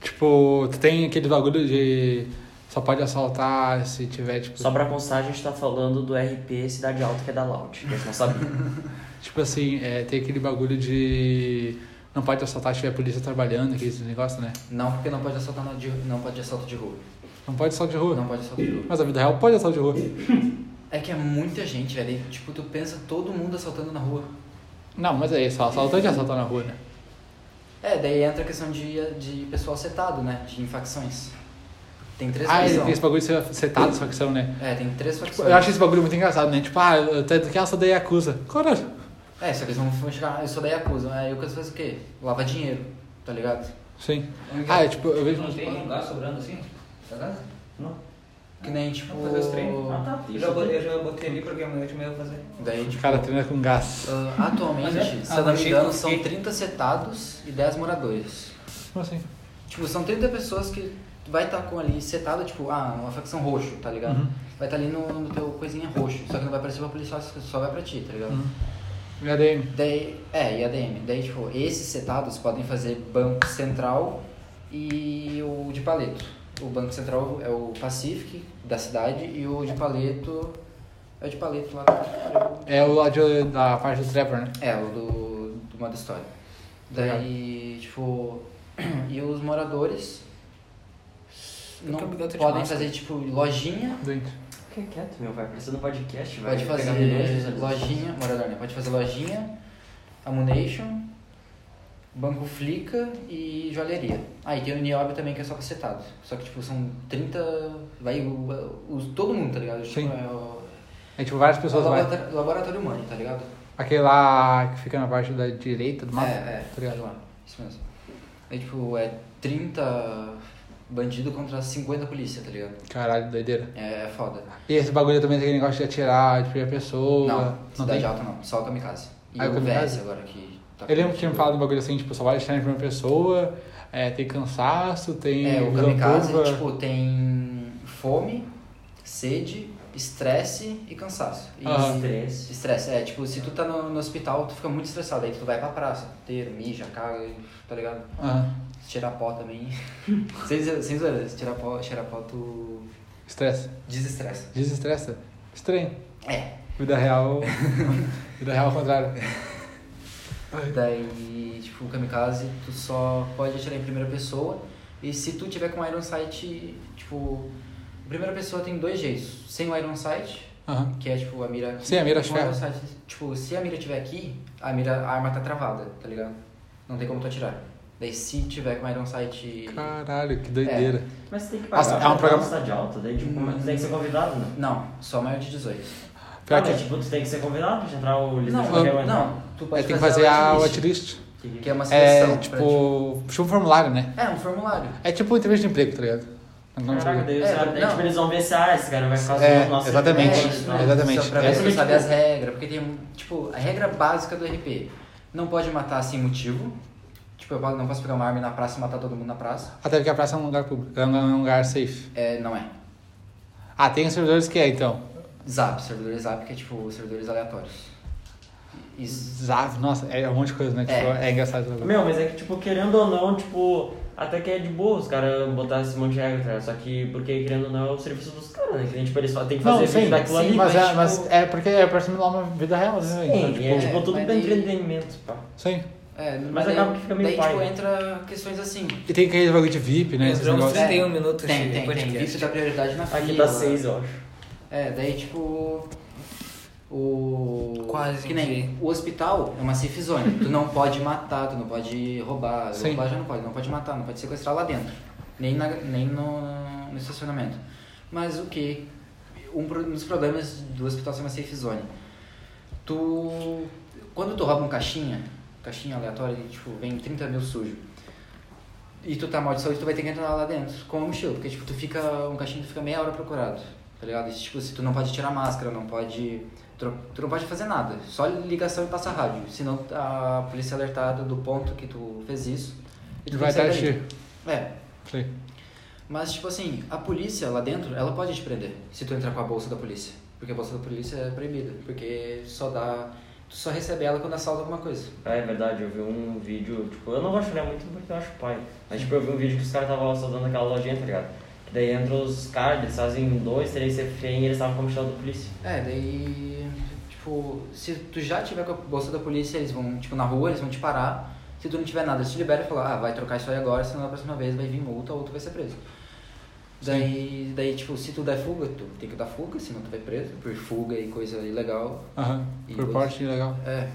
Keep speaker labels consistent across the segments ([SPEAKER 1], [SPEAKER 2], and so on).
[SPEAKER 1] Tipo, tem aquele bagulho de só pode assaltar se tiver, tipo.
[SPEAKER 2] Só pra constar, a gente tá falando do RP Cidade Alta, que é da Loud, que a gente não sabia.
[SPEAKER 1] Tipo assim, é, tem aquele bagulho de. Não pode assaltar se tiver polícia trabalhando, aqueles negócios, né?
[SPEAKER 3] Não, porque não pode assaltar na de, não pode assalto de rua.
[SPEAKER 1] Não pode assalto de rua.
[SPEAKER 3] Não pode assalto de rua.
[SPEAKER 1] Mas a vida real pode assalto de rua.
[SPEAKER 3] É que é muita gente, velho. E, Tipo, tu pensa todo mundo assaltando na rua.
[SPEAKER 1] Não, mas é isso, assaltante assaltar na rua, né?
[SPEAKER 3] É, daí entra a questão de, de pessoal setado, né? De facções. Tem três
[SPEAKER 1] Ah, ele
[SPEAKER 3] facções.
[SPEAKER 1] tem esse bagulho de ser setado, só que são, né?
[SPEAKER 3] É, tem três facções.
[SPEAKER 1] Eu acho esse bagulho muito engraçado, né? Tipo, ah, eu tanto que essa daí acusa. Coragem.
[SPEAKER 3] É, só que eles vão vão chegar, eu sou da Yakuza, aí o que faz o quê? Lava dinheiro, tá ligado?
[SPEAKER 1] Sim. Ah, é, tipo, eu vejo.
[SPEAKER 4] Não tem um lugar sobrando assim? Tá ligado?
[SPEAKER 5] Não.
[SPEAKER 3] Que nem, tipo...
[SPEAKER 4] Vamos fazer os treinos.
[SPEAKER 5] Ah, tá.
[SPEAKER 4] Eu já botei, eu já botei ali porque amanhã de manhã eu vou fazer.
[SPEAKER 3] Daí, tipo...
[SPEAKER 1] O cara treina com gás.
[SPEAKER 3] ah, atualmente,
[SPEAKER 4] Mas é-
[SPEAKER 3] se eu não
[SPEAKER 4] ah,
[SPEAKER 3] me
[SPEAKER 4] achei
[SPEAKER 3] engano,
[SPEAKER 4] que-
[SPEAKER 3] são 30 setados e 10 moradores.
[SPEAKER 1] Como assim?
[SPEAKER 3] Tipo, são 30 pessoas que tu vai estar com ali setado, tipo, ah, uma facção roxo, tá ligado?
[SPEAKER 1] Uhum.
[SPEAKER 3] Vai estar ali no, no teu coisinha roxo, só que não vai aparecer pra policial, só vai pra ti, tá ligado?
[SPEAKER 1] Uhum. E ADM.
[SPEAKER 3] Daí, é, e ADM. Daí, tipo, esses setados podem fazer banco central e o de paleto. O banco central é o Pacific da cidade e o de paleto é o de paleto lá. da-
[SPEAKER 1] É o lado da parte do Trevor, né?
[SPEAKER 3] É, o do, do modo história. Daí, tipo, e os moradores não
[SPEAKER 5] que obrigado a ter de
[SPEAKER 3] podem
[SPEAKER 5] máscara.
[SPEAKER 3] fazer, tipo, lojinha.
[SPEAKER 1] Doente.
[SPEAKER 2] Fica quieto, meu, vai aparecer no podcast, vai.
[SPEAKER 3] Pode fazer
[SPEAKER 2] pegar milhões de visualizações.
[SPEAKER 3] lojinha, morador, né? Pode fazer lojinha, Amunation, Banco Flica e joalheria. Ah, e tem o Niobe também que é só cacetado. Só que, tipo, são 30. Vai o, o- todo mundo, tá ligado? Tipo,
[SPEAKER 1] Sim.
[SPEAKER 3] é o,
[SPEAKER 1] É tipo, várias
[SPEAKER 3] é o
[SPEAKER 1] pessoas vai.
[SPEAKER 3] laboratório, laboratório humano, tá ligado?
[SPEAKER 1] Aquele lá que fica na parte da direita do mapa.
[SPEAKER 3] É,
[SPEAKER 1] Tá
[SPEAKER 3] é,
[SPEAKER 1] ligado?
[SPEAKER 3] lá. Isso mesmo. É tipo, é 30 bandido contra 50 polícia, tá ligado?
[SPEAKER 1] Caralho, doideira.
[SPEAKER 3] É, é foda.
[SPEAKER 1] E esse bagulho também tem aquele negócio de atirar de primeira pessoa.
[SPEAKER 3] não, cidade
[SPEAKER 1] tem?
[SPEAKER 3] alta não, só o Kamikaze. E
[SPEAKER 1] Ah, é o
[SPEAKER 3] o
[SPEAKER 1] Kamikaze?
[SPEAKER 3] VS agora que tá
[SPEAKER 1] Eu lembro que tinha me falado um bagulho assim, tipo, só vai atirar em primeira pessoa, é, tem cansaço, tem.
[SPEAKER 3] É, o
[SPEAKER 1] visão
[SPEAKER 3] kamikaze,
[SPEAKER 1] turva.
[SPEAKER 3] tipo, tem fome, sede, estresse e cansaço.
[SPEAKER 4] Ah.
[SPEAKER 3] E
[SPEAKER 1] Aham.
[SPEAKER 2] Estresse.
[SPEAKER 3] Estresse, é, tipo, se tu tá no, no hospital, tu fica muito estressado, aí tu vai pra praça, ter, mija, caga, tá ligado?
[SPEAKER 1] Aham.
[SPEAKER 3] Se Tirar pó também. sem zo- sem zoeira, se tirar pó, tirar pó, tu
[SPEAKER 1] Estresse.
[SPEAKER 3] desestressa.
[SPEAKER 1] Desestressa. Estranho.
[SPEAKER 3] É,
[SPEAKER 1] Vida real. Vida real ao contrário.
[SPEAKER 3] daí, tipo, o kamikaze, tu só pode atirar em primeira pessoa, e se tu tiver com Iron Sight, tipo, primeira pessoa tem dois jeitos, sem o Iron Sight,
[SPEAKER 1] Aham.
[SPEAKER 3] Que é tipo a mira.
[SPEAKER 1] Sim, a mira
[SPEAKER 3] Como
[SPEAKER 1] ferra.
[SPEAKER 3] é o site? Tipo, se a mira tiver aqui, a mira, a arma tá travada, tá ligado? Não tem como tu atirar. Daí se tiver com Iron Sight.
[SPEAKER 1] Caralho, que doideira.
[SPEAKER 2] Mas tem que pagar
[SPEAKER 3] Ah,
[SPEAKER 1] Nossa,
[SPEAKER 2] Nossa,
[SPEAKER 1] é um programa-
[SPEAKER 2] cidade alta, daí tipo, tu tem que ser convidado, né?
[SPEAKER 3] Não, só maior de 18.
[SPEAKER 1] Pior
[SPEAKER 2] Ah,
[SPEAKER 1] que.
[SPEAKER 2] mas, tipo, tu tem que ser convidado pra entrar o
[SPEAKER 3] Não,
[SPEAKER 2] Lisboa
[SPEAKER 3] não, tu
[SPEAKER 1] É,
[SPEAKER 3] pode
[SPEAKER 1] tem que fazer a
[SPEAKER 3] watchlist,
[SPEAKER 1] watchlist.
[SPEAKER 3] Que é uma seleção.
[SPEAKER 1] É,
[SPEAKER 3] pra,
[SPEAKER 1] tipo. Puxa um formulário, né?
[SPEAKER 3] tipo- É, um formulário.
[SPEAKER 1] É tipo entrevista de emprego, tá ligado? Não,
[SPEAKER 2] Caraca, daí, os
[SPEAKER 3] É,
[SPEAKER 2] caras- daí,
[SPEAKER 3] não.
[SPEAKER 2] tipo, eles vão ver se, ah, esse cara vai ficar
[SPEAKER 1] É,
[SPEAKER 2] zoando nosso
[SPEAKER 1] exatamente,
[SPEAKER 2] serviço,
[SPEAKER 3] É,
[SPEAKER 2] né?
[SPEAKER 3] não,
[SPEAKER 1] exatamente.
[SPEAKER 3] Só pra
[SPEAKER 1] É.
[SPEAKER 3] ver se tu sabe as regras, porque tem, um- tipo, a regra básica do RP. Não pode matar sem motivo. Tipo, eu não posso pegar uma arma e ir na praça e matar todo mundo na praça.
[SPEAKER 1] Até porque a praça é um lugar público, é um- é um lugar safe.
[SPEAKER 3] É, não é.
[SPEAKER 1] Ah, tem os servidores que é, então.
[SPEAKER 3] Zap, servidores Zap, que é tipo servidores aleatórios. Isso.
[SPEAKER 1] Zav, nossa, é um monte de coisa, né? Tipo, é,
[SPEAKER 3] É.
[SPEAKER 1] engraçado. esse bagulho.
[SPEAKER 2] Meu, mas é que, tipo, querendo ou não, tipo, até que é de boa os caras botar esse monte de regra, tá? ligado? Só que, porque querendo ou não, é o serviço dos caras, né? Que nem, tipo, eles só tem que fazer
[SPEAKER 1] Não,
[SPEAKER 2] vídeo
[SPEAKER 1] sim,
[SPEAKER 2] daquilo ali,
[SPEAKER 1] sim mas, é,
[SPEAKER 2] tipo,
[SPEAKER 1] mas é porque é pra simular uma vida real, né?
[SPEAKER 2] Sim,
[SPEAKER 1] Então,
[SPEAKER 2] é,
[SPEAKER 1] tipo,
[SPEAKER 2] tipo, tudo
[SPEAKER 3] mas
[SPEAKER 2] pra
[SPEAKER 3] daí-
[SPEAKER 2] entretenimento, pá.
[SPEAKER 1] sim.
[SPEAKER 3] É,
[SPEAKER 2] Mas acaba que fica meio
[SPEAKER 3] Daí,
[SPEAKER 2] pai,
[SPEAKER 3] tipo,
[SPEAKER 2] né?
[SPEAKER 3] entra questões assim.
[SPEAKER 1] E tem aquele bagulho de VIP,
[SPEAKER 2] um
[SPEAKER 1] né? Esses
[SPEAKER 5] Entramos
[SPEAKER 1] negócios.
[SPEAKER 3] É.
[SPEAKER 5] 31 minutos
[SPEAKER 3] Tem,
[SPEAKER 5] de
[SPEAKER 3] tem, tem.
[SPEAKER 5] podcast. tá
[SPEAKER 3] Isso dá prioridade na fila. né?
[SPEAKER 2] Aqui dá seis, eu acho.
[SPEAKER 3] É, daí, tipo... O...
[SPEAKER 5] Quase
[SPEAKER 3] Que nem o hospital é uma safe zone. tu não pode matar, tu não pode roubar.
[SPEAKER 1] Sim.
[SPEAKER 3] Roubar já não pode. Não pode matar, não pode sequestrar lá dentro. Nem, na- nem no, no estacionamento. Mas o que? Um pro- dos problemas do hospital ser uma safe zone. Tu... Quando tu rouba um caixinha, caixinha aleatória, e, tipo, vem 30 mil sujo. E tu tá mal de saúde, tu vai ter que entrar lá dentro com uma mochila, porque tipo, tu fica. Um caixinho tu fica meia hora procurado, tá ligado? E, tipo, se tu não pode tirar máscara, não pode. Tu não, tu não pode fazer nada, só ligação e passar rádio. Senão a polícia é alertada do ponto que tu fez isso. E tu
[SPEAKER 1] Vai
[SPEAKER 3] tem que sair
[SPEAKER 1] atrás de
[SPEAKER 3] daí. É.
[SPEAKER 1] Sim.
[SPEAKER 3] Mas tipo assim, a polícia lá dentro, ela pode te prender se tu entrar com a bolsa da polícia. Porque a bolsa da polícia é proibida, porque só dá. Tu só recebe ela quando assalta alguma coisa.
[SPEAKER 2] Ah, é verdade, eu vi um vídeo, tipo, eu não gosto de olhar muito porque eu acho pai. Mas tipo, eu vi um vídeo que os caras estavam assaltando aquela lojinha, tá ligado? Que daí entram os caras, eles fazem dois, três refém e eles estavam com a mochila do polícia.
[SPEAKER 3] É, daí. Tipo, se tu já tiver com a bolsa da polícia, eles vão, tipo, na rua, eles vão te parar. Se tu não tiver nada, eles te liberam e falam, ah, vai trocar isso aí agora, senão na próxima vez vai vir um multa ou tu vai ser preso. Daí, daí, tipo, se tu der fuga, tu tem que dar fuga, senão tu vai preso por fuga e coisa ilegal.
[SPEAKER 1] Aham.
[SPEAKER 3] E
[SPEAKER 1] Por
[SPEAKER 3] você?
[SPEAKER 1] parte legal.
[SPEAKER 3] É.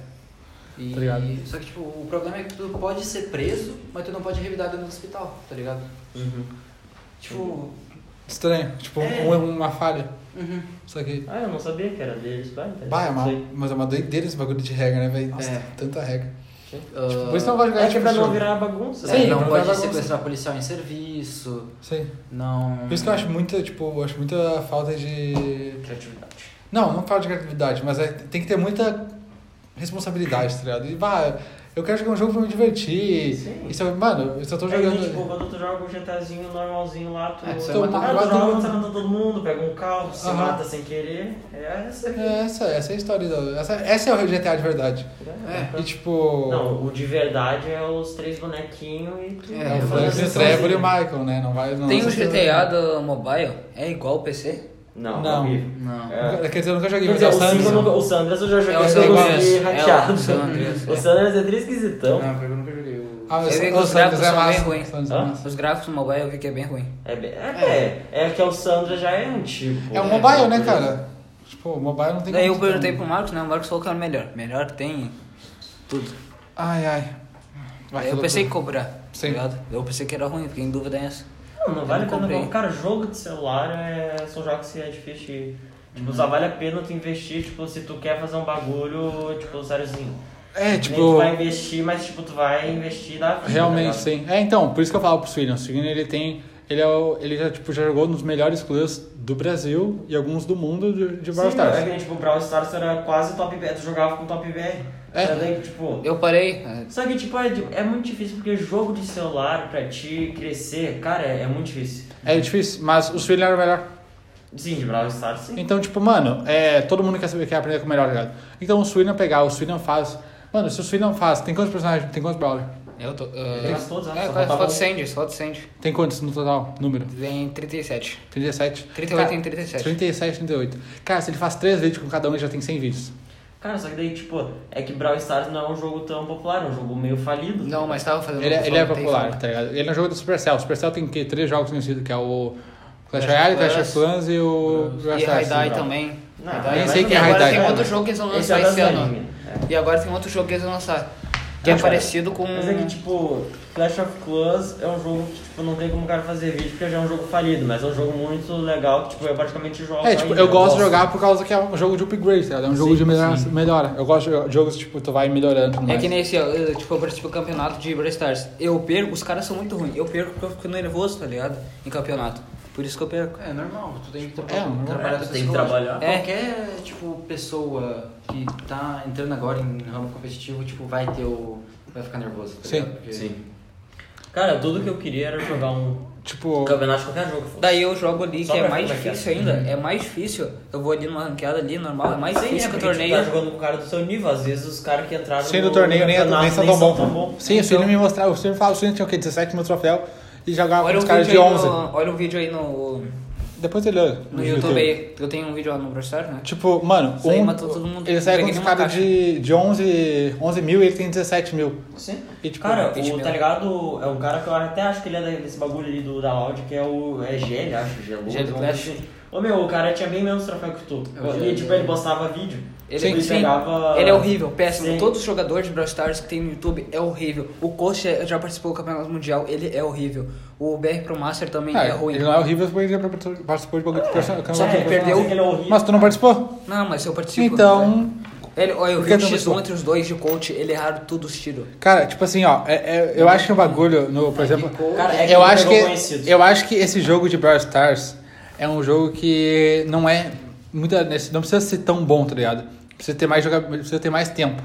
[SPEAKER 3] E,
[SPEAKER 1] Tá ligado.
[SPEAKER 3] Só que, tipo, o problema é que tu pode ser preso, mas tu não pode revidar dentro do hospital, tá ligado? Tipo,
[SPEAKER 1] Estranho. Tipo,
[SPEAKER 3] É.
[SPEAKER 1] um erro, uma falha.
[SPEAKER 3] uhum.
[SPEAKER 1] Só que.
[SPEAKER 2] Ah, eu não sabia que era deles, vai, tá?
[SPEAKER 1] Bah, é uma,
[SPEAKER 2] Sei.
[SPEAKER 1] mas é uma doideira esse bagulho de regra, né, velho? Nossa,
[SPEAKER 3] É.
[SPEAKER 1] tanta regra.
[SPEAKER 3] Ah,
[SPEAKER 1] por Tipo, isso não vai jogar
[SPEAKER 2] É que é pra não
[SPEAKER 1] jogo.
[SPEAKER 2] virar bagunça.
[SPEAKER 1] assim.
[SPEAKER 2] né?
[SPEAKER 1] Sim,
[SPEAKER 3] é, não
[SPEAKER 1] pra
[SPEAKER 3] pode
[SPEAKER 1] jogar
[SPEAKER 3] sequestrar policial em serviço,
[SPEAKER 1] Sim.
[SPEAKER 3] não...
[SPEAKER 1] Por isso que eu acho muita, tipo, eu acho muita falta de.
[SPEAKER 2] Criatividade.
[SPEAKER 1] Não, não falo de criatividade, mas é, tem que ter muita responsabilidade, tá ligado? E, bah, eu quero jogar um jogo pra me divertir.
[SPEAKER 2] Sim.
[SPEAKER 1] Isso é- mano, eu só tô
[SPEAKER 2] É
[SPEAKER 1] jogando.
[SPEAKER 2] que, tipo, quando tu joga um GTAzinho normalzinho lá, tu.
[SPEAKER 3] É, tu
[SPEAKER 2] tu
[SPEAKER 3] sai
[SPEAKER 2] ah,
[SPEAKER 1] matando-
[SPEAKER 2] tu joga
[SPEAKER 1] matando-
[SPEAKER 2] matando todo mundo, pega um carro, se
[SPEAKER 1] Aham.
[SPEAKER 2] mata sem querer. É essa aqui.
[SPEAKER 1] É, essa, essa é a história. Da, essa, essa é o GTA de verdade.
[SPEAKER 3] É.
[SPEAKER 1] E tipo.
[SPEAKER 2] Não, o de verdade é os três bonequinhos e tu. tá
[SPEAKER 1] É,
[SPEAKER 3] É,
[SPEAKER 1] o Flex, o
[SPEAKER 2] fazendo
[SPEAKER 1] Trevor e o
[SPEAKER 2] sozinho.
[SPEAKER 1] Michael, né? Não vai. Não,
[SPEAKER 5] Tem um
[SPEAKER 1] não
[SPEAKER 5] o
[SPEAKER 1] sei se-
[SPEAKER 5] GTA do mobile? É igual ao PC?
[SPEAKER 2] Não,
[SPEAKER 1] Não.
[SPEAKER 2] horrível.
[SPEAKER 3] Não.
[SPEAKER 2] É.
[SPEAKER 1] Quer dizer, eu nunca joguei,
[SPEAKER 2] Quer
[SPEAKER 1] mas
[SPEAKER 2] dizer,
[SPEAKER 1] é o
[SPEAKER 2] o Sanders,
[SPEAKER 1] Santos.
[SPEAKER 2] eu nunca- o Sanders eu já joguei
[SPEAKER 5] É o
[SPEAKER 2] mas
[SPEAKER 5] San
[SPEAKER 2] eu
[SPEAKER 5] Andreas,
[SPEAKER 2] consegui
[SPEAKER 5] é o
[SPEAKER 2] hackeado.
[SPEAKER 5] San Andreas,
[SPEAKER 2] O
[SPEAKER 5] é.
[SPEAKER 2] Sanders é três esquisitão.
[SPEAKER 3] Não, eu nunca joguei o...
[SPEAKER 1] Ah, o-
[SPEAKER 5] Eu vi que
[SPEAKER 1] o
[SPEAKER 5] os gráficos
[SPEAKER 1] Santos é
[SPEAKER 5] são bem
[SPEAKER 1] massa.
[SPEAKER 5] ruins.
[SPEAKER 1] Santos é
[SPEAKER 2] Hã?
[SPEAKER 1] massa.
[SPEAKER 5] Os gráficos do mobile eu vi que é bem ruim.
[SPEAKER 2] É, bem- é, é, é que o Sandra já é antigo.
[SPEAKER 1] É o mobile, né, cara? Tipo, o mobile não tem
[SPEAKER 5] Daí eu
[SPEAKER 1] como- um-
[SPEAKER 5] perguntei pro Marcos, né? O Marcos falou que era o melhor. Melhor tem tudo.
[SPEAKER 1] Ai, ai. Vai,
[SPEAKER 5] Daí eu
[SPEAKER 1] falou
[SPEAKER 5] pensei em
[SPEAKER 1] tudo.
[SPEAKER 5] cobrar, tá
[SPEAKER 1] Sim.
[SPEAKER 5] ligado? Daí Eu pensei que era ruim, fiquei em dúvida nessa.
[SPEAKER 2] Não, não vale a
[SPEAKER 5] Eu
[SPEAKER 2] pena.
[SPEAKER 5] comprei.
[SPEAKER 2] não. Cara, jogo de celular é... são jogos que é difícil. de- Tipo, só vale a pena tu investir, tipo, se tu quer fazer um bagulho, tipo, sériozinho.
[SPEAKER 1] É,
[SPEAKER 2] Nem tu
[SPEAKER 1] tipo.
[SPEAKER 2] vai investir, mas tipo, tu vai investir na vida.
[SPEAKER 1] Realmente,
[SPEAKER 2] tá ligado?
[SPEAKER 1] sim. É, então, por isso que eu falo pro Sweden. O Sweden, ele tem... Ele, é o- ele já, tipo, já jogou nos melhores clubes do Brasil e alguns do mundo de, de Brawl
[SPEAKER 2] Sim, não,
[SPEAKER 1] Stars.
[SPEAKER 2] é que nem, tipo, o Brawl Stars era quase top BR, tu jogava com top BR.
[SPEAKER 1] É.
[SPEAKER 2] Era daí, tipo...
[SPEAKER 5] Eu parei, é,
[SPEAKER 2] Só que, tipo, é, de- é muito difícil, porque jogo de celular, pra ti crescer, cara, é, é muito difícil.
[SPEAKER 1] É difícil, mas o Sweden era o melhor.
[SPEAKER 2] Sim, de Brawl Stars, sim.
[SPEAKER 1] Então, tipo, mano, é, todo mundo quer saber quer aprender com o melhor, tá ligado? Então o Sweden pegar, o Sweden faz. Mano, se o Sweden faz, tem quantos personagens? Tem quantos brawler?
[SPEAKER 5] eu tô. Uh,
[SPEAKER 2] Tem as todas, né?
[SPEAKER 5] é,
[SPEAKER 2] Só
[SPEAKER 5] quase
[SPEAKER 2] faltava
[SPEAKER 5] foto
[SPEAKER 2] um.
[SPEAKER 5] Sandy, foto Sandy.
[SPEAKER 1] Tem quantos no total? Número?
[SPEAKER 5] Vem 37.
[SPEAKER 1] 37?
[SPEAKER 5] 38
[SPEAKER 1] Cara,
[SPEAKER 5] em 37.
[SPEAKER 1] 37, 38. Cara, se ele faz três vídeos com cada um, ele já tem 100 vídeos.
[SPEAKER 2] Cara, só que daí, tipo, é que Brawl Stars não é um jogo tão popular, é um jogo meio falido.
[SPEAKER 5] Não, mas tava fazendo.
[SPEAKER 1] Ele, é-
[SPEAKER 5] um
[SPEAKER 1] ele é
[SPEAKER 5] solo, tem
[SPEAKER 1] popular,
[SPEAKER 5] solo.
[SPEAKER 1] tá ligado? Ele é um jogo do Supercell. O Supercell tem que três jogos conhecidos, que é o Clash
[SPEAKER 5] Clash of
[SPEAKER 1] Royale, Clash
[SPEAKER 5] Clans.
[SPEAKER 1] of Clans e o... Brawl
[SPEAKER 5] E então.
[SPEAKER 1] Stars,
[SPEAKER 5] Raidai
[SPEAKER 1] né, bro?
[SPEAKER 5] também.
[SPEAKER 2] Não,
[SPEAKER 5] Raidai.
[SPEAKER 1] nem sei
[SPEAKER 5] E
[SPEAKER 1] quem é
[SPEAKER 5] agora
[SPEAKER 1] Raidai.
[SPEAKER 5] tem outro jogo que eles vão
[SPEAKER 2] Esse é
[SPEAKER 5] lançar
[SPEAKER 2] da
[SPEAKER 5] esse ano.
[SPEAKER 2] Sony. É.
[SPEAKER 5] E agora tem outro jogo que eles vão lançar. Que
[SPEAKER 2] Mas,
[SPEAKER 5] é
[SPEAKER 2] cara,
[SPEAKER 5] parecido com.
[SPEAKER 2] Mas é que, tipo, Clash of Clans é um jogo que, tipo, não tem como o cara fazer vídeo porque já é um jogo falido, mas é um jogo muito legal que, tipo, eu praticamente jogo.
[SPEAKER 1] É, tipo,
[SPEAKER 2] ainda,
[SPEAKER 1] eu gosto de jogar por causa que é um jogo de upgrade, tá ligado? É um jogo de melhora, melhora. Eu gosto de jo- jogos, tipo, tu vai melhorando. tudo
[SPEAKER 5] É
[SPEAKER 1] mais.
[SPEAKER 5] que nem esse, ó, eu, tipo, eu participo do campeonato de Brawl Stars. Eu perco, os caras são muito ruins. Eu perco porque eu fico nervoso, tá ligado? Em campeonato. Por isso que eu perco.
[SPEAKER 3] É normal, tu tem que tra
[SPEAKER 1] é, normal.
[SPEAKER 3] trabalhar
[SPEAKER 2] Tu
[SPEAKER 3] teu
[SPEAKER 2] tem que
[SPEAKER 3] psicológico.
[SPEAKER 2] trabalhar.
[SPEAKER 5] É.
[SPEAKER 3] Qualquer, tipo, pessoa que tá entrando agora em ramo competitivo, tipo, vai ter o... Vai ficar nervoso, tá
[SPEAKER 1] Sim.
[SPEAKER 3] ligado? Porque-
[SPEAKER 2] Cara, tudo que eu queria era jogar um
[SPEAKER 1] Tipo,
[SPEAKER 2] campeonato de qualquer jogo que fosse.
[SPEAKER 5] Daí eu jogo ali,
[SPEAKER 2] Só
[SPEAKER 5] que é
[SPEAKER 2] pra
[SPEAKER 5] mais
[SPEAKER 2] ver como é que
[SPEAKER 5] difícil ainda. É mais difícil. Eu vou ali numa ranqueada ali, normal. É mais
[SPEAKER 2] Sim,
[SPEAKER 5] difícil
[SPEAKER 2] é
[SPEAKER 5] que o
[SPEAKER 2] porque, tipo,
[SPEAKER 5] torneio.
[SPEAKER 2] tá jogando com o cara do seu nível, às vezes os caras que entraram
[SPEAKER 1] sem
[SPEAKER 2] no
[SPEAKER 1] do torneio nem, é-
[SPEAKER 2] campeonato
[SPEAKER 1] nem são tão bom.
[SPEAKER 2] bom.
[SPEAKER 1] Sim, o Cine
[SPEAKER 5] Então-
[SPEAKER 1] me mostrava, o Cine falava, o Cine tinha o quê? 17 mil troféu e jogava com
[SPEAKER 5] Olha
[SPEAKER 1] os
[SPEAKER 5] um,
[SPEAKER 1] caras de
[SPEAKER 5] vídeo aí
[SPEAKER 1] 11.
[SPEAKER 5] no, olha um vídeo aí no, no
[SPEAKER 1] Depois ele olha no
[SPEAKER 5] YouTube aí. Eu tenho um vídeo lá no Brawl Stars, né?
[SPEAKER 1] Tipo, mano,
[SPEAKER 5] Isso aí
[SPEAKER 1] um,
[SPEAKER 5] matou todo mundo.
[SPEAKER 1] ele sai com
[SPEAKER 5] Peguei
[SPEAKER 1] os
[SPEAKER 5] numa
[SPEAKER 1] caras
[SPEAKER 5] caixa.
[SPEAKER 1] de, de 11, 11 mil e ele tem 17 mil.
[SPEAKER 2] Sim.
[SPEAKER 1] E, tipo,
[SPEAKER 2] cara,
[SPEAKER 5] vinte
[SPEAKER 2] o,
[SPEAKER 5] mil.
[SPEAKER 2] tá ligado? É um cara que eu até acho que ele é da- desse bagulho ali do, da Loud, que é o. É GL, acho, GLU.
[SPEAKER 5] GL
[SPEAKER 2] alguma coisa
[SPEAKER 5] Clash.
[SPEAKER 2] assim. Ô meu, o cara tinha bem menos troféu que tu.
[SPEAKER 3] É o
[SPEAKER 2] E
[SPEAKER 3] GL.
[SPEAKER 2] tipo, ele postava vídeo.
[SPEAKER 5] Ele,
[SPEAKER 2] Tipo,
[SPEAKER 5] sim,
[SPEAKER 2] pegava-
[SPEAKER 5] ele é horrível, péssimo.
[SPEAKER 2] Sim.
[SPEAKER 5] Todos os jogadores de Brawl Stars que tem no YouTube é horrível. O Coach é- já participou do Campeonato Mundial, ele é horrível. O BR Pro Master também
[SPEAKER 1] Ah,
[SPEAKER 5] é ruim.
[SPEAKER 1] Ele não é horrível porque ele participou- participou de bagulho de person-
[SPEAKER 2] É. Só que
[SPEAKER 1] campeonato.
[SPEAKER 2] ele
[SPEAKER 1] de
[SPEAKER 2] perdeu. Tipo, né?
[SPEAKER 1] personagem.
[SPEAKER 2] Ele é horrível.
[SPEAKER 1] Mas tu não participou?
[SPEAKER 5] Não, mas eu participo.
[SPEAKER 1] Então,
[SPEAKER 5] Ele, olha, eu
[SPEAKER 1] Por
[SPEAKER 5] vi
[SPEAKER 1] que
[SPEAKER 5] o
[SPEAKER 1] tu não
[SPEAKER 5] X1
[SPEAKER 1] participou?
[SPEAKER 5] entre os dois de coach, ele erraram todos os tiros.
[SPEAKER 1] cara, tipo assim, ó, é- é- eu acho que o bagulho, no, por exemplo,
[SPEAKER 2] Cara, é que
[SPEAKER 1] eu
[SPEAKER 2] ele
[SPEAKER 1] acho
[SPEAKER 2] pegou
[SPEAKER 1] que
[SPEAKER 2] conhecido.
[SPEAKER 1] eu acho que esse jogo de Brawl Stars é um jogo que não é muita não precisa ser tão bom, tá ligado? Precisa ter mais joga, precisa ter mais tempo.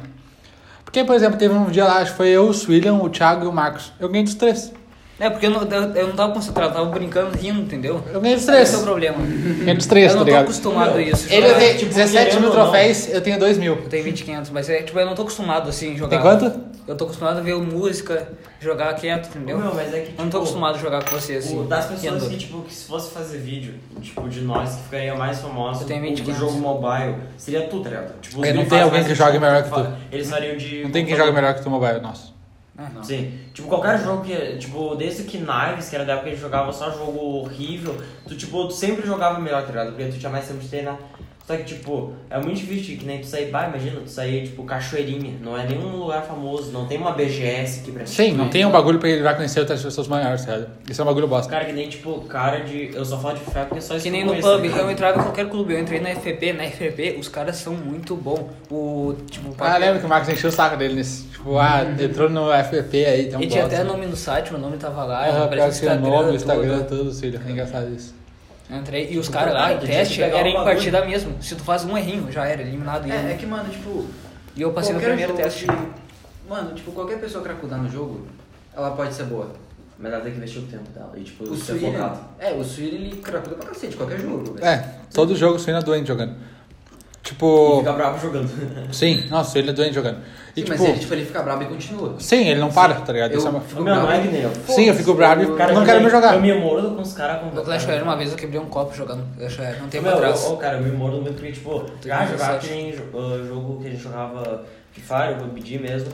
[SPEAKER 1] Porque por exemplo, teve um dia lá, acho que foi eu, o William, o Thiago e o Marcos. Eu ganhei dos três.
[SPEAKER 5] É, porque eu não, eu, eu não tava concentrado, eu tava brincando, rindo, entendeu?
[SPEAKER 1] Eu ganhei dos
[SPEAKER 5] Esse é
[SPEAKER 1] três.
[SPEAKER 5] o problema.
[SPEAKER 1] Ganhei dos três,
[SPEAKER 5] eu
[SPEAKER 1] tá
[SPEAKER 5] não tô
[SPEAKER 1] ligado?
[SPEAKER 5] acostumado a isso.
[SPEAKER 1] Ele
[SPEAKER 5] jogar.
[SPEAKER 1] tem
[SPEAKER 2] tipo,
[SPEAKER 1] 17 mil
[SPEAKER 2] querendo ou não.
[SPEAKER 1] troféus, eu tenho 2 mil.
[SPEAKER 5] Eu tenho 20,500, mas é, tipo, eu não tô acostumado assim a jogar.
[SPEAKER 1] Tem quanto?
[SPEAKER 5] Eu tô acostumado a ver música, jogar quieto, entendeu?
[SPEAKER 2] Meu, mas é que,
[SPEAKER 5] eu não tô
[SPEAKER 2] tipo,
[SPEAKER 5] acostumado a jogar com você assim.
[SPEAKER 2] O- das pessoas
[SPEAKER 5] rindo.
[SPEAKER 2] que, tipo, que se fosse fazer vídeo, tipo, de nós, que ficaria mais famoso,
[SPEAKER 5] Eu tenho
[SPEAKER 2] o,
[SPEAKER 5] 20,
[SPEAKER 2] o jogo mobile, seria tu, tá ligado? Tipo, os
[SPEAKER 1] É, não
[SPEAKER 2] guri
[SPEAKER 1] tem
[SPEAKER 2] fazem
[SPEAKER 1] alguém
[SPEAKER 2] mais
[SPEAKER 1] que jogue
[SPEAKER 2] jogo,
[SPEAKER 1] melhor que
[SPEAKER 2] fa- Eles fariam de...
[SPEAKER 1] Não tem quem joga melhor que o mobile, nossa.
[SPEAKER 5] É.
[SPEAKER 2] Sim, tipo, qualquer jogo que, tipo, desde que Knives, que era da época que a gente jogava só jogo horrível, tu, tipo, tu sempre jogava melhor, tá ligado? Porque tu tinha mais tempo de treinar. Só que, tipo, é muito difícil, que nem tu sair, bah, imagina, tu sair, tipo, cachoeirinha, não é nenhum lugar famoso, não tem uma BGS que pra ti
[SPEAKER 1] Sim, não tem um bagulho pra ele vai conhecer outras pessoas maiores, sabe? Isso é um bagulho bosta.
[SPEAKER 2] Cara, que nem, tipo, cara de... Eu só falo de fé porque só
[SPEAKER 5] Que
[SPEAKER 2] isso
[SPEAKER 5] nem
[SPEAKER 2] eu
[SPEAKER 5] no
[SPEAKER 2] conheço,
[SPEAKER 5] pub, então é
[SPEAKER 2] tá ligado?
[SPEAKER 5] eu entrava em qualquer clube, eu entrei na FP, na FP os caras são muito bons. O tipo, o
[SPEAKER 1] Ah,
[SPEAKER 5] papel-
[SPEAKER 1] lembra que o Marcos encheu o saco dele nesse. Tipo, ah, entrou no FPP aí, tem um
[SPEAKER 5] E tinha
[SPEAKER 1] bosta.
[SPEAKER 5] até nome no site, meu nome tava lá,
[SPEAKER 1] Ah, pior que
[SPEAKER 5] aparece
[SPEAKER 1] seu
[SPEAKER 5] no
[SPEAKER 1] nome,
[SPEAKER 5] Instagram,
[SPEAKER 1] Instagram, um
[SPEAKER 5] tudo.
[SPEAKER 1] tudo, filho. É engraçado isso.
[SPEAKER 5] Eu Entrei, e os caras lá,
[SPEAKER 2] tu
[SPEAKER 5] em
[SPEAKER 2] tinha que
[SPEAKER 5] teste,
[SPEAKER 2] pegar
[SPEAKER 5] era
[SPEAKER 2] o
[SPEAKER 5] em
[SPEAKER 2] bagulho.
[SPEAKER 5] partida mesmo. Se tu faz um errinho, já era, eliminado. e
[SPEAKER 3] É,
[SPEAKER 5] ia.
[SPEAKER 3] é que, mano, tipo.
[SPEAKER 5] E eu passei no
[SPEAKER 3] qualquer
[SPEAKER 5] primeiro
[SPEAKER 3] jogo
[SPEAKER 5] teste.
[SPEAKER 3] que- Mano, tipo, qualquer pessoa cracuda no jogo, ela pode ser boa.
[SPEAKER 2] Mas ela tem que investir o tempo dela e, tipo,
[SPEAKER 3] O
[SPEAKER 2] ser
[SPEAKER 3] Suíra.
[SPEAKER 2] focado.
[SPEAKER 3] É, o Suíra ele cracuda pra cacete, qualquer jogo. velho.
[SPEAKER 1] É, todo jogo o Suíno é doente jogando.
[SPEAKER 2] E
[SPEAKER 1] Tipo.
[SPEAKER 2] ficar bravo jogando.
[SPEAKER 1] Sim, nossa, ele é doente jogando. E
[SPEAKER 3] Sim,
[SPEAKER 1] tipo.
[SPEAKER 3] mas ele, tipo, ele fica brabo e continua.
[SPEAKER 1] Sim, ele não para, tá ligado? Isso é
[SPEAKER 3] Eu
[SPEAKER 1] uma-
[SPEAKER 3] fico
[SPEAKER 2] Meu, não é
[SPEAKER 3] brabo.
[SPEAKER 2] que nem eu.
[SPEAKER 1] Sim, eu fico bravo e
[SPEAKER 2] O cara
[SPEAKER 1] não
[SPEAKER 2] que
[SPEAKER 1] quero
[SPEAKER 2] eu-
[SPEAKER 1] mais jogar.
[SPEAKER 2] Eu me mordo com os caras com
[SPEAKER 5] No Clash Royale uma vez eu quebrei um copo jogando Clash Royale, não tem
[SPEAKER 2] Meu,
[SPEAKER 5] pra trás.
[SPEAKER 2] eu- ô, cara, eu me mordo muito porque, tipo, já
[SPEAKER 5] que
[SPEAKER 2] jogava que
[SPEAKER 5] pensar.
[SPEAKER 2] nem jo- ah, jogo que a gente jogava Free Fire, PUBG mesmo.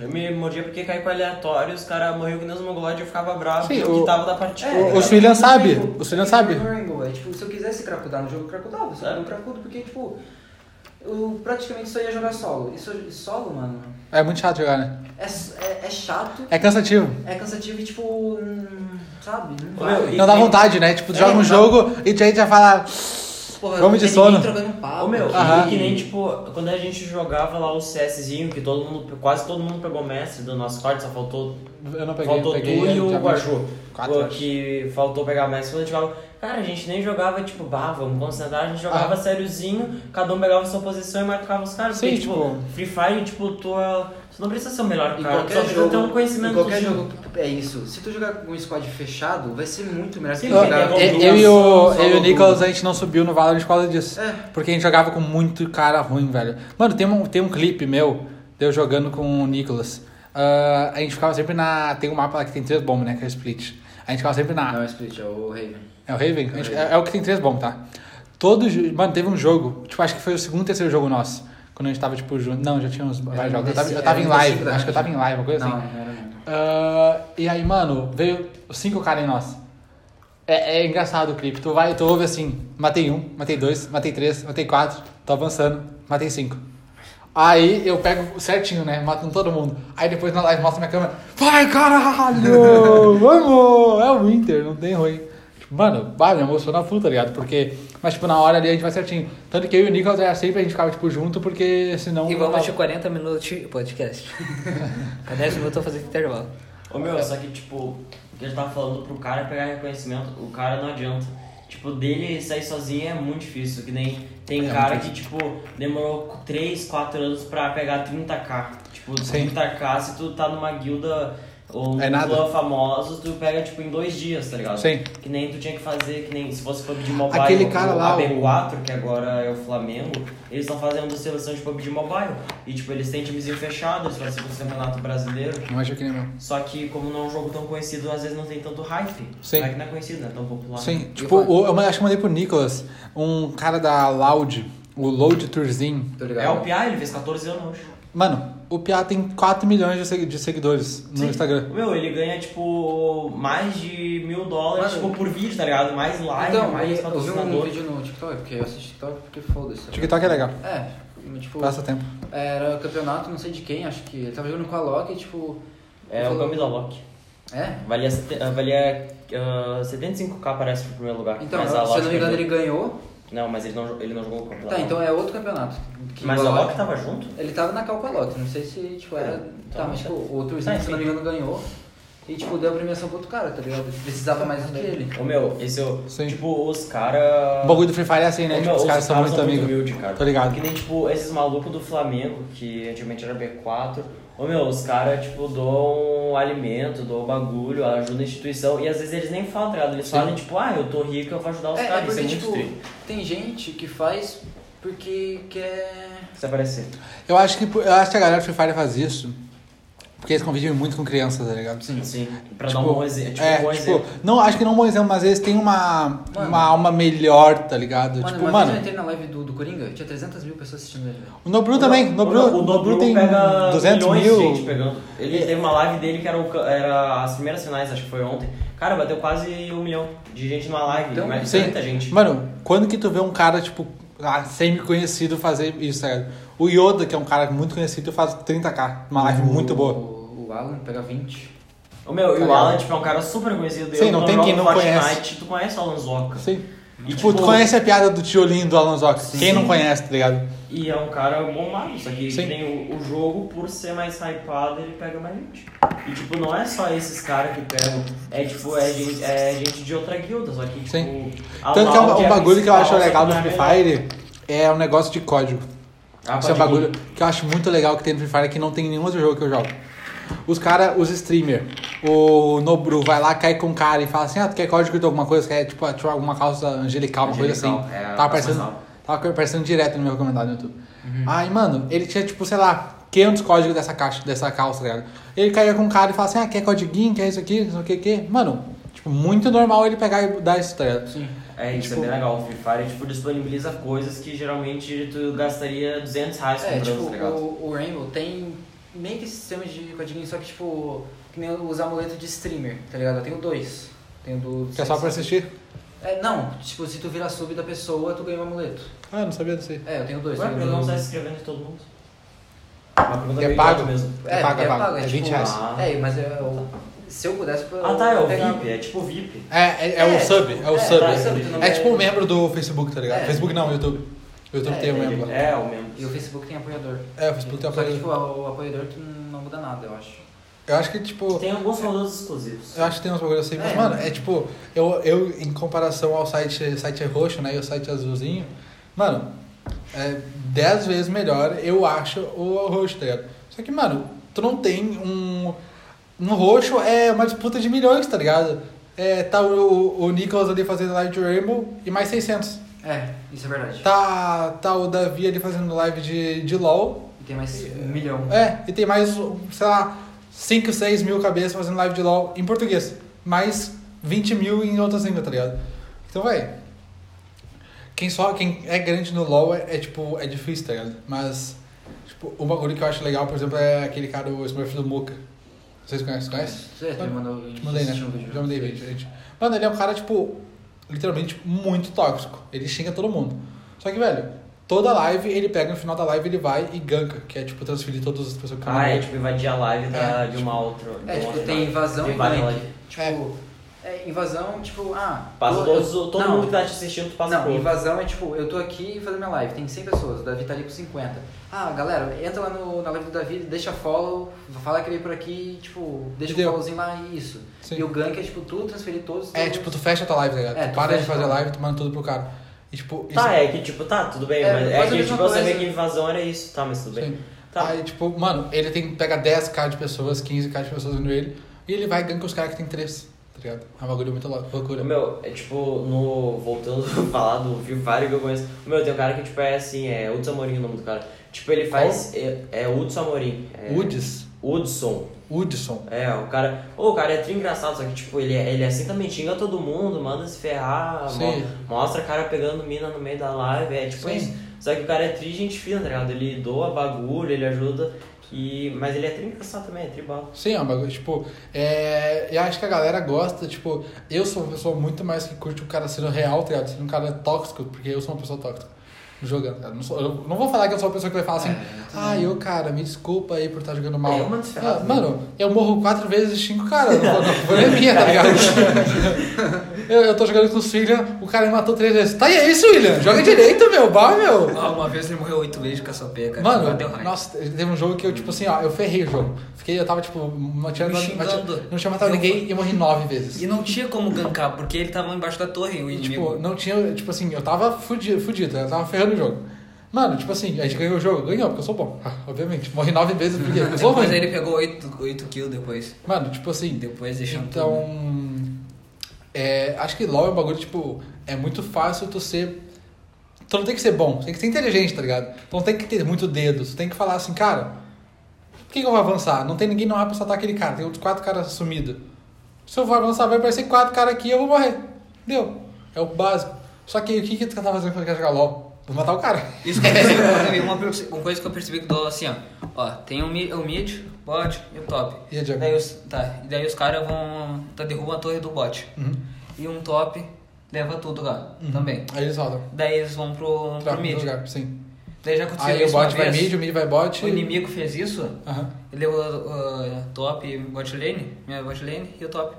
[SPEAKER 2] Eu me mordia porque caí com aleatório, os caras morriam que nem os mongoloides e eu ficava bravo
[SPEAKER 1] Sim,
[SPEAKER 2] porque eu
[SPEAKER 1] o-
[SPEAKER 2] tava da
[SPEAKER 3] É,
[SPEAKER 2] partida.
[SPEAKER 1] o-
[SPEAKER 2] tá
[SPEAKER 1] o
[SPEAKER 2] ligado?
[SPEAKER 1] Suíra- William sabe,
[SPEAKER 3] Tipo,
[SPEAKER 1] o William sabe.
[SPEAKER 3] no Rainbow, é, tipo, se eu quisesse cracudar no jogo, eu cracudava. Só que eu não cracudo porque, tipo, eu praticamente só ia jogar solo. E so- solo, mano,
[SPEAKER 1] É muito chato jogar, né?
[SPEAKER 3] é, s- é, é chato,
[SPEAKER 1] É cansativo.
[SPEAKER 3] é cansativo e, tipo, hum, sabe? Não
[SPEAKER 2] Ô,
[SPEAKER 3] vai.
[SPEAKER 2] meu, e-
[SPEAKER 1] Não dá vontade, né? Tipo, tu
[SPEAKER 2] É,
[SPEAKER 1] joga um
[SPEAKER 2] não.
[SPEAKER 1] jogo e tu aí já fala.
[SPEAKER 3] Porra,
[SPEAKER 1] Vamos de
[SPEAKER 3] não tem ninguém
[SPEAKER 1] sono.
[SPEAKER 3] trocando papo.
[SPEAKER 2] Ô meu,
[SPEAKER 1] Aham.
[SPEAKER 2] e que nem tipo, quando a gente jogava lá o CSzinho, que todo mundo, quase todo mundo pegou mestre do nosso corte, só faltou,
[SPEAKER 1] Eu não peguei,
[SPEAKER 2] faltou
[SPEAKER 1] eu peguei.
[SPEAKER 2] tu e o
[SPEAKER 1] já-
[SPEAKER 2] Guaju.
[SPEAKER 1] Quatro,
[SPEAKER 2] o
[SPEAKER 1] acho.
[SPEAKER 2] que faltou pegar mestre, quando a gente jogava, cara, a gente nem jogava tipo, bah, vamos concentrar, a gente jogava
[SPEAKER 1] Ah.
[SPEAKER 2] sériozinho, cada um pegava sua posição e marcava os caras.
[SPEAKER 1] Sim,
[SPEAKER 2] porque, tipo,
[SPEAKER 1] tipo-
[SPEAKER 2] Free Fire, tipo, tu, é- tu não precisa ser o melhor cara,
[SPEAKER 3] Em
[SPEAKER 2] tu só
[SPEAKER 3] qualquer
[SPEAKER 2] precisa
[SPEAKER 3] jogo,
[SPEAKER 2] ter um
[SPEAKER 3] em
[SPEAKER 2] conhecimento
[SPEAKER 3] qualquer
[SPEAKER 2] do
[SPEAKER 3] jogo é isso. Se tu jogar com um squad fechado, vai ser muito melhor
[SPEAKER 2] Sim,
[SPEAKER 3] que jogar
[SPEAKER 2] é
[SPEAKER 1] Eu,
[SPEAKER 3] com
[SPEAKER 1] eu-
[SPEAKER 3] duas,
[SPEAKER 1] eu e o,
[SPEAKER 3] solo
[SPEAKER 1] eu e o
[SPEAKER 3] duo.
[SPEAKER 1] Nicholas, a gente não subiu no Valorant por causa disso.
[SPEAKER 3] É.
[SPEAKER 1] Porque a gente jogava com muito cara ruim, velho. Mano, tem um, tem um clipe meu, de eu jogando com o Nicholas. Ah, a gente ficava sempre na. Tem um mapa lá que tem três bombas, né? Que é o Split. A gente ficava sempre na.
[SPEAKER 3] Não, é split, é o Raven.
[SPEAKER 1] É o Raven? A gente- É, é o que tem três bombas, tá? Todo jo- Mano, teve um jogo, tipo, acho que foi o segundo, terceiro jogo nosso. Quando a gente tava, tipo, junto. Não, já tinha uns vários jogos. Eu tava, eu
[SPEAKER 3] era
[SPEAKER 1] tava em
[SPEAKER 3] um
[SPEAKER 1] live,
[SPEAKER 3] desse- era
[SPEAKER 1] acho que eu tava em live, uma coisa
[SPEAKER 3] Não,
[SPEAKER 1] assim.
[SPEAKER 3] não era não.
[SPEAKER 1] Ah, e aí, mano, veio os cinco caras em nós. É, é engraçado o clipe. Tu vai, tu ouve assim, matei um, matei dois, matei três, matei quatro, tô avançando, matei cinco. Aí eu pego certinho, né? Matando todo mundo. Aí depois na live mostra minha câmera. Vai, caralho! Vamos! É o Inter, não tem ruim. Tipo, Mano, bah, me emociona full, tá ligado? Porque. Mas, tipo, na hora ali a gente vai certinho. Tanto que eu e o Nicolas era sempre a gente ficava, tipo, junto, porque senão.
[SPEAKER 5] E
[SPEAKER 1] não
[SPEAKER 5] vamos
[SPEAKER 1] dava.
[SPEAKER 5] de 40 minutos de podcast. Há 10 minutos eu vou fazer intervalo.
[SPEAKER 2] Ô meu, só que tipo, o que a gente tava falando pro cara pegar reconhecimento, o cara não adianta. Tipo, dele sair sozinho é muito difícil, que nem tem
[SPEAKER 1] É
[SPEAKER 2] cara
[SPEAKER 1] muito
[SPEAKER 2] que, tipo, demorou 3, 4 anos pra pegar 30k. Tipo,
[SPEAKER 1] Sim.
[SPEAKER 2] 30k, se tu tá numa guilda ou num
[SPEAKER 1] É nada.
[SPEAKER 2] clã famoso, tu pega, tipo, em dois dias, tá ligado?
[SPEAKER 1] Sim.
[SPEAKER 2] Que nem tu tinha que fazer, que nem se fosse PUBG Mobile,
[SPEAKER 1] Aquele cara
[SPEAKER 2] o
[SPEAKER 1] lá, o-
[SPEAKER 2] AB4, que agora é o Flamengo, eles estão fazendo seleção de PUBG Mobile. E, tipo, eles têm timezinho fechado, eles participam do Campeonato Brasileiro.
[SPEAKER 1] Não acho que nem meu.
[SPEAKER 2] Só que como não é um jogo tão conhecido, às vezes não tem tanto hype.
[SPEAKER 1] Sim.
[SPEAKER 2] Não é que não é conhecido, não é tão popular.
[SPEAKER 1] Sim, tipo, o- eu acho que eu mandei pro Nicolas, um cara da Loud, o Load Turzin.
[SPEAKER 3] Tô ligado.
[SPEAKER 2] É o PA, ele fez 14 anos hoje.
[SPEAKER 1] Mano, o Piá tem 4 milhões de, segu- de seguidores no
[SPEAKER 2] Sim.
[SPEAKER 1] Instagram.
[SPEAKER 2] Meu, ele ganha, tipo, mais de mil dólares,
[SPEAKER 3] Mano.
[SPEAKER 2] tipo, por vídeo, tá ligado? Mais live,
[SPEAKER 3] Então,
[SPEAKER 2] mais
[SPEAKER 3] eu vi um
[SPEAKER 2] patrocinador.
[SPEAKER 3] vídeo no TikTok, porque eu assisto TikTok porque foda-se. tá ligado?
[SPEAKER 1] TikTok é legal,
[SPEAKER 3] É, tipo,
[SPEAKER 1] passa tempo.
[SPEAKER 3] era campeonato não sei de quem, acho que ele tava jogando com a Loki, tipo...
[SPEAKER 2] É o Gami da Loki.
[SPEAKER 3] É?
[SPEAKER 2] Valia, sete- ah, valia ah, 75k, parece, pro primeiro lugar.
[SPEAKER 3] Então,
[SPEAKER 2] mas
[SPEAKER 3] se
[SPEAKER 2] a
[SPEAKER 3] eu
[SPEAKER 2] Loki
[SPEAKER 3] não me engano,
[SPEAKER 2] perdeu.
[SPEAKER 3] ele ganhou.
[SPEAKER 2] Não, mas ele não, jo- ele não jogou contra
[SPEAKER 3] Tá, então é outro campeonato. que
[SPEAKER 2] Mas a
[SPEAKER 3] o Alok-
[SPEAKER 2] Loki tava junto?
[SPEAKER 3] Ele tava na cal com a Loki, não sei se, tipo, era...
[SPEAKER 2] então
[SPEAKER 3] tá, mas,
[SPEAKER 2] tá.
[SPEAKER 3] tipo, o Turzinho,
[SPEAKER 2] Tá,
[SPEAKER 3] se eu não me engano, ganhou. E, tipo, deu a premiação pro outro cara, tá ligado? Precisava mais do que ele.
[SPEAKER 2] Ô, meu, esse eu...
[SPEAKER 1] Sim.
[SPEAKER 2] Tipo, os caras...
[SPEAKER 1] O bagulho do Free Fire é assim,
[SPEAKER 2] Ô,
[SPEAKER 1] né? Tipo,
[SPEAKER 2] meu,
[SPEAKER 1] os caras são muito Tá amigos.
[SPEAKER 2] humildes, cara.
[SPEAKER 1] Tô ligado.
[SPEAKER 2] Que nem, tipo, esses malucos do Flamengo, que antigamente era B4, Ô meu, os caras, tipo, doam alimento, doam bagulho, ajudam a instituição. E às vezes eles nem falam, tá ligado? Eles falam, tipo, ah, eu tô rico, eu vou ajudar os
[SPEAKER 3] É, é
[SPEAKER 2] caras. Isso é
[SPEAKER 3] porque,
[SPEAKER 2] muito
[SPEAKER 3] tipo,
[SPEAKER 2] triste.
[SPEAKER 3] tem gente que faz porque quer...
[SPEAKER 2] Isso aparecer.
[SPEAKER 1] Eu acho que, eu acho que a galera do Free Fire faz isso porque eles convivem muito com crianças, tá ligado?
[SPEAKER 2] Sim, sim. Pra dar um bom exemplo. Tipo,
[SPEAKER 1] é,
[SPEAKER 2] um bom
[SPEAKER 1] tipo,
[SPEAKER 2] exemplo.
[SPEAKER 1] não, acho que não é um bom exemplo, mas eles têm uma, uma alma melhor, tá ligado?
[SPEAKER 3] Mano,
[SPEAKER 1] tipo,
[SPEAKER 3] uma
[SPEAKER 1] mano,
[SPEAKER 3] vez eu entrei na live do, do Coringa, tinha 300 mil pessoas assistindo ele, velho.
[SPEAKER 1] o Nobru também, Nobru,
[SPEAKER 2] o
[SPEAKER 1] Nobru tem
[SPEAKER 2] pega
[SPEAKER 1] 200
[SPEAKER 2] milhões
[SPEAKER 1] mil.
[SPEAKER 2] de gente pegando. Ele teve uma live dele que era, o ca- era as primeiras finais, acho que foi ontem. Cara, bateu quase um milhão de gente numa live.
[SPEAKER 3] Então,
[SPEAKER 2] mas é
[SPEAKER 1] Sim.
[SPEAKER 2] muita gente.
[SPEAKER 1] Mano, quando que tu vê um cara, tipo, ah, semi-conhecido fazer isso, tá ligado? O Yoda, que é um cara muito conhecido, faz 30k, uma live muito
[SPEAKER 2] Uhum.
[SPEAKER 3] O-
[SPEAKER 1] boa.
[SPEAKER 3] O Alan pega 20.
[SPEAKER 2] O meu, e
[SPEAKER 1] Tá
[SPEAKER 2] o
[SPEAKER 1] ligado?
[SPEAKER 2] Alan, tipo, é um cara super conhecido.
[SPEAKER 1] Sim,
[SPEAKER 2] Eu
[SPEAKER 1] não tem
[SPEAKER 2] jogo
[SPEAKER 1] quem não
[SPEAKER 2] Fortnite,
[SPEAKER 1] conhece.
[SPEAKER 2] Tu conhece o Alan Zoca.
[SPEAKER 1] Sim.
[SPEAKER 2] E,
[SPEAKER 1] tipo, tu conhece a piada do tiolinho do Alan Zoc?
[SPEAKER 2] Uhum. Sim.
[SPEAKER 1] Quem não conhece, tá ligado?
[SPEAKER 2] E é um cara bombado, só que
[SPEAKER 1] Sim.
[SPEAKER 2] tem o, o jogo, por ser mais hypado, ele pega mais gente. E tipo, não é só esses caras que pegam, é tipo, é gente, é gente de outra guilda, só que tipo.
[SPEAKER 1] Sim.
[SPEAKER 2] a
[SPEAKER 1] Tanto que é um,
[SPEAKER 2] Loud
[SPEAKER 1] um
[SPEAKER 2] a
[SPEAKER 1] bagulho que eu
[SPEAKER 2] principal,
[SPEAKER 1] acho
[SPEAKER 2] só
[SPEAKER 1] legal do
[SPEAKER 2] não é
[SPEAKER 1] Free
[SPEAKER 2] melhor.
[SPEAKER 1] Fire é o negócio de código.
[SPEAKER 2] Ah,
[SPEAKER 1] Isso é um
[SPEAKER 2] pode
[SPEAKER 1] bagulho
[SPEAKER 2] ir.
[SPEAKER 1] que eu acho muito legal que tem no Free Fire que não tem em nenhum outro jogo que eu jogo. Os caras, os streamer, o Nobru vai lá, cai com o cara e fala assim, ah, tu quer código de alguma coisa, quer tipo ativar alguma calça angelical, uma coisa assim.
[SPEAKER 2] Angelical, é,
[SPEAKER 1] tava
[SPEAKER 2] calça
[SPEAKER 1] aparecendo.
[SPEAKER 2] angelical.
[SPEAKER 1] Tava aparecendo direto no meu comentário no YouTube. Aí, mano, ele tinha, tipo, sei lá, 500 códigos dessa caixa, dessa calça, tá ligado? Ele caía com o cara e falava assim, ah, quer codiguinho, quer isso aqui, não sei o que, que. Mano, tipo, muito normal ele pegar e dar isso, tá ligado?
[SPEAKER 3] Sim.
[SPEAKER 2] É, isso
[SPEAKER 1] Tipo-
[SPEAKER 2] é bem legal. O Free Fire tipo, disponibiliza coisas que geralmente tu gastaria 200 reais
[SPEAKER 3] É,
[SPEAKER 2] comprando,
[SPEAKER 3] tipo,
[SPEAKER 2] tá ligado?
[SPEAKER 3] o, o Rainbow tem meio que esse sistema de codiguinho, só que tipo, que nem os amuletos de streamer, tá ligado? Eu tenho dois. Tenho do.
[SPEAKER 1] Que é só pra assistir.
[SPEAKER 3] É, não, tipo, se tu vira sub da pessoa, tu ganha um amuleto.
[SPEAKER 1] Ah, não sabia disso aí.
[SPEAKER 3] É, eu tenho dois.
[SPEAKER 2] Ué,
[SPEAKER 3] tenho
[SPEAKER 2] pra
[SPEAKER 3] do-
[SPEAKER 2] não estar se inscrevendo de todo mundo. Uma pergunta
[SPEAKER 1] É
[SPEAKER 2] meio
[SPEAKER 1] pago?
[SPEAKER 2] idiota mesmo.
[SPEAKER 1] É pago, é pago. É
[SPEAKER 3] tipo,
[SPEAKER 1] 20 reais.
[SPEAKER 3] É, mas eu, eu- se eu pudesse. eu-
[SPEAKER 2] Ah tá, é o
[SPEAKER 3] eu pegava.
[SPEAKER 2] VIP, é tipo VIP.
[SPEAKER 1] É, é, é o
[SPEAKER 3] É,
[SPEAKER 1] sub, é o
[SPEAKER 3] é,
[SPEAKER 1] sub.
[SPEAKER 2] tá,
[SPEAKER 1] é,
[SPEAKER 2] sub, tu
[SPEAKER 3] não
[SPEAKER 1] tipo
[SPEAKER 3] ganha-
[SPEAKER 1] um membro do Facebook, tá ligado?
[SPEAKER 3] É.
[SPEAKER 1] Facebook não, YouTube. O YouTube
[SPEAKER 3] É,
[SPEAKER 1] tem um
[SPEAKER 3] é,
[SPEAKER 1] membro. lá.
[SPEAKER 2] É, o mesmo.
[SPEAKER 3] E o Facebook tem apoiador.
[SPEAKER 1] É, o Facebook tem
[SPEAKER 3] Só que, tipo,
[SPEAKER 1] apoio.
[SPEAKER 3] o apoiador tu não muda nada, eu acho.
[SPEAKER 1] Eu acho que, tipo.
[SPEAKER 2] Tem alguns produtos exclusivos.
[SPEAKER 1] Eu acho que tem uns bagulhos assim, mas,
[SPEAKER 3] É.
[SPEAKER 1] mano, é tipo, eu, eu, em comparação ao site, site roxo, né, e o site azulzinho, mano, é 10 vezes melhor, eu acho, o roxo, tá ligado? Só que, mano, tu não tem um. No roxo é uma disputa de milhões, tá ligado? É, tá o, o Nicholas ali fazendo live de Rainbow e mais 600.
[SPEAKER 3] É, isso é verdade.
[SPEAKER 1] Tá, tá o Davi ali fazendo live de, de LOL.
[SPEAKER 3] E tem mais um milhão.
[SPEAKER 1] É, e tem mais, sei lá, 5, 6 mil cabeças fazendo live de LOL em português. Mais 20 mil em outras línguas, tá ligado? Então, vai. Quem, só, quem é grande no LOL é, é, tipo, é difícil, tá ligado? Mas, tipo, um bagulho que eu acho legal, por exemplo, é aquele cara, o Smurf do Muka. Vocês conhecem? Conhece?
[SPEAKER 3] Você tu me mandou.
[SPEAKER 1] Te mandei, né?
[SPEAKER 3] assistiu um vídeo.
[SPEAKER 1] Já mandei vídeo, gente. Mano, ele é um cara, tipo, literalmente muito tóxico. Ele xinga todo mundo. Só que, velho, toda live, ele pega no final da live, ele vai e ganka, que é, tipo, transferir todas as pessoas que estão na
[SPEAKER 2] Ah, é
[SPEAKER 1] live.
[SPEAKER 2] tipo invadir a live da,
[SPEAKER 1] É,
[SPEAKER 2] de uma outra. de
[SPEAKER 3] É,
[SPEAKER 2] uma
[SPEAKER 3] tipo,
[SPEAKER 2] outra
[SPEAKER 3] tem
[SPEAKER 2] live.
[SPEAKER 3] invasão
[SPEAKER 2] Tem
[SPEAKER 3] e
[SPEAKER 2] várias
[SPEAKER 3] gank.
[SPEAKER 2] lives.
[SPEAKER 3] Tipo, é, invasão, tipo, ah.
[SPEAKER 2] Passa
[SPEAKER 3] eu-
[SPEAKER 2] todos,
[SPEAKER 3] eu-
[SPEAKER 2] todo
[SPEAKER 3] não,
[SPEAKER 2] mundo que tá te assistindo, tu passa
[SPEAKER 3] Não,
[SPEAKER 2] por.
[SPEAKER 3] invasão é tipo, eu tô aqui fazendo minha live, tem 100 pessoas, o Davi tá ali com 50. Ah, galera, entra lá no, na live do Davi, deixa follow, fala que veio por aqui, tipo, deixa
[SPEAKER 1] Entendeu?
[SPEAKER 3] o followzinho lá e isso.
[SPEAKER 1] Sim.
[SPEAKER 3] E o gank é tipo, tu transferir todos.
[SPEAKER 1] É, tipo, tu fecha a tua live, tá ligado?
[SPEAKER 3] É,
[SPEAKER 1] tu
[SPEAKER 3] tu
[SPEAKER 1] para de
[SPEAKER 3] fecha a
[SPEAKER 1] fazer a
[SPEAKER 3] tua
[SPEAKER 1] live, tu manda tudo pro cara. E, tipo,
[SPEAKER 2] Tá, é que tipo, tá, tudo bem, mas
[SPEAKER 3] É, faz
[SPEAKER 2] é
[SPEAKER 3] a
[SPEAKER 2] que
[SPEAKER 3] mesma
[SPEAKER 2] tipo, você vê
[SPEAKER 3] coisa.
[SPEAKER 2] que invasão era isso, tá, mas tudo bem.
[SPEAKER 1] Sim.
[SPEAKER 2] Tá.
[SPEAKER 1] Aí, tipo, mano, ele tem, pega 10k de pessoas, 15k de pessoas vendo ele, e ele vai e ganka os caras que tem 3, tá ligado? É um bagulho muito lou- loucura.
[SPEAKER 2] Meu, é tipo, no. Voltando a falar do Free Fire que eu conheço. Meu, tem um cara que tipo é assim, é Hudson Amorim o nome do cara. Tipo, ele faz. É, é Hudson Amorim. É,
[SPEAKER 1] Woods,
[SPEAKER 2] Hudson.
[SPEAKER 1] Woodson.
[SPEAKER 2] É, o cara. Ô, o cara é tri engraçado, só que tipo, ele, é- ele é assim também xinga todo mundo, manda se ferrar, mo-
[SPEAKER 1] Sim.
[SPEAKER 2] mostra o cara pegando mina no meio da live, é tipo
[SPEAKER 1] Sim.
[SPEAKER 2] isso. Só que o cara é tri gente fina, tá ligado? Ele doa bagulho, ele ajuda, e... mas ele é tri engraçado também, é tribal.
[SPEAKER 1] Sim, é um bagulho, tipo, é, eu acho que a galera gosta, tipo, eu sou uma pessoa muito mais que curte o cara sendo real, tá ligado? Sendo um cara tóxico, porque eu sou uma pessoa tóxica. Jogando, cara. Não sou- eu não vou falar que eu sou uma pessoa que vai falar assim, ah, eu, cara, me desculpa aí por estar jogando mal.
[SPEAKER 2] É, eu mando esse ferrado,
[SPEAKER 1] Ah,
[SPEAKER 2] né?
[SPEAKER 1] mano, eu morro quatro vezes e xingo, cara, não, vou- não foi a minha, tá ligado? eu, eu tô jogando com o William, o cara me matou três vezes. Tá, e é isso, William? Joga direito, meu, bah, meu.
[SPEAKER 5] Ah, uma vez ele morreu oito vezes com a sua pé, cara.
[SPEAKER 1] Mano,
[SPEAKER 5] deu raiva.
[SPEAKER 1] nossa, teve um jogo que eu, tipo assim, ó, eu ferrei o jogo. Fiquei, eu tava, tipo, não tinha,
[SPEAKER 5] Me
[SPEAKER 1] não,
[SPEAKER 5] xingando.
[SPEAKER 1] não tinha matado ninguém e eu morri nove vezes.
[SPEAKER 5] E não tinha como gankar, porque ele tava embaixo da torre, o
[SPEAKER 1] E,
[SPEAKER 5] inimigo.
[SPEAKER 1] tipo, não tinha, tipo assim, eu tava fudido, fudido, eu tava ferrando o jogo. Mano, tipo assim, a gente ganhou o jogo. Ganhou, porque eu sou bom. Ah, Obviamente. Morri nove vezes porque eu sou ruim.
[SPEAKER 5] Depois ele pegou 8, 8 kills depois.
[SPEAKER 1] Mano, tipo assim,
[SPEAKER 5] Depois deixando
[SPEAKER 1] então,
[SPEAKER 5] né?
[SPEAKER 1] é, acho que LoL é um bagulho, tipo, é muito fácil tu ser... Tu não tem que ser bom, tu tem que ser inteligente, tá ligado? Tu não tem que ter muito dedo, tu tem que falar assim, cara, por que, que eu vou avançar? Não tem ninguém não pra soltar tá aquele cara, tem outros quatro caras sumidos. Se eu for avançar, vai aparecer quatro caras aqui e eu vou morrer. Deu. É o básico. Só que o que, que tu tá fazendo quando quer jogar LoL? Vou matar o cara.
[SPEAKER 5] Isso que eu percebi, eu percebi, uma, perce- uma coisa que eu percebi que do assim, ó. Ó, tem o mid, o mid, bot e o top.
[SPEAKER 1] E a jungle.
[SPEAKER 5] daí os, Tá, e daí os caras vão. Tá, derrubam a torre do bot.
[SPEAKER 1] Uhum.
[SPEAKER 5] E um top leva tudo lá
[SPEAKER 1] Uhum.
[SPEAKER 5] também.
[SPEAKER 1] Aí eles rodam.
[SPEAKER 5] Daí eles vão pro,
[SPEAKER 1] Pra
[SPEAKER 5] pro mid.
[SPEAKER 1] lugar, sim.
[SPEAKER 5] Daí já aconteceu
[SPEAKER 1] Aí o
[SPEAKER 5] isso uma
[SPEAKER 1] bot vai
[SPEAKER 5] vez.
[SPEAKER 1] mid, o mid vai bot.
[SPEAKER 5] O inimigo fez isso,
[SPEAKER 1] Aham.
[SPEAKER 5] ele levou uh, top e bot lane, minha bot lane e o top.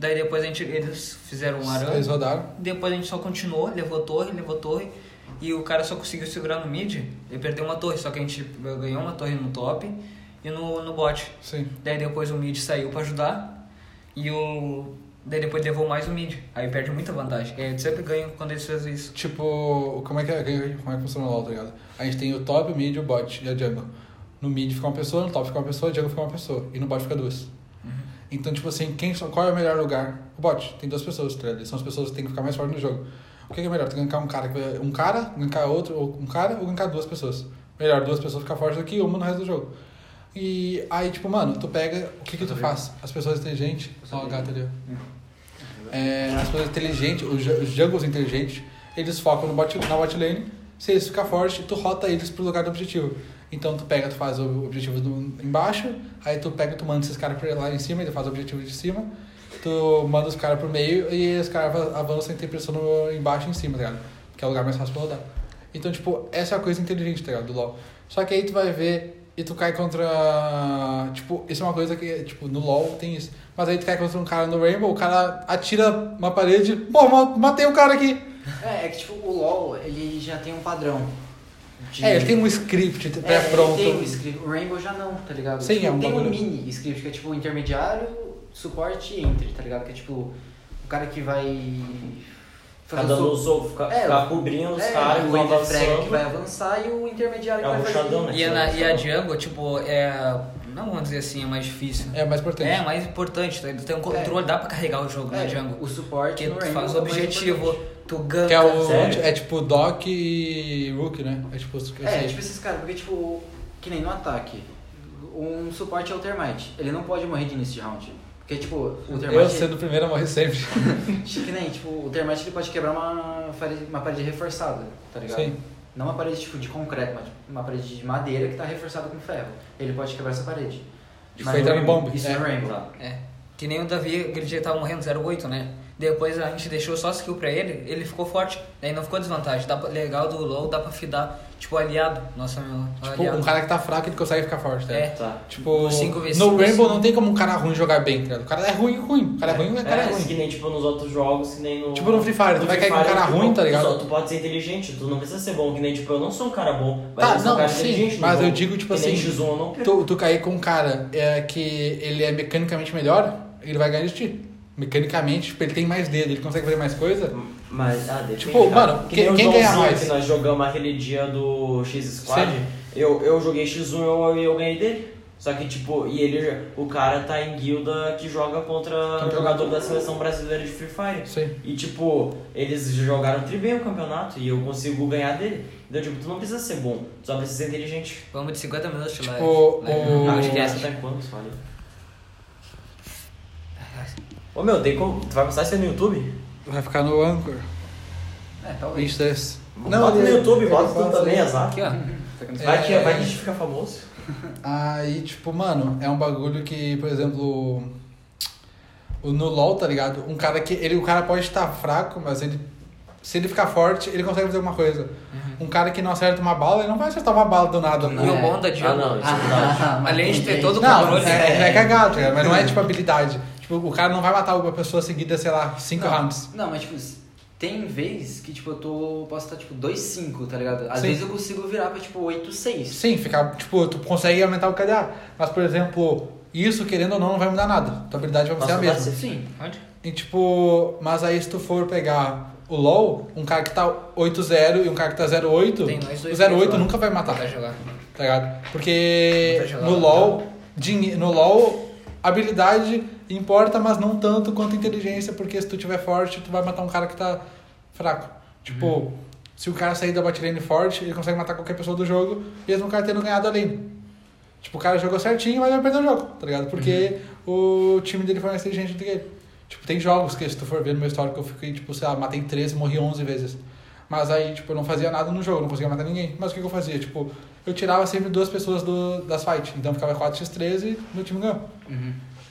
[SPEAKER 5] Daí depois a gente, eles fizeram um arame.
[SPEAKER 1] Eles rodaram.
[SPEAKER 5] Depois a gente só continuou, levou torre, levou torre. E o cara só conseguiu segurar no mid e perdeu uma torre. Só que a gente ganhou uma torre no top e no, no bot.
[SPEAKER 1] Sim.
[SPEAKER 5] Daí depois o mid saiu pra ajudar. E o. Daí depois levou mais o mid. Aí perde muita vantagem. E a gente sempre ganha quando eles fazem isso.
[SPEAKER 1] Tipo, como é que, é- como é que funciona o LoL, tá ligado? A gente tem o top, o mid, o bot e a jungle. No mid fica uma pessoa, no top fica uma pessoa, a jungle fica uma pessoa. E no bot fica duas.
[SPEAKER 5] Uhum.
[SPEAKER 1] Então, tipo assim, quem, qual é o melhor lugar? O bot. Tem duas pessoas, tá ligado? São as pessoas que têm que ficar mais fortes no jogo. O que que é melhor? Tu gankar um cara, que vai- um cara, gankar outro, ou um cara, ou gankar duas pessoas? Melhor duas pessoas ficar fortes do que uma no resto do jogo. E aí, tipo, mano, tu pega, o que que tu faz? As pessoas inteligentes... Ó, o gato ali, ó. É, as pessoas inteligentes, os, ju- os jungles inteligentes, eles focam no bot, na bot lane. Se eles ficarem fortes, tu rota eles pro lugar do objetivo. Então tu pega, tu faz o objetivo do, embaixo, aí tu pega, tu manda esses caras pra lá em cima, ele faz o objetivo de cima, tu manda os caras pro meio e os caras ava- avançam e tem pressão no, embaixo e em cima, tá ligado? Que é o lugar mais fácil pra rodar. Então, tipo, essa é a coisa inteligente, tá ligado? Do LoL. Só que aí tu vai ver e tu cai contra. Tipo, isso é uma coisa que, tipo, no LoL tem isso. Mas aí tu cai contra um cara no Rainbow, o cara atira uma parede, pô, ma- matei o cara aqui.
[SPEAKER 3] É, é que tipo, o LoL, ele já tem um padrão. de-
[SPEAKER 1] É, ele tem um script
[SPEAKER 3] É,
[SPEAKER 1] pré-pronto.
[SPEAKER 3] ele tem um script. O Rainbow já não, tá ligado?
[SPEAKER 1] Sim,
[SPEAKER 3] Tipo,
[SPEAKER 1] é um
[SPEAKER 3] Tem um
[SPEAKER 1] bagulho.
[SPEAKER 3] mini script, que é tipo intermediário, suporte e entry, tá ligado? Que é tipo, o cara que vai...
[SPEAKER 2] Ficar
[SPEAKER 3] fazer
[SPEAKER 2] dando
[SPEAKER 3] o
[SPEAKER 2] os ovos, ficar,
[SPEAKER 3] um É,
[SPEAKER 2] ficar um cobrindo os
[SPEAKER 3] É,
[SPEAKER 2] caras,
[SPEAKER 3] o
[SPEAKER 2] ficar
[SPEAKER 3] Wave Frag que vai
[SPEAKER 2] avançando.
[SPEAKER 3] avançar e o intermediário
[SPEAKER 2] É
[SPEAKER 3] que
[SPEAKER 2] o
[SPEAKER 3] vai
[SPEAKER 2] rushadão,
[SPEAKER 3] fazer.
[SPEAKER 2] né?
[SPEAKER 5] E a, na- e a Django, tipo, é. Não vamos dizer assim, é mais difícil.
[SPEAKER 1] É mais importante.
[SPEAKER 5] É, mais importante, tá? Tu tem um controle, dá pra carregar o jogo na
[SPEAKER 3] É,
[SPEAKER 5] Django.
[SPEAKER 3] o suporte
[SPEAKER 5] Porque
[SPEAKER 3] no
[SPEAKER 5] tu
[SPEAKER 3] Rainbow
[SPEAKER 5] faz
[SPEAKER 3] é
[SPEAKER 5] o
[SPEAKER 3] o mais
[SPEAKER 5] objetivo, tu ganha.
[SPEAKER 1] Que é, o,
[SPEAKER 2] Sério?
[SPEAKER 1] é tipo Doc e Rook, né? É tipo. eu
[SPEAKER 3] É,
[SPEAKER 1] sei.
[SPEAKER 3] tipo esses caras, porque tipo, que nem no ataque, um suporte é o Termite, ele não pode morrer de início de round. Porque tipo, o
[SPEAKER 1] eu
[SPEAKER 3] Termite,
[SPEAKER 1] sendo o primeiro a morrer sempre.
[SPEAKER 3] que nem, tipo, o Termite ele pode quebrar uma parede, uma parede reforçada, tá ligado?
[SPEAKER 1] Sim.
[SPEAKER 3] Não uma parede tipo de concreto, mas uma parede de madeira que tá reforçada com ferro. Ele pode quebrar essa parede.
[SPEAKER 1] E
[SPEAKER 3] Mas
[SPEAKER 1] foi entrar no
[SPEAKER 3] Rainbow-
[SPEAKER 1] bombe,
[SPEAKER 3] Isso
[SPEAKER 1] é.
[SPEAKER 3] é Rainbow.
[SPEAKER 5] É. Que nem o Davi, aquele dia tava morrendo 08, né? Depois a gente deixou só skill pra ele, ele ficou forte, daí não ficou desvantagem. Dá pra, legal do low, dá pra fidar, tipo, aliado. Nossa, meu.
[SPEAKER 1] Tipo,
[SPEAKER 5] aliado.
[SPEAKER 1] um cara que tá fraco, ele consegue ficar forte, tá?
[SPEAKER 5] É.
[SPEAKER 2] Tá.
[SPEAKER 1] Tipo,
[SPEAKER 5] No 5v5,
[SPEAKER 1] no Rainbow
[SPEAKER 5] assim.
[SPEAKER 1] não tem como um cara ruim jogar bem, tá ligado? O cara é ruim, ruim. O cara é ruim, o cara é
[SPEAKER 2] É, que
[SPEAKER 1] ruim.
[SPEAKER 2] nem tipo nos outros jogos, que nem no.
[SPEAKER 1] Tipo no Free Fire, tu vai cair
[SPEAKER 2] Free
[SPEAKER 1] com um
[SPEAKER 2] Fire,
[SPEAKER 1] cara
[SPEAKER 2] tipo,
[SPEAKER 1] ruim, tá ligado?
[SPEAKER 2] Tu, tu pode ser inteligente, tu não precisa ser bom, que nem tipo, eu não sou um cara bom, mas
[SPEAKER 1] Tá,
[SPEAKER 2] eu sou
[SPEAKER 1] não,
[SPEAKER 2] um cara
[SPEAKER 1] sim,
[SPEAKER 2] inteligente. no
[SPEAKER 1] mas eu
[SPEAKER 2] jogo.
[SPEAKER 1] digo, tipo
[SPEAKER 2] Que nem
[SPEAKER 1] assim,
[SPEAKER 2] X1 eu não perco.
[SPEAKER 1] Tu, tu cair com um cara é, que ele é mecanicamente melhor, ele vai ganhar de ti. Mecanicamente, tipo, ele tem mais dedo, ele consegue fazer mais coisa.
[SPEAKER 2] Mas, ah, depende,
[SPEAKER 1] Tipo,
[SPEAKER 2] cara.
[SPEAKER 1] mano,
[SPEAKER 2] Que
[SPEAKER 1] quem-
[SPEAKER 2] nem o
[SPEAKER 1] quem ganha
[SPEAKER 2] Joãozinho
[SPEAKER 1] mais?
[SPEAKER 2] Que nós jogamos aquele dia do X Squad,
[SPEAKER 1] Sim.
[SPEAKER 2] eu, eu joguei X1 e eu, eu ganhei dele. Só que, tipo, e ele, o cara tá em guilda que joga contra
[SPEAKER 1] Campeonato.
[SPEAKER 2] jogador da seleção brasileira de Free Fire.
[SPEAKER 1] Sim.
[SPEAKER 2] E tipo, eles jogaram tri bem o campeonato e eu consigo ganhar dele. Então, tipo, tu não precisa ser bom, tu só precisa ser inteligente.
[SPEAKER 5] Vamos de 50 minutos de live.
[SPEAKER 1] o-
[SPEAKER 5] Live.
[SPEAKER 1] Tipo, o-
[SPEAKER 5] Ah,
[SPEAKER 2] Acho
[SPEAKER 5] acho
[SPEAKER 2] que
[SPEAKER 5] que
[SPEAKER 2] essa
[SPEAKER 5] é.
[SPEAKER 2] tá em quantos, olha. Ô meu, tem como. Tu vai postar isso aí no YouTube?
[SPEAKER 1] Vai ficar no Anchor.
[SPEAKER 3] É, talvez.
[SPEAKER 1] Isso, isso.
[SPEAKER 2] bota no
[SPEAKER 1] ele-
[SPEAKER 2] YouTube,
[SPEAKER 1] ele
[SPEAKER 2] bota tu
[SPEAKER 1] faz
[SPEAKER 2] também,
[SPEAKER 1] aí.
[SPEAKER 2] azar.
[SPEAKER 5] Aqui, ó.
[SPEAKER 2] Vai que,
[SPEAKER 1] É.
[SPEAKER 2] vai que a gente fica famoso.
[SPEAKER 1] Aí, tipo, mano, é um bagulho que, por exemplo, o- no LoL, tá ligado? Um cara que. Ele, o cara pode estar fraco, mas ele. Se ele ficar forte, ele consegue fazer alguma coisa. Um cara que não acerta uma bala, ele não vai acertar uma bala do nada.
[SPEAKER 5] E o
[SPEAKER 1] Não,
[SPEAKER 5] bom da Django.
[SPEAKER 2] isso é verdade.
[SPEAKER 5] Além de ter
[SPEAKER 3] entendi.
[SPEAKER 5] todo o
[SPEAKER 1] não
[SPEAKER 5] controle. né?
[SPEAKER 1] é, é cagado, tá ligado? mas não é tipo habilidade. Tipo, o cara não vai matar uma pessoa seguida, sei lá, cinco
[SPEAKER 3] não,
[SPEAKER 1] rounds.
[SPEAKER 3] Não, mas tipo, tem vez que tipo, eu tô. Posso estar tipo 2-5, tá ligado? Às
[SPEAKER 1] Sim.
[SPEAKER 3] vezes eu consigo virar pra tipo 8-6.
[SPEAKER 1] Sim, ficar, tipo, tu consegue aumentar o KDA. Mas, por exemplo, isso, querendo ou não, não vai mudar nada. Tua habilidade vai ser
[SPEAKER 2] Nossa,
[SPEAKER 1] a
[SPEAKER 2] vai
[SPEAKER 1] mesma.
[SPEAKER 2] ser-
[SPEAKER 3] Sim.
[SPEAKER 5] Onde?
[SPEAKER 1] E tipo, mas aí se tu for pegar O LoL, um cara que tá 8-0 e um cara que tá 0-8,
[SPEAKER 5] Tem nós dois
[SPEAKER 1] o 0-8
[SPEAKER 5] pra jogar.
[SPEAKER 1] nunca vai matar,
[SPEAKER 5] Vai jogar.
[SPEAKER 1] tá ligado? Porque
[SPEAKER 5] Vai jogar,
[SPEAKER 1] no
[SPEAKER 5] vai
[SPEAKER 1] LoL, dinhe- no LoL, habilidade importa, mas não tanto quanto inteligência, porque se tu tiver forte, tu vai matar um cara que tá fraco. Tipo, se o cara sair da botlane forte, ele consegue matar qualquer pessoa do jogo, mesmo o cara tendo ganhado a lane. Tipo, o cara jogou certinho, mas vai perder o jogo, tá ligado? Porque o time dele foi mais inteligente do que ele. Tipo, tem jogos que se tu for ver no meu histórico, eu fiquei, tipo, sei lá, matei 13, morri 11 vezes. Mas aí, tipo, eu não fazia nada no jogo, não conseguia matar ninguém. Mas o que, que eu fazia? Tipo, eu tirava sempre duas pessoas do, das fight. Então ficava 4x13 e meu time ganhou.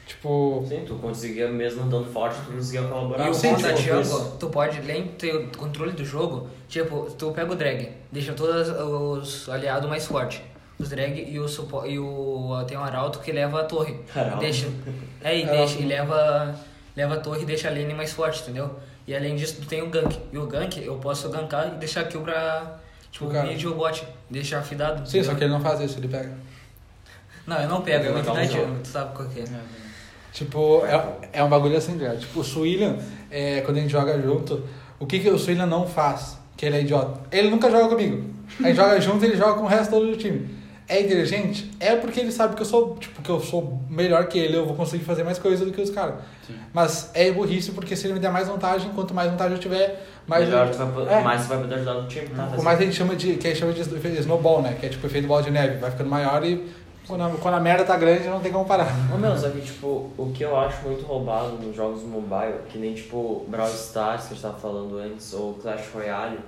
[SPEAKER 1] Tipo,
[SPEAKER 2] Sim, tu conseguia mesmo andando forte, tu conseguia colaborar.
[SPEAKER 5] E o
[SPEAKER 1] Sim,
[SPEAKER 5] bom
[SPEAKER 1] tipo,
[SPEAKER 5] da
[SPEAKER 1] por
[SPEAKER 5] Jungle, tu pode, além de ter o controle do jogo, tipo, tu pega o drag, deixa todos os aliados mais fortes. Os drag e o supo, e o. Tem um arauto que leva a torre.
[SPEAKER 2] Arauto.
[SPEAKER 5] Deixa. É, e deixa, e leva. Leva a torre e deixa a lane mais forte, entendeu? E além disso, tu tem o gank. E o gank, eu posso gankar e deixar kill pra. Tipo,
[SPEAKER 1] O cara.
[SPEAKER 5] mid ou bot. Deixar afidado.
[SPEAKER 1] sim,
[SPEAKER 5] entendeu?
[SPEAKER 1] só que ele não faz isso, ele pega.
[SPEAKER 5] Não, eu não pego, eu
[SPEAKER 2] Ele
[SPEAKER 5] vou
[SPEAKER 2] vai dar um
[SPEAKER 5] tu sabe qual que é.
[SPEAKER 1] Tipo, é, é um bagulho assim, cara. Tipo, o Suílian, é, quando a gente joga junto, o que, que o Suílian não faz? Que ele é idiota. Ele nunca joga comigo. A gente joga junto ele joga com o resto todo do time. É inteligente? É porque ele sabe que eu sou, tipo, que eu sou melhor que ele, eu vou conseguir fazer mais coisa do que os caras. Mas é burrice porque se ele me der mais vantagem, quanto mais vantagem eu tiver, mais.
[SPEAKER 2] Melhor
[SPEAKER 1] eu-
[SPEAKER 2] tu vai po-
[SPEAKER 1] É.
[SPEAKER 2] mais tu vai poder ajudar no time, tá?
[SPEAKER 1] O mais a gente chama de, que a gente chama de efe- snowball, né? Que é tipo efeito bola de neve. Vai ficando maior e quando a, quando a merda tá grande não tem como parar.
[SPEAKER 2] Ô meu, só que tipo, o que eu acho muito roubado nos jogos mobile, que nem tipo Brawl Stars que a gente tava falando antes, ou Clash Royale,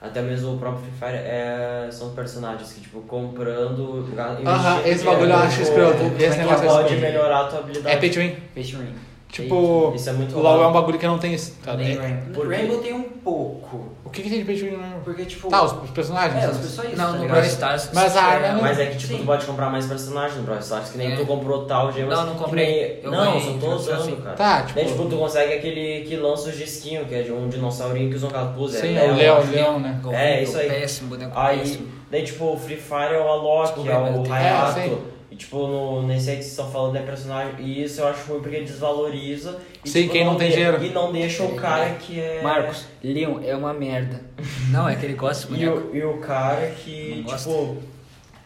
[SPEAKER 2] até mesmo o próprio Free Fire, é... são personagens que tipo, comprando, ga- investindo
[SPEAKER 1] Aham, esse bagulho eu
[SPEAKER 2] dinheiro,
[SPEAKER 1] acho escroto.
[SPEAKER 2] tipo,
[SPEAKER 1] Esse
[SPEAKER 2] que
[SPEAKER 1] negócio é
[SPEAKER 2] pode
[SPEAKER 1] escroto.
[SPEAKER 2] melhorar a tua habilidade.
[SPEAKER 1] É pay to win.
[SPEAKER 3] Peixe ruim.
[SPEAKER 1] Tipo,
[SPEAKER 2] Isso é muito
[SPEAKER 1] o LoL é um
[SPEAKER 2] roubado.
[SPEAKER 1] bagulho que não tem isso. tá?
[SPEAKER 3] Nem
[SPEAKER 1] É-
[SPEAKER 3] Rainbow.
[SPEAKER 2] Por quê?
[SPEAKER 3] Rainbow tem um pouco.
[SPEAKER 1] O que, que tem de pay to win no LoL?
[SPEAKER 3] Porque, tipo.
[SPEAKER 1] Tá, os, os personagens.
[SPEAKER 3] É,
[SPEAKER 1] né?
[SPEAKER 3] os pessoas.
[SPEAKER 2] Tá
[SPEAKER 5] Não, no Brawl
[SPEAKER 3] Brasil.
[SPEAKER 5] Stars.
[SPEAKER 1] Mas a arma não-
[SPEAKER 2] Mas é que tipo, tu
[SPEAKER 3] Sim.
[SPEAKER 2] pode comprar mais personagens no Brawl Stars, que nem
[SPEAKER 5] É.
[SPEAKER 2] tu comprou tal gemas.
[SPEAKER 5] Não, não
[SPEAKER 2] que
[SPEAKER 5] comprei.
[SPEAKER 2] nem-
[SPEAKER 5] Eu
[SPEAKER 2] Não,
[SPEAKER 5] ganhei,
[SPEAKER 2] só tô
[SPEAKER 5] tipo
[SPEAKER 2] usando,
[SPEAKER 5] assim.
[SPEAKER 2] cara.
[SPEAKER 1] Tá, tipo.
[SPEAKER 2] Daí, tipo, tu consegue aquele que lança os disquinhos, que é de um dinossaurinho que usa um capuz.
[SPEAKER 1] Sim,
[SPEAKER 2] é
[SPEAKER 1] o
[SPEAKER 2] Leon.
[SPEAKER 1] Leão, Leão, né?
[SPEAKER 5] Gol,
[SPEAKER 2] É,
[SPEAKER 5] gol,
[SPEAKER 2] isso aí.
[SPEAKER 5] Péssimo, boneco péssimo.
[SPEAKER 2] Aí, daí, tipo, o Free Fire é o Alok,
[SPEAKER 5] Tipo,
[SPEAKER 2] é
[SPEAKER 5] é,
[SPEAKER 2] o
[SPEAKER 5] tem-
[SPEAKER 2] Hayato.
[SPEAKER 1] é, sim.
[SPEAKER 2] e, tipo, no, nesse aí que vocês estão falando é personagem. E isso eu acho ruim porque desvaloriza. E,
[SPEAKER 1] Sim,
[SPEAKER 2] tipo,
[SPEAKER 1] quem não tem
[SPEAKER 2] de-
[SPEAKER 1] dinheiro.
[SPEAKER 2] E não deixa o cara que é.
[SPEAKER 5] Marcos, Leon é uma merda. Não, é que ele gosta do
[SPEAKER 2] E
[SPEAKER 5] boneco.
[SPEAKER 2] o, e o cara
[SPEAKER 5] Não
[SPEAKER 2] que,
[SPEAKER 5] gosta.
[SPEAKER 2] tipo,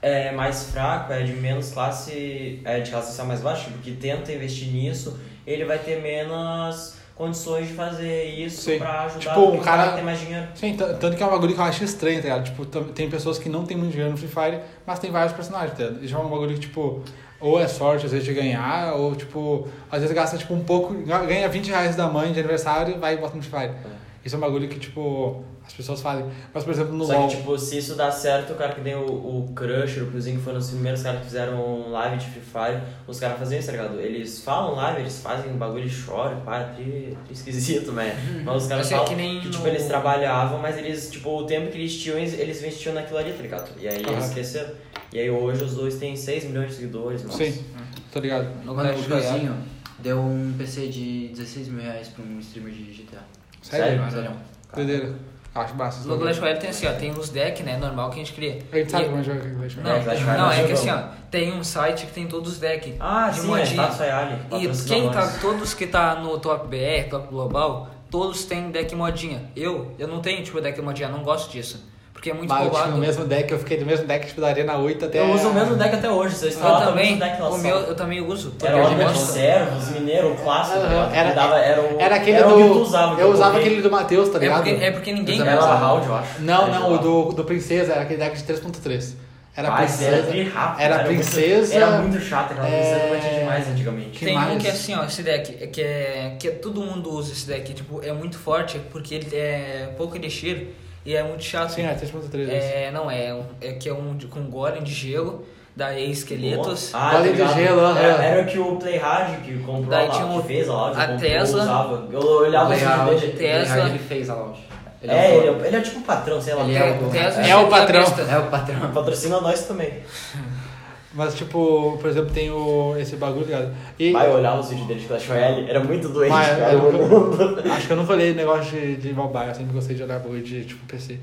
[SPEAKER 2] é mais fraco, é de menos classe, é de classe social mais baixa, porque tenta investir nisso, ele vai ter menos condições de fazer isso
[SPEAKER 1] Sim.
[SPEAKER 2] pra ajudar
[SPEAKER 1] Tipo, um
[SPEAKER 2] porque
[SPEAKER 1] cara-
[SPEAKER 2] vai ter mais dinheiro.
[SPEAKER 1] Sim, t- tanto que é um bagulho que eu acho estranho, tá ligado? Tipo, tam- tem pessoas que não tem muito dinheiro no Free Fire, mas tem vários personagens, tá ligado? Isso é um bagulho que, tipo, ou é sorte, às vezes, de ganhar, ou, tipo, às vezes gasta, tipo, um pouco, ga- ganha 20 reais da mãe de aniversário, vai e bota no Free Fire. Isso é um bagulho que, tipo, as pessoas fazem. Mas, por exemplo, no
[SPEAKER 2] Só
[SPEAKER 1] LoL...
[SPEAKER 2] que, tipo, se isso dá certo, o cara que deu o, o Crusher, o Cruzinho, que foram os primeiros caras que fizeram um live de Free Fire, os caras faziam isso, tá ligado? Eles falam live, eles fazem um bagulho e choram, pá, é tri, tri esquisito, né? Mas os caras
[SPEAKER 5] Mas é
[SPEAKER 2] falam
[SPEAKER 5] que
[SPEAKER 2] que,
[SPEAKER 5] nem
[SPEAKER 2] tipo,
[SPEAKER 5] no-
[SPEAKER 2] eles trabalhavam, mas eles, tipo, o tempo que eles tinham, eles, eles investiam naquilo ali, tá ligado? E aí
[SPEAKER 1] Aham.
[SPEAKER 2] eles cresceram. E aí hoje os dois têm 6 milhões de seguidores, mano.
[SPEAKER 1] Sim, tô ligado.
[SPEAKER 5] No
[SPEAKER 3] Mano, o
[SPEAKER 5] Clash Royale.
[SPEAKER 3] Josinho deu um PC de 16 mil reais pra um streamer de GTA.
[SPEAKER 1] Sério?
[SPEAKER 2] Sério?
[SPEAKER 3] Sério?
[SPEAKER 1] Doideira. Acho massa. esse
[SPEAKER 5] No
[SPEAKER 1] bagulho.
[SPEAKER 5] Clash Royale tem assim, ó, tem os decks, né, normal que a gente cria.
[SPEAKER 1] A gente sabe
[SPEAKER 5] E-
[SPEAKER 1] como jogar com né? Clash
[SPEAKER 5] Não,
[SPEAKER 1] Royale.
[SPEAKER 2] É, Clash Royale
[SPEAKER 5] não, é
[SPEAKER 2] nós
[SPEAKER 5] que assim,
[SPEAKER 2] jogamos.
[SPEAKER 5] ó, tem um site que tem todos os decks.
[SPEAKER 2] Ah,
[SPEAKER 5] de
[SPEAKER 2] sim, é,
[SPEAKER 5] modinha.
[SPEAKER 2] Tato Ayali,
[SPEAKER 5] E
[SPEAKER 2] patrocina
[SPEAKER 5] quem tá,
[SPEAKER 2] nós.
[SPEAKER 5] todos que tá no Top BR, Top Global, todos têm deck modinha. Eu, eu não tenho, tipo, deck modinha, não gosto disso. Porque é muito
[SPEAKER 1] Bah, eu tinha
[SPEAKER 5] roubado.
[SPEAKER 1] o mesmo deck, eu fiquei do mesmo deck, tipo, da Arena 8 até...
[SPEAKER 2] Eu uso o mesmo deck até hoje, vocês
[SPEAKER 5] Eu
[SPEAKER 2] falam,
[SPEAKER 5] também,
[SPEAKER 2] o mesmo deck lá
[SPEAKER 5] o
[SPEAKER 2] só.
[SPEAKER 5] meu, eu também uso. porque
[SPEAKER 2] Era é, tá
[SPEAKER 5] eu
[SPEAKER 2] o homem de
[SPEAKER 5] gosto. É
[SPEAKER 2] servos, mineiro, o clássico. tá ligado?
[SPEAKER 1] era,
[SPEAKER 2] Que dava- era, o,
[SPEAKER 1] era aquele
[SPEAKER 2] era
[SPEAKER 1] do...
[SPEAKER 2] o que tu usava. que
[SPEAKER 1] eu usava
[SPEAKER 2] coloquei.
[SPEAKER 1] aquele do Matheus, tá
[SPEAKER 5] É
[SPEAKER 1] ligado?
[SPEAKER 5] porque, é porque ninguém
[SPEAKER 2] Era
[SPEAKER 5] usa.
[SPEAKER 2] round, eu acho.
[SPEAKER 1] Não,
[SPEAKER 2] Era
[SPEAKER 1] não, o
[SPEAKER 2] geral.
[SPEAKER 1] do, do Princesa, era aquele deck de 3.3. Era
[SPEAKER 2] Ah, esse
[SPEAKER 1] Princesa.
[SPEAKER 2] Era tri rápido,
[SPEAKER 1] era
[SPEAKER 2] muito-
[SPEAKER 1] princesa,
[SPEAKER 2] Era muito chato, aquela princesa
[SPEAKER 1] é,
[SPEAKER 2] batia demais antigamente.
[SPEAKER 1] que
[SPEAKER 5] tem um
[SPEAKER 1] mais?
[SPEAKER 5] que é assim, ó, esse deck, é que é, que é- todo mundo usa esse deck, tipo, é muito forte, porque ele é pouco elixir e é muito chato.
[SPEAKER 1] Sim, é 3.3. isso.
[SPEAKER 5] É, não, é, um- é que é um de, com golem de gelo, daí esqueletos,
[SPEAKER 2] Ah,
[SPEAKER 1] Golem de
[SPEAKER 2] tá ligado?
[SPEAKER 1] gelo, aham.
[SPEAKER 2] Era, era o que o Playhard que comprou
[SPEAKER 5] Daí
[SPEAKER 2] lá,
[SPEAKER 5] tinha um-
[SPEAKER 2] que fez lá,
[SPEAKER 5] a Tesla.
[SPEAKER 2] usava. Eu olhava
[SPEAKER 3] Play
[SPEAKER 1] é
[SPEAKER 2] assim
[SPEAKER 3] Out,
[SPEAKER 2] dele.
[SPEAKER 5] Tesla.
[SPEAKER 3] Play Out, Ele fez a lounge.
[SPEAKER 2] É, ele
[SPEAKER 3] dono.
[SPEAKER 2] é, ele é tipo um patrão, sei lá.
[SPEAKER 3] Ele
[SPEAKER 5] Te-
[SPEAKER 3] é o-
[SPEAKER 5] Tesla
[SPEAKER 1] é
[SPEAKER 5] e
[SPEAKER 1] o
[SPEAKER 5] Chapéu
[SPEAKER 1] patrão.
[SPEAKER 5] Besta.
[SPEAKER 3] É o patrão.
[SPEAKER 2] Patrocina nós também.
[SPEAKER 1] Mas, tipo, por exemplo, tem o, esse bagulho, tá ligado? E, é
[SPEAKER 2] Vai olhar os vídeos dele de Clash Royale, era muito doente,
[SPEAKER 1] Mas,
[SPEAKER 2] cara.
[SPEAKER 1] eu nunca- acho que eu nunca olhei negócio de, de mobile, eu sempre gostei de jogar bagulho de tipo PC.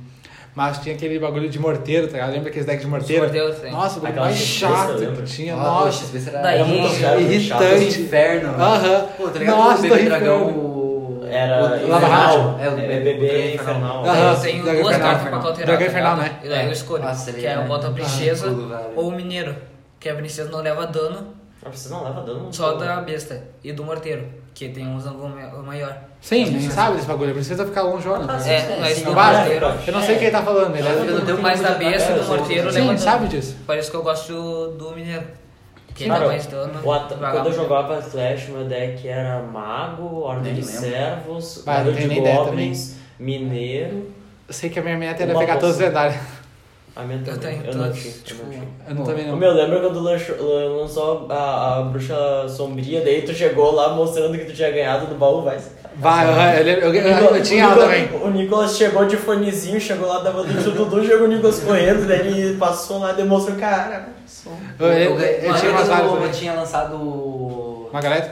[SPEAKER 1] Mas tinha aquele bagulho de morteiro, tá ligado? Lembra aqueles decks de morteiro?
[SPEAKER 5] morteiros, sim.
[SPEAKER 1] Nossa, o bagulho
[SPEAKER 2] Aquela
[SPEAKER 1] mais
[SPEAKER 2] XP,
[SPEAKER 1] chato
[SPEAKER 2] lembra?
[SPEAKER 1] que tinha.
[SPEAKER 3] Ah,
[SPEAKER 1] nossa,
[SPEAKER 3] poxa, esse era-
[SPEAKER 5] Daí-
[SPEAKER 1] era muito
[SPEAKER 2] Era muito chato,
[SPEAKER 1] irritante.
[SPEAKER 3] inferno. né?
[SPEAKER 1] Aham.
[SPEAKER 3] Pô, tá ligado?
[SPEAKER 1] Nossa,
[SPEAKER 3] o bebê
[SPEAKER 1] tá
[SPEAKER 3] dragão.
[SPEAKER 1] inferno.
[SPEAKER 3] o-
[SPEAKER 2] Era
[SPEAKER 1] O- Lava
[SPEAKER 2] infernal.
[SPEAKER 3] Rádio. É, o-
[SPEAKER 2] É, BBB
[SPEAKER 3] o-
[SPEAKER 2] infernal.
[SPEAKER 1] Ah. Aham,
[SPEAKER 5] eu tenho
[SPEAKER 1] Dragão
[SPEAKER 5] duas
[SPEAKER 1] Infernal.
[SPEAKER 5] cartas pra alterar.
[SPEAKER 1] Dragão
[SPEAKER 5] tá
[SPEAKER 1] Infernal,
[SPEAKER 5] ligado?
[SPEAKER 1] né?
[SPEAKER 5] E daí
[SPEAKER 3] É.
[SPEAKER 5] eu escolho.
[SPEAKER 3] Nossa, ele
[SPEAKER 5] que é
[SPEAKER 3] é-
[SPEAKER 5] eu boto a
[SPEAKER 3] Ah,
[SPEAKER 5] princesa
[SPEAKER 3] tudo, velho.
[SPEAKER 5] ou o mineiro. Que a princesa não leva dano,
[SPEAKER 2] Mas Vocês não levam dano? né?
[SPEAKER 5] só da besta e do morteiro, que tem um ângulo ma- maior.
[SPEAKER 1] Sim, a gente sabe desse bagulho. Precisa ficar longe, né?
[SPEAKER 5] É, mas
[SPEAKER 1] sim,
[SPEAKER 5] do
[SPEAKER 1] eu acho.
[SPEAKER 5] morteiro.
[SPEAKER 1] Eu não sei o que ele tá falando. Ele é...
[SPEAKER 5] Eu deu mais da besta e do morteiro
[SPEAKER 1] Sim,
[SPEAKER 5] leva
[SPEAKER 1] sabe
[SPEAKER 5] dano.
[SPEAKER 1] disso.
[SPEAKER 5] Parece que eu gosto do mineiro. Que
[SPEAKER 2] Cara,
[SPEAKER 5] dá mais dano.
[SPEAKER 2] o at- Quando
[SPEAKER 5] vagabundo.
[SPEAKER 2] eu jogava Clash, meu deck era Mago, Ordem
[SPEAKER 3] Nem
[SPEAKER 2] de
[SPEAKER 3] lembro.
[SPEAKER 2] Servos,
[SPEAKER 1] Vai, não
[SPEAKER 2] Barulho
[SPEAKER 1] tenho
[SPEAKER 2] de
[SPEAKER 1] nem ideia
[SPEAKER 2] Goblins, Mineiro.
[SPEAKER 1] Eu sei que a minha meta era
[SPEAKER 2] Uma
[SPEAKER 1] pegar todos os
[SPEAKER 2] bolsa.
[SPEAKER 1] lendários.
[SPEAKER 2] A minha
[SPEAKER 5] Eu
[SPEAKER 2] também,
[SPEAKER 5] tenho
[SPEAKER 2] eu não
[SPEAKER 5] todos,
[SPEAKER 2] tinha. eu não
[SPEAKER 5] tipo,
[SPEAKER 2] tinha.
[SPEAKER 1] Eu não também
[SPEAKER 2] O
[SPEAKER 1] não.
[SPEAKER 2] meu, lembra quando lanchou- lan- lançou a, a bruxa sombria, daí tu chegou lá mostrando que tu tinha ganhado do baú, vai.
[SPEAKER 1] Vai, eu- eu, lembro- eu, eu- eu tinha ela
[SPEAKER 2] Nicolas-
[SPEAKER 1] também.
[SPEAKER 2] O Nicolas chegou de fonezinho, chegou lá, dava do Dudu, chegou o Nicolas correndo, daí ele passou lá, demonstrou, cara, sou um-"
[SPEAKER 1] Eu, eu- eu
[SPEAKER 3] Mas
[SPEAKER 1] tinha umas né? várias
[SPEAKER 3] quando Eu
[SPEAKER 1] também.
[SPEAKER 3] tinha lançado. o-
[SPEAKER 1] Magalhães?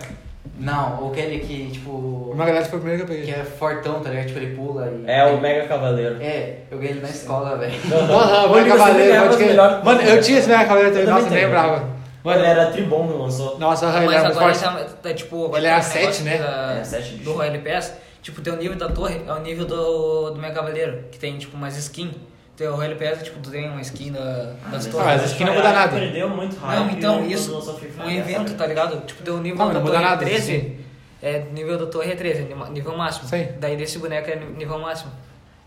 [SPEAKER 3] Não, o aquele que, tipo.
[SPEAKER 1] O Magalhães foi o primeiro que eu
[SPEAKER 3] Que
[SPEAKER 1] peguei.
[SPEAKER 3] é fortão, tá ligado? Tipo, ele pula e.
[SPEAKER 2] É o Mega Cavaleiro.
[SPEAKER 3] É, eu ganhei ele na escola, velho.
[SPEAKER 1] Aham, mano,
[SPEAKER 2] Olha, você
[SPEAKER 1] cavaleiro,
[SPEAKER 2] ganhava
[SPEAKER 1] pode
[SPEAKER 2] os
[SPEAKER 1] crer.
[SPEAKER 2] melhores- né?
[SPEAKER 1] Mano, eu tinha esse mega cavaleiro também,
[SPEAKER 2] Eu
[SPEAKER 1] nossa,
[SPEAKER 2] também
[SPEAKER 1] eu nem
[SPEAKER 2] tenho.
[SPEAKER 1] lembrava.
[SPEAKER 2] Mano,
[SPEAKER 1] Mano,
[SPEAKER 2] ele era tribom que lançou.
[SPEAKER 1] nossa, ele
[SPEAKER 5] Mas
[SPEAKER 1] era muito
[SPEAKER 5] agora
[SPEAKER 1] é forte.
[SPEAKER 5] tá, tá, tipo.
[SPEAKER 1] Ele é a
[SPEAKER 5] aquele
[SPEAKER 1] sete,
[SPEAKER 5] negócio
[SPEAKER 1] né?
[SPEAKER 5] da-
[SPEAKER 2] É, a sete de
[SPEAKER 5] do Royal LPS. Tipo, teu nível da torre é o nível do, do Mega Cavaleiro, que tem, tipo, mais skin. Teu Royal LPS, tipo, tu tem uma skin da, das
[SPEAKER 1] Ah, mas
[SPEAKER 5] torres.
[SPEAKER 1] acho que não muda nada.
[SPEAKER 2] Perdeu muito hype.
[SPEAKER 5] Não, então,
[SPEAKER 2] quando
[SPEAKER 5] isso.
[SPEAKER 2] lançou FIFA,
[SPEAKER 5] Um
[SPEAKER 2] né?
[SPEAKER 5] evento, tá ligado? Tipo, teu nível
[SPEAKER 1] Não,
[SPEAKER 5] da
[SPEAKER 1] não muda
[SPEAKER 5] torre é
[SPEAKER 1] nada,
[SPEAKER 5] 13.
[SPEAKER 1] sim.
[SPEAKER 5] É, nível da torre é 13, nível- nível máximo.
[SPEAKER 1] Sim.
[SPEAKER 5] Daí desse boneco é nível máximo.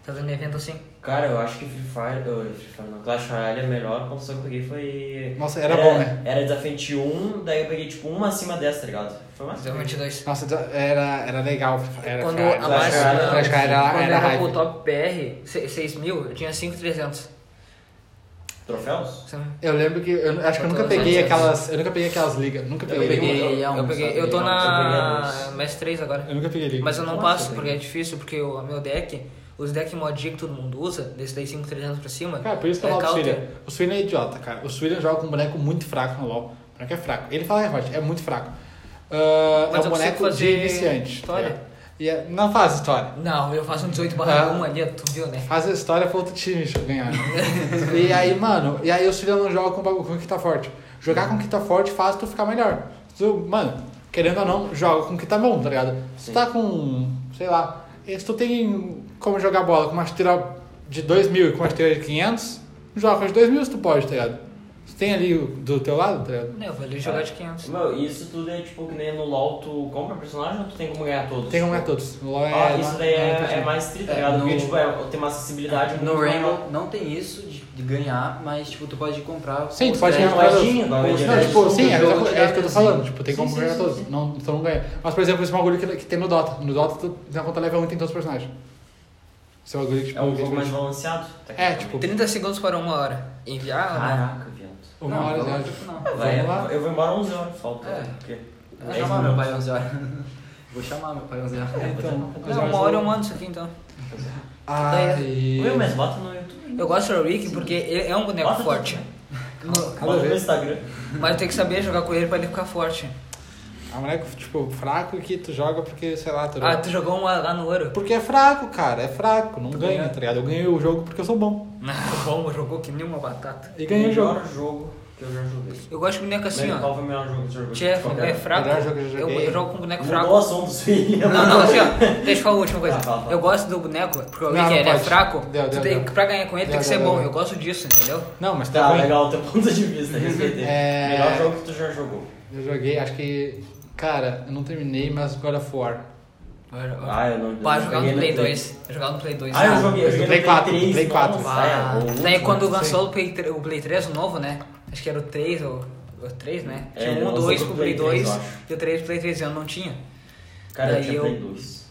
[SPEAKER 5] Fazendo evento assim.
[SPEAKER 2] Cara, eu acho que Free Fire, eu, Free Fire não, Clash Royale é a melhor construção que eu peguei foi...
[SPEAKER 1] Nossa, era
[SPEAKER 5] é.
[SPEAKER 1] bom, né?
[SPEAKER 2] Era desafio 1, daí eu peguei tipo uma acima dessa, tá ligado? Foi mais
[SPEAKER 5] Realmente um dois.
[SPEAKER 1] Nossa, então, era, era legal. Era
[SPEAKER 5] Quando
[SPEAKER 1] cara,
[SPEAKER 5] a
[SPEAKER 1] era-
[SPEAKER 5] máxima-
[SPEAKER 1] era- era- era-
[SPEAKER 5] Quando
[SPEAKER 1] era
[SPEAKER 5] eu era pro
[SPEAKER 1] hype.
[SPEAKER 5] top PR, 6 mil, eu tinha 5,300.
[SPEAKER 2] Troféus?
[SPEAKER 1] Eu lembro que. Eu acho que eu nunca peguei aquelas. Eu nunca peguei aquelas ligas. Nunca
[SPEAKER 3] Eu
[SPEAKER 1] peguei.
[SPEAKER 3] peguei
[SPEAKER 5] Eu,
[SPEAKER 3] a um,
[SPEAKER 5] peguei,
[SPEAKER 3] sabe?
[SPEAKER 5] eu tô
[SPEAKER 2] Eu peguei a
[SPEAKER 5] na
[SPEAKER 2] dois.
[SPEAKER 5] mais 3
[SPEAKER 1] Eu
[SPEAKER 5] agora.
[SPEAKER 1] nunca peguei liga.
[SPEAKER 5] Mas eu não
[SPEAKER 3] Nossa,
[SPEAKER 5] passo
[SPEAKER 3] velho.
[SPEAKER 5] porque é difícil, porque o meu deck, os deck modinha que todo mundo usa, desse daí 5,300 pra cima.
[SPEAKER 1] Cara, por isso que eu
[SPEAKER 5] é
[SPEAKER 1] falo do
[SPEAKER 5] counter.
[SPEAKER 1] Swillian. O Swillian é idiota, cara. O Swillian joga com um boneco muito fraco no LoL. O boneco é fraco. Ele fala que é forte, é muito fraco. Ah,
[SPEAKER 5] Mas
[SPEAKER 1] é um
[SPEAKER 5] eu consigo
[SPEAKER 1] boneco de
[SPEAKER 5] fazer
[SPEAKER 1] iniciante. tá
[SPEAKER 5] história.
[SPEAKER 1] ligado? E é- não faz história.
[SPEAKER 5] Não, eu faço um 18
[SPEAKER 1] Ah.
[SPEAKER 5] barra 1 ali, tu viu, né?
[SPEAKER 1] Faz a história pra outro time ganhar. né? e aí, mano, e aí o Swillian não joga com o bagulho com o que tá forte. Jogar com o que tá forte faz tu ficar melhor. Tu, mano, querendo ou não, joga com o que tá bom, tá ligado? Se tu tá com, sei lá, se tu tem como jogar bola com uma chuteira de 2 mil e com uma chuteira de 500, joga com as de 2 mil se tu pode, tá ligado? Se tem ali o- do teu lado, tá ligado?
[SPEAKER 5] Não, eu vou ali jogar de 500.
[SPEAKER 2] Meu, isso tudo é tipo que nem no LoL, tu compra personagem ou tu tem como ganhar todos?
[SPEAKER 1] Tem como é todos. O LoL é,
[SPEAKER 2] Ah, isso daí é,
[SPEAKER 1] não
[SPEAKER 2] é
[SPEAKER 1] tem
[SPEAKER 2] mais tri, tá
[SPEAKER 3] É,
[SPEAKER 2] ligado? Porque
[SPEAKER 3] no-
[SPEAKER 2] tipo, é, tem uma acessibilidade muito
[SPEAKER 3] No
[SPEAKER 2] maior.
[SPEAKER 3] Rainbow não tem isso de, de ganhar, mas tipo, tu pode comprar.
[SPEAKER 1] Sim,
[SPEAKER 3] os
[SPEAKER 1] tu pode
[SPEAKER 3] dez-
[SPEAKER 1] ganhar
[SPEAKER 2] Não,
[SPEAKER 1] todos.
[SPEAKER 2] não,
[SPEAKER 3] os
[SPEAKER 2] não,
[SPEAKER 1] Não,
[SPEAKER 3] dez
[SPEAKER 1] tipo,
[SPEAKER 3] do
[SPEAKER 1] sim, é,
[SPEAKER 3] jogo
[SPEAKER 1] o que- é isso que eu tô
[SPEAKER 3] tirados,
[SPEAKER 1] falando. Tipo, tem
[SPEAKER 3] Sim,
[SPEAKER 1] como
[SPEAKER 3] sim,
[SPEAKER 1] ganhar
[SPEAKER 3] sim,
[SPEAKER 1] todos.
[SPEAKER 3] sim.
[SPEAKER 1] Não, então não ganha. Mas, por exemplo, esse bagulho que, que tem no Dota. No Dota, tu, na conta level 1 tem todos os então personagens. Esse bagulho que, tipo,
[SPEAKER 2] É um
[SPEAKER 1] que-
[SPEAKER 2] jogo mais balanceado? tá
[SPEAKER 1] É, tipo,
[SPEAKER 5] 30 segundos para uma hora. Enviar,
[SPEAKER 1] Ah.
[SPEAKER 5] né?
[SPEAKER 2] Caraca, viado.
[SPEAKER 1] uma
[SPEAKER 3] Não,
[SPEAKER 1] hora
[SPEAKER 3] vamos
[SPEAKER 1] já. tipo,
[SPEAKER 3] pro final.
[SPEAKER 2] Vai,
[SPEAKER 1] Vamos lá.
[SPEAKER 2] Eu vou embora 11 horas, falta.
[SPEAKER 3] É.
[SPEAKER 2] Porque...
[SPEAKER 3] Vou
[SPEAKER 2] 10
[SPEAKER 3] chamar meu
[SPEAKER 2] minutos.
[SPEAKER 3] pai 11 horas. Vou chamar meu pai 11 horas.
[SPEAKER 1] Então, às
[SPEAKER 5] Não,
[SPEAKER 1] vezes
[SPEAKER 5] uma hora eu mando isso aqui então.
[SPEAKER 1] Ah, Ai.
[SPEAKER 2] Ué, mas bota no YouTube.
[SPEAKER 5] Eu gosto do Rick porque ele é um boneco
[SPEAKER 2] Bota
[SPEAKER 5] forte. No-
[SPEAKER 1] Cada
[SPEAKER 2] Bota no
[SPEAKER 1] vez.
[SPEAKER 2] Instagram.
[SPEAKER 1] né?
[SPEAKER 5] mas tem que saber jogar com ele pra ele ficar forte.
[SPEAKER 1] É um moleque, tipo, fraco que tu joga porque, sei lá, tu
[SPEAKER 5] Ah, tu jogou uma lá no ouro.
[SPEAKER 1] Porque é fraco, cara, é fraco, não ganha, tá ligado? Eu ganhei o jogo porque eu sou bom.
[SPEAKER 5] Como um, jogou que nem uma batata.
[SPEAKER 1] E ganhei o jogo.
[SPEAKER 2] Melhor jogo que eu já joguei.
[SPEAKER 5] Eu gosto de boneco assim,
[SPEAKER 2] Mas Qual
[SPEAKER 5] ó.
[SPEAKER 2] foi o melhor jogo que você jogou?
[SPEAKER 5] Jeff
[SPEAKER 2] Qual que
[SPEAKER 5] é
[SPEAKER 2] era?
[SPEAKER 5] fraco.
[SPEAKER 1] Melhor jogo que eu já
[SPEAKER 5] Eu,
[SPEAKER 1] joguei.
[SPEAKER 5] eu jogo com boneco
[SPEAKER 2] Mudou
[SPEAKER 5] fraco.
[SPEAKER 2] o assunto, sim.
[SPEAKER 5] Não, não, assim, ó. Deixa eu falar a última coisa.
[SPEAKER 2] Ah, fala, fala.
[SPEAKER 5] Eu gosto do boneco, porque o
[SPEAKER 1] Não,
[SPEAKER 5] Rick
[SPEAKER 1] não
[SPEAKER 5] ele é
[SPEAKER 1] pode.
[SPEAKER 5] fraco.
[SPEAKER 1] Deu,
[SPEAKER 5] tu
[SPEAKER 1] deu,
[SPEAKER 5] tem-
[SPEAKER 1] deu.
[SPEAKER 5] Pra ganhar com ele
[SPEAKER 1] Deu,
[SPEAKER 5] tem que
[SPEAKER 1] deu,
[SPEAKER 5] ser bom.
[SPEAKER 1] deu.
[SPEAKER 5] Eu gosto disso, entendeu?
[SPEAKER 1] Não, mas tá,
[SPEAKER 2] Tá,
[SPEAKER 1] ruim.
[SPEAKER 2] legal, teu ponto de vista, respeitei.
[SPEAKER 1] É.
[SPEAKER 2] Melhor jogo que tu já jogou.
[SPEAKER 1] Eu joguei, acho que. Cara, eu não terminei, mas God of War.
[SPEAKER 2] Ah, eu não-
[SPEAKER 5] Pra
[SPEAKER 2] eu
[SPEAKER 5] jogar
[SPEAKER 2] peguei
[SPEAKER 5] no
[SPEAKER 2] no Play.
[SPEAKER 5] Play 2. Jogar no Play 2.
[SPEAKER 2] Ah, eu
[SPEAKER 5] sabe?
[SPEAKER 2] joguei, eu
[SPEAKER 1] Play
[SPEAKER 2] joguei no Play
[SPEAKER 1] 4,
[SPEAKER 2] 3.
[SPEAKER 1] Play 4.
[SPEAKER 2] nossa,
[SPEAKER 5] Ah,
[SPEAKER 2] é, o
[SPEAKER 5] daí
[SPEAKER 2] último.
[SPEAKER 5] quando lançou o Play, 3, o Play 3, o novo, né? Acho que era o 3 ou o 3, né?
[SPEAKER 2] É,
[SPEAKER 5] Tinha
[SPEAKER 2] ele
[SPEAKER 5] um,
[SPEAKER 2] lançou
[SPEAKER 5] dois
[SPEAKER 2] pro
[SPEAKER 5] pro Play
[SPEAKER 2] Play
[SPEAKER 5] 2
[SPEAKER 2] 3, eu acho.
[SPEAKER 5] e o 3 pro Play 3 eu não tinha.
[SPEAKER 2] Cara, eu
[SPEAKER 5] daí
[SPEAKER 2] tinha
[SPEAKER 5] eu-
[SPEAKER 2] Play 2.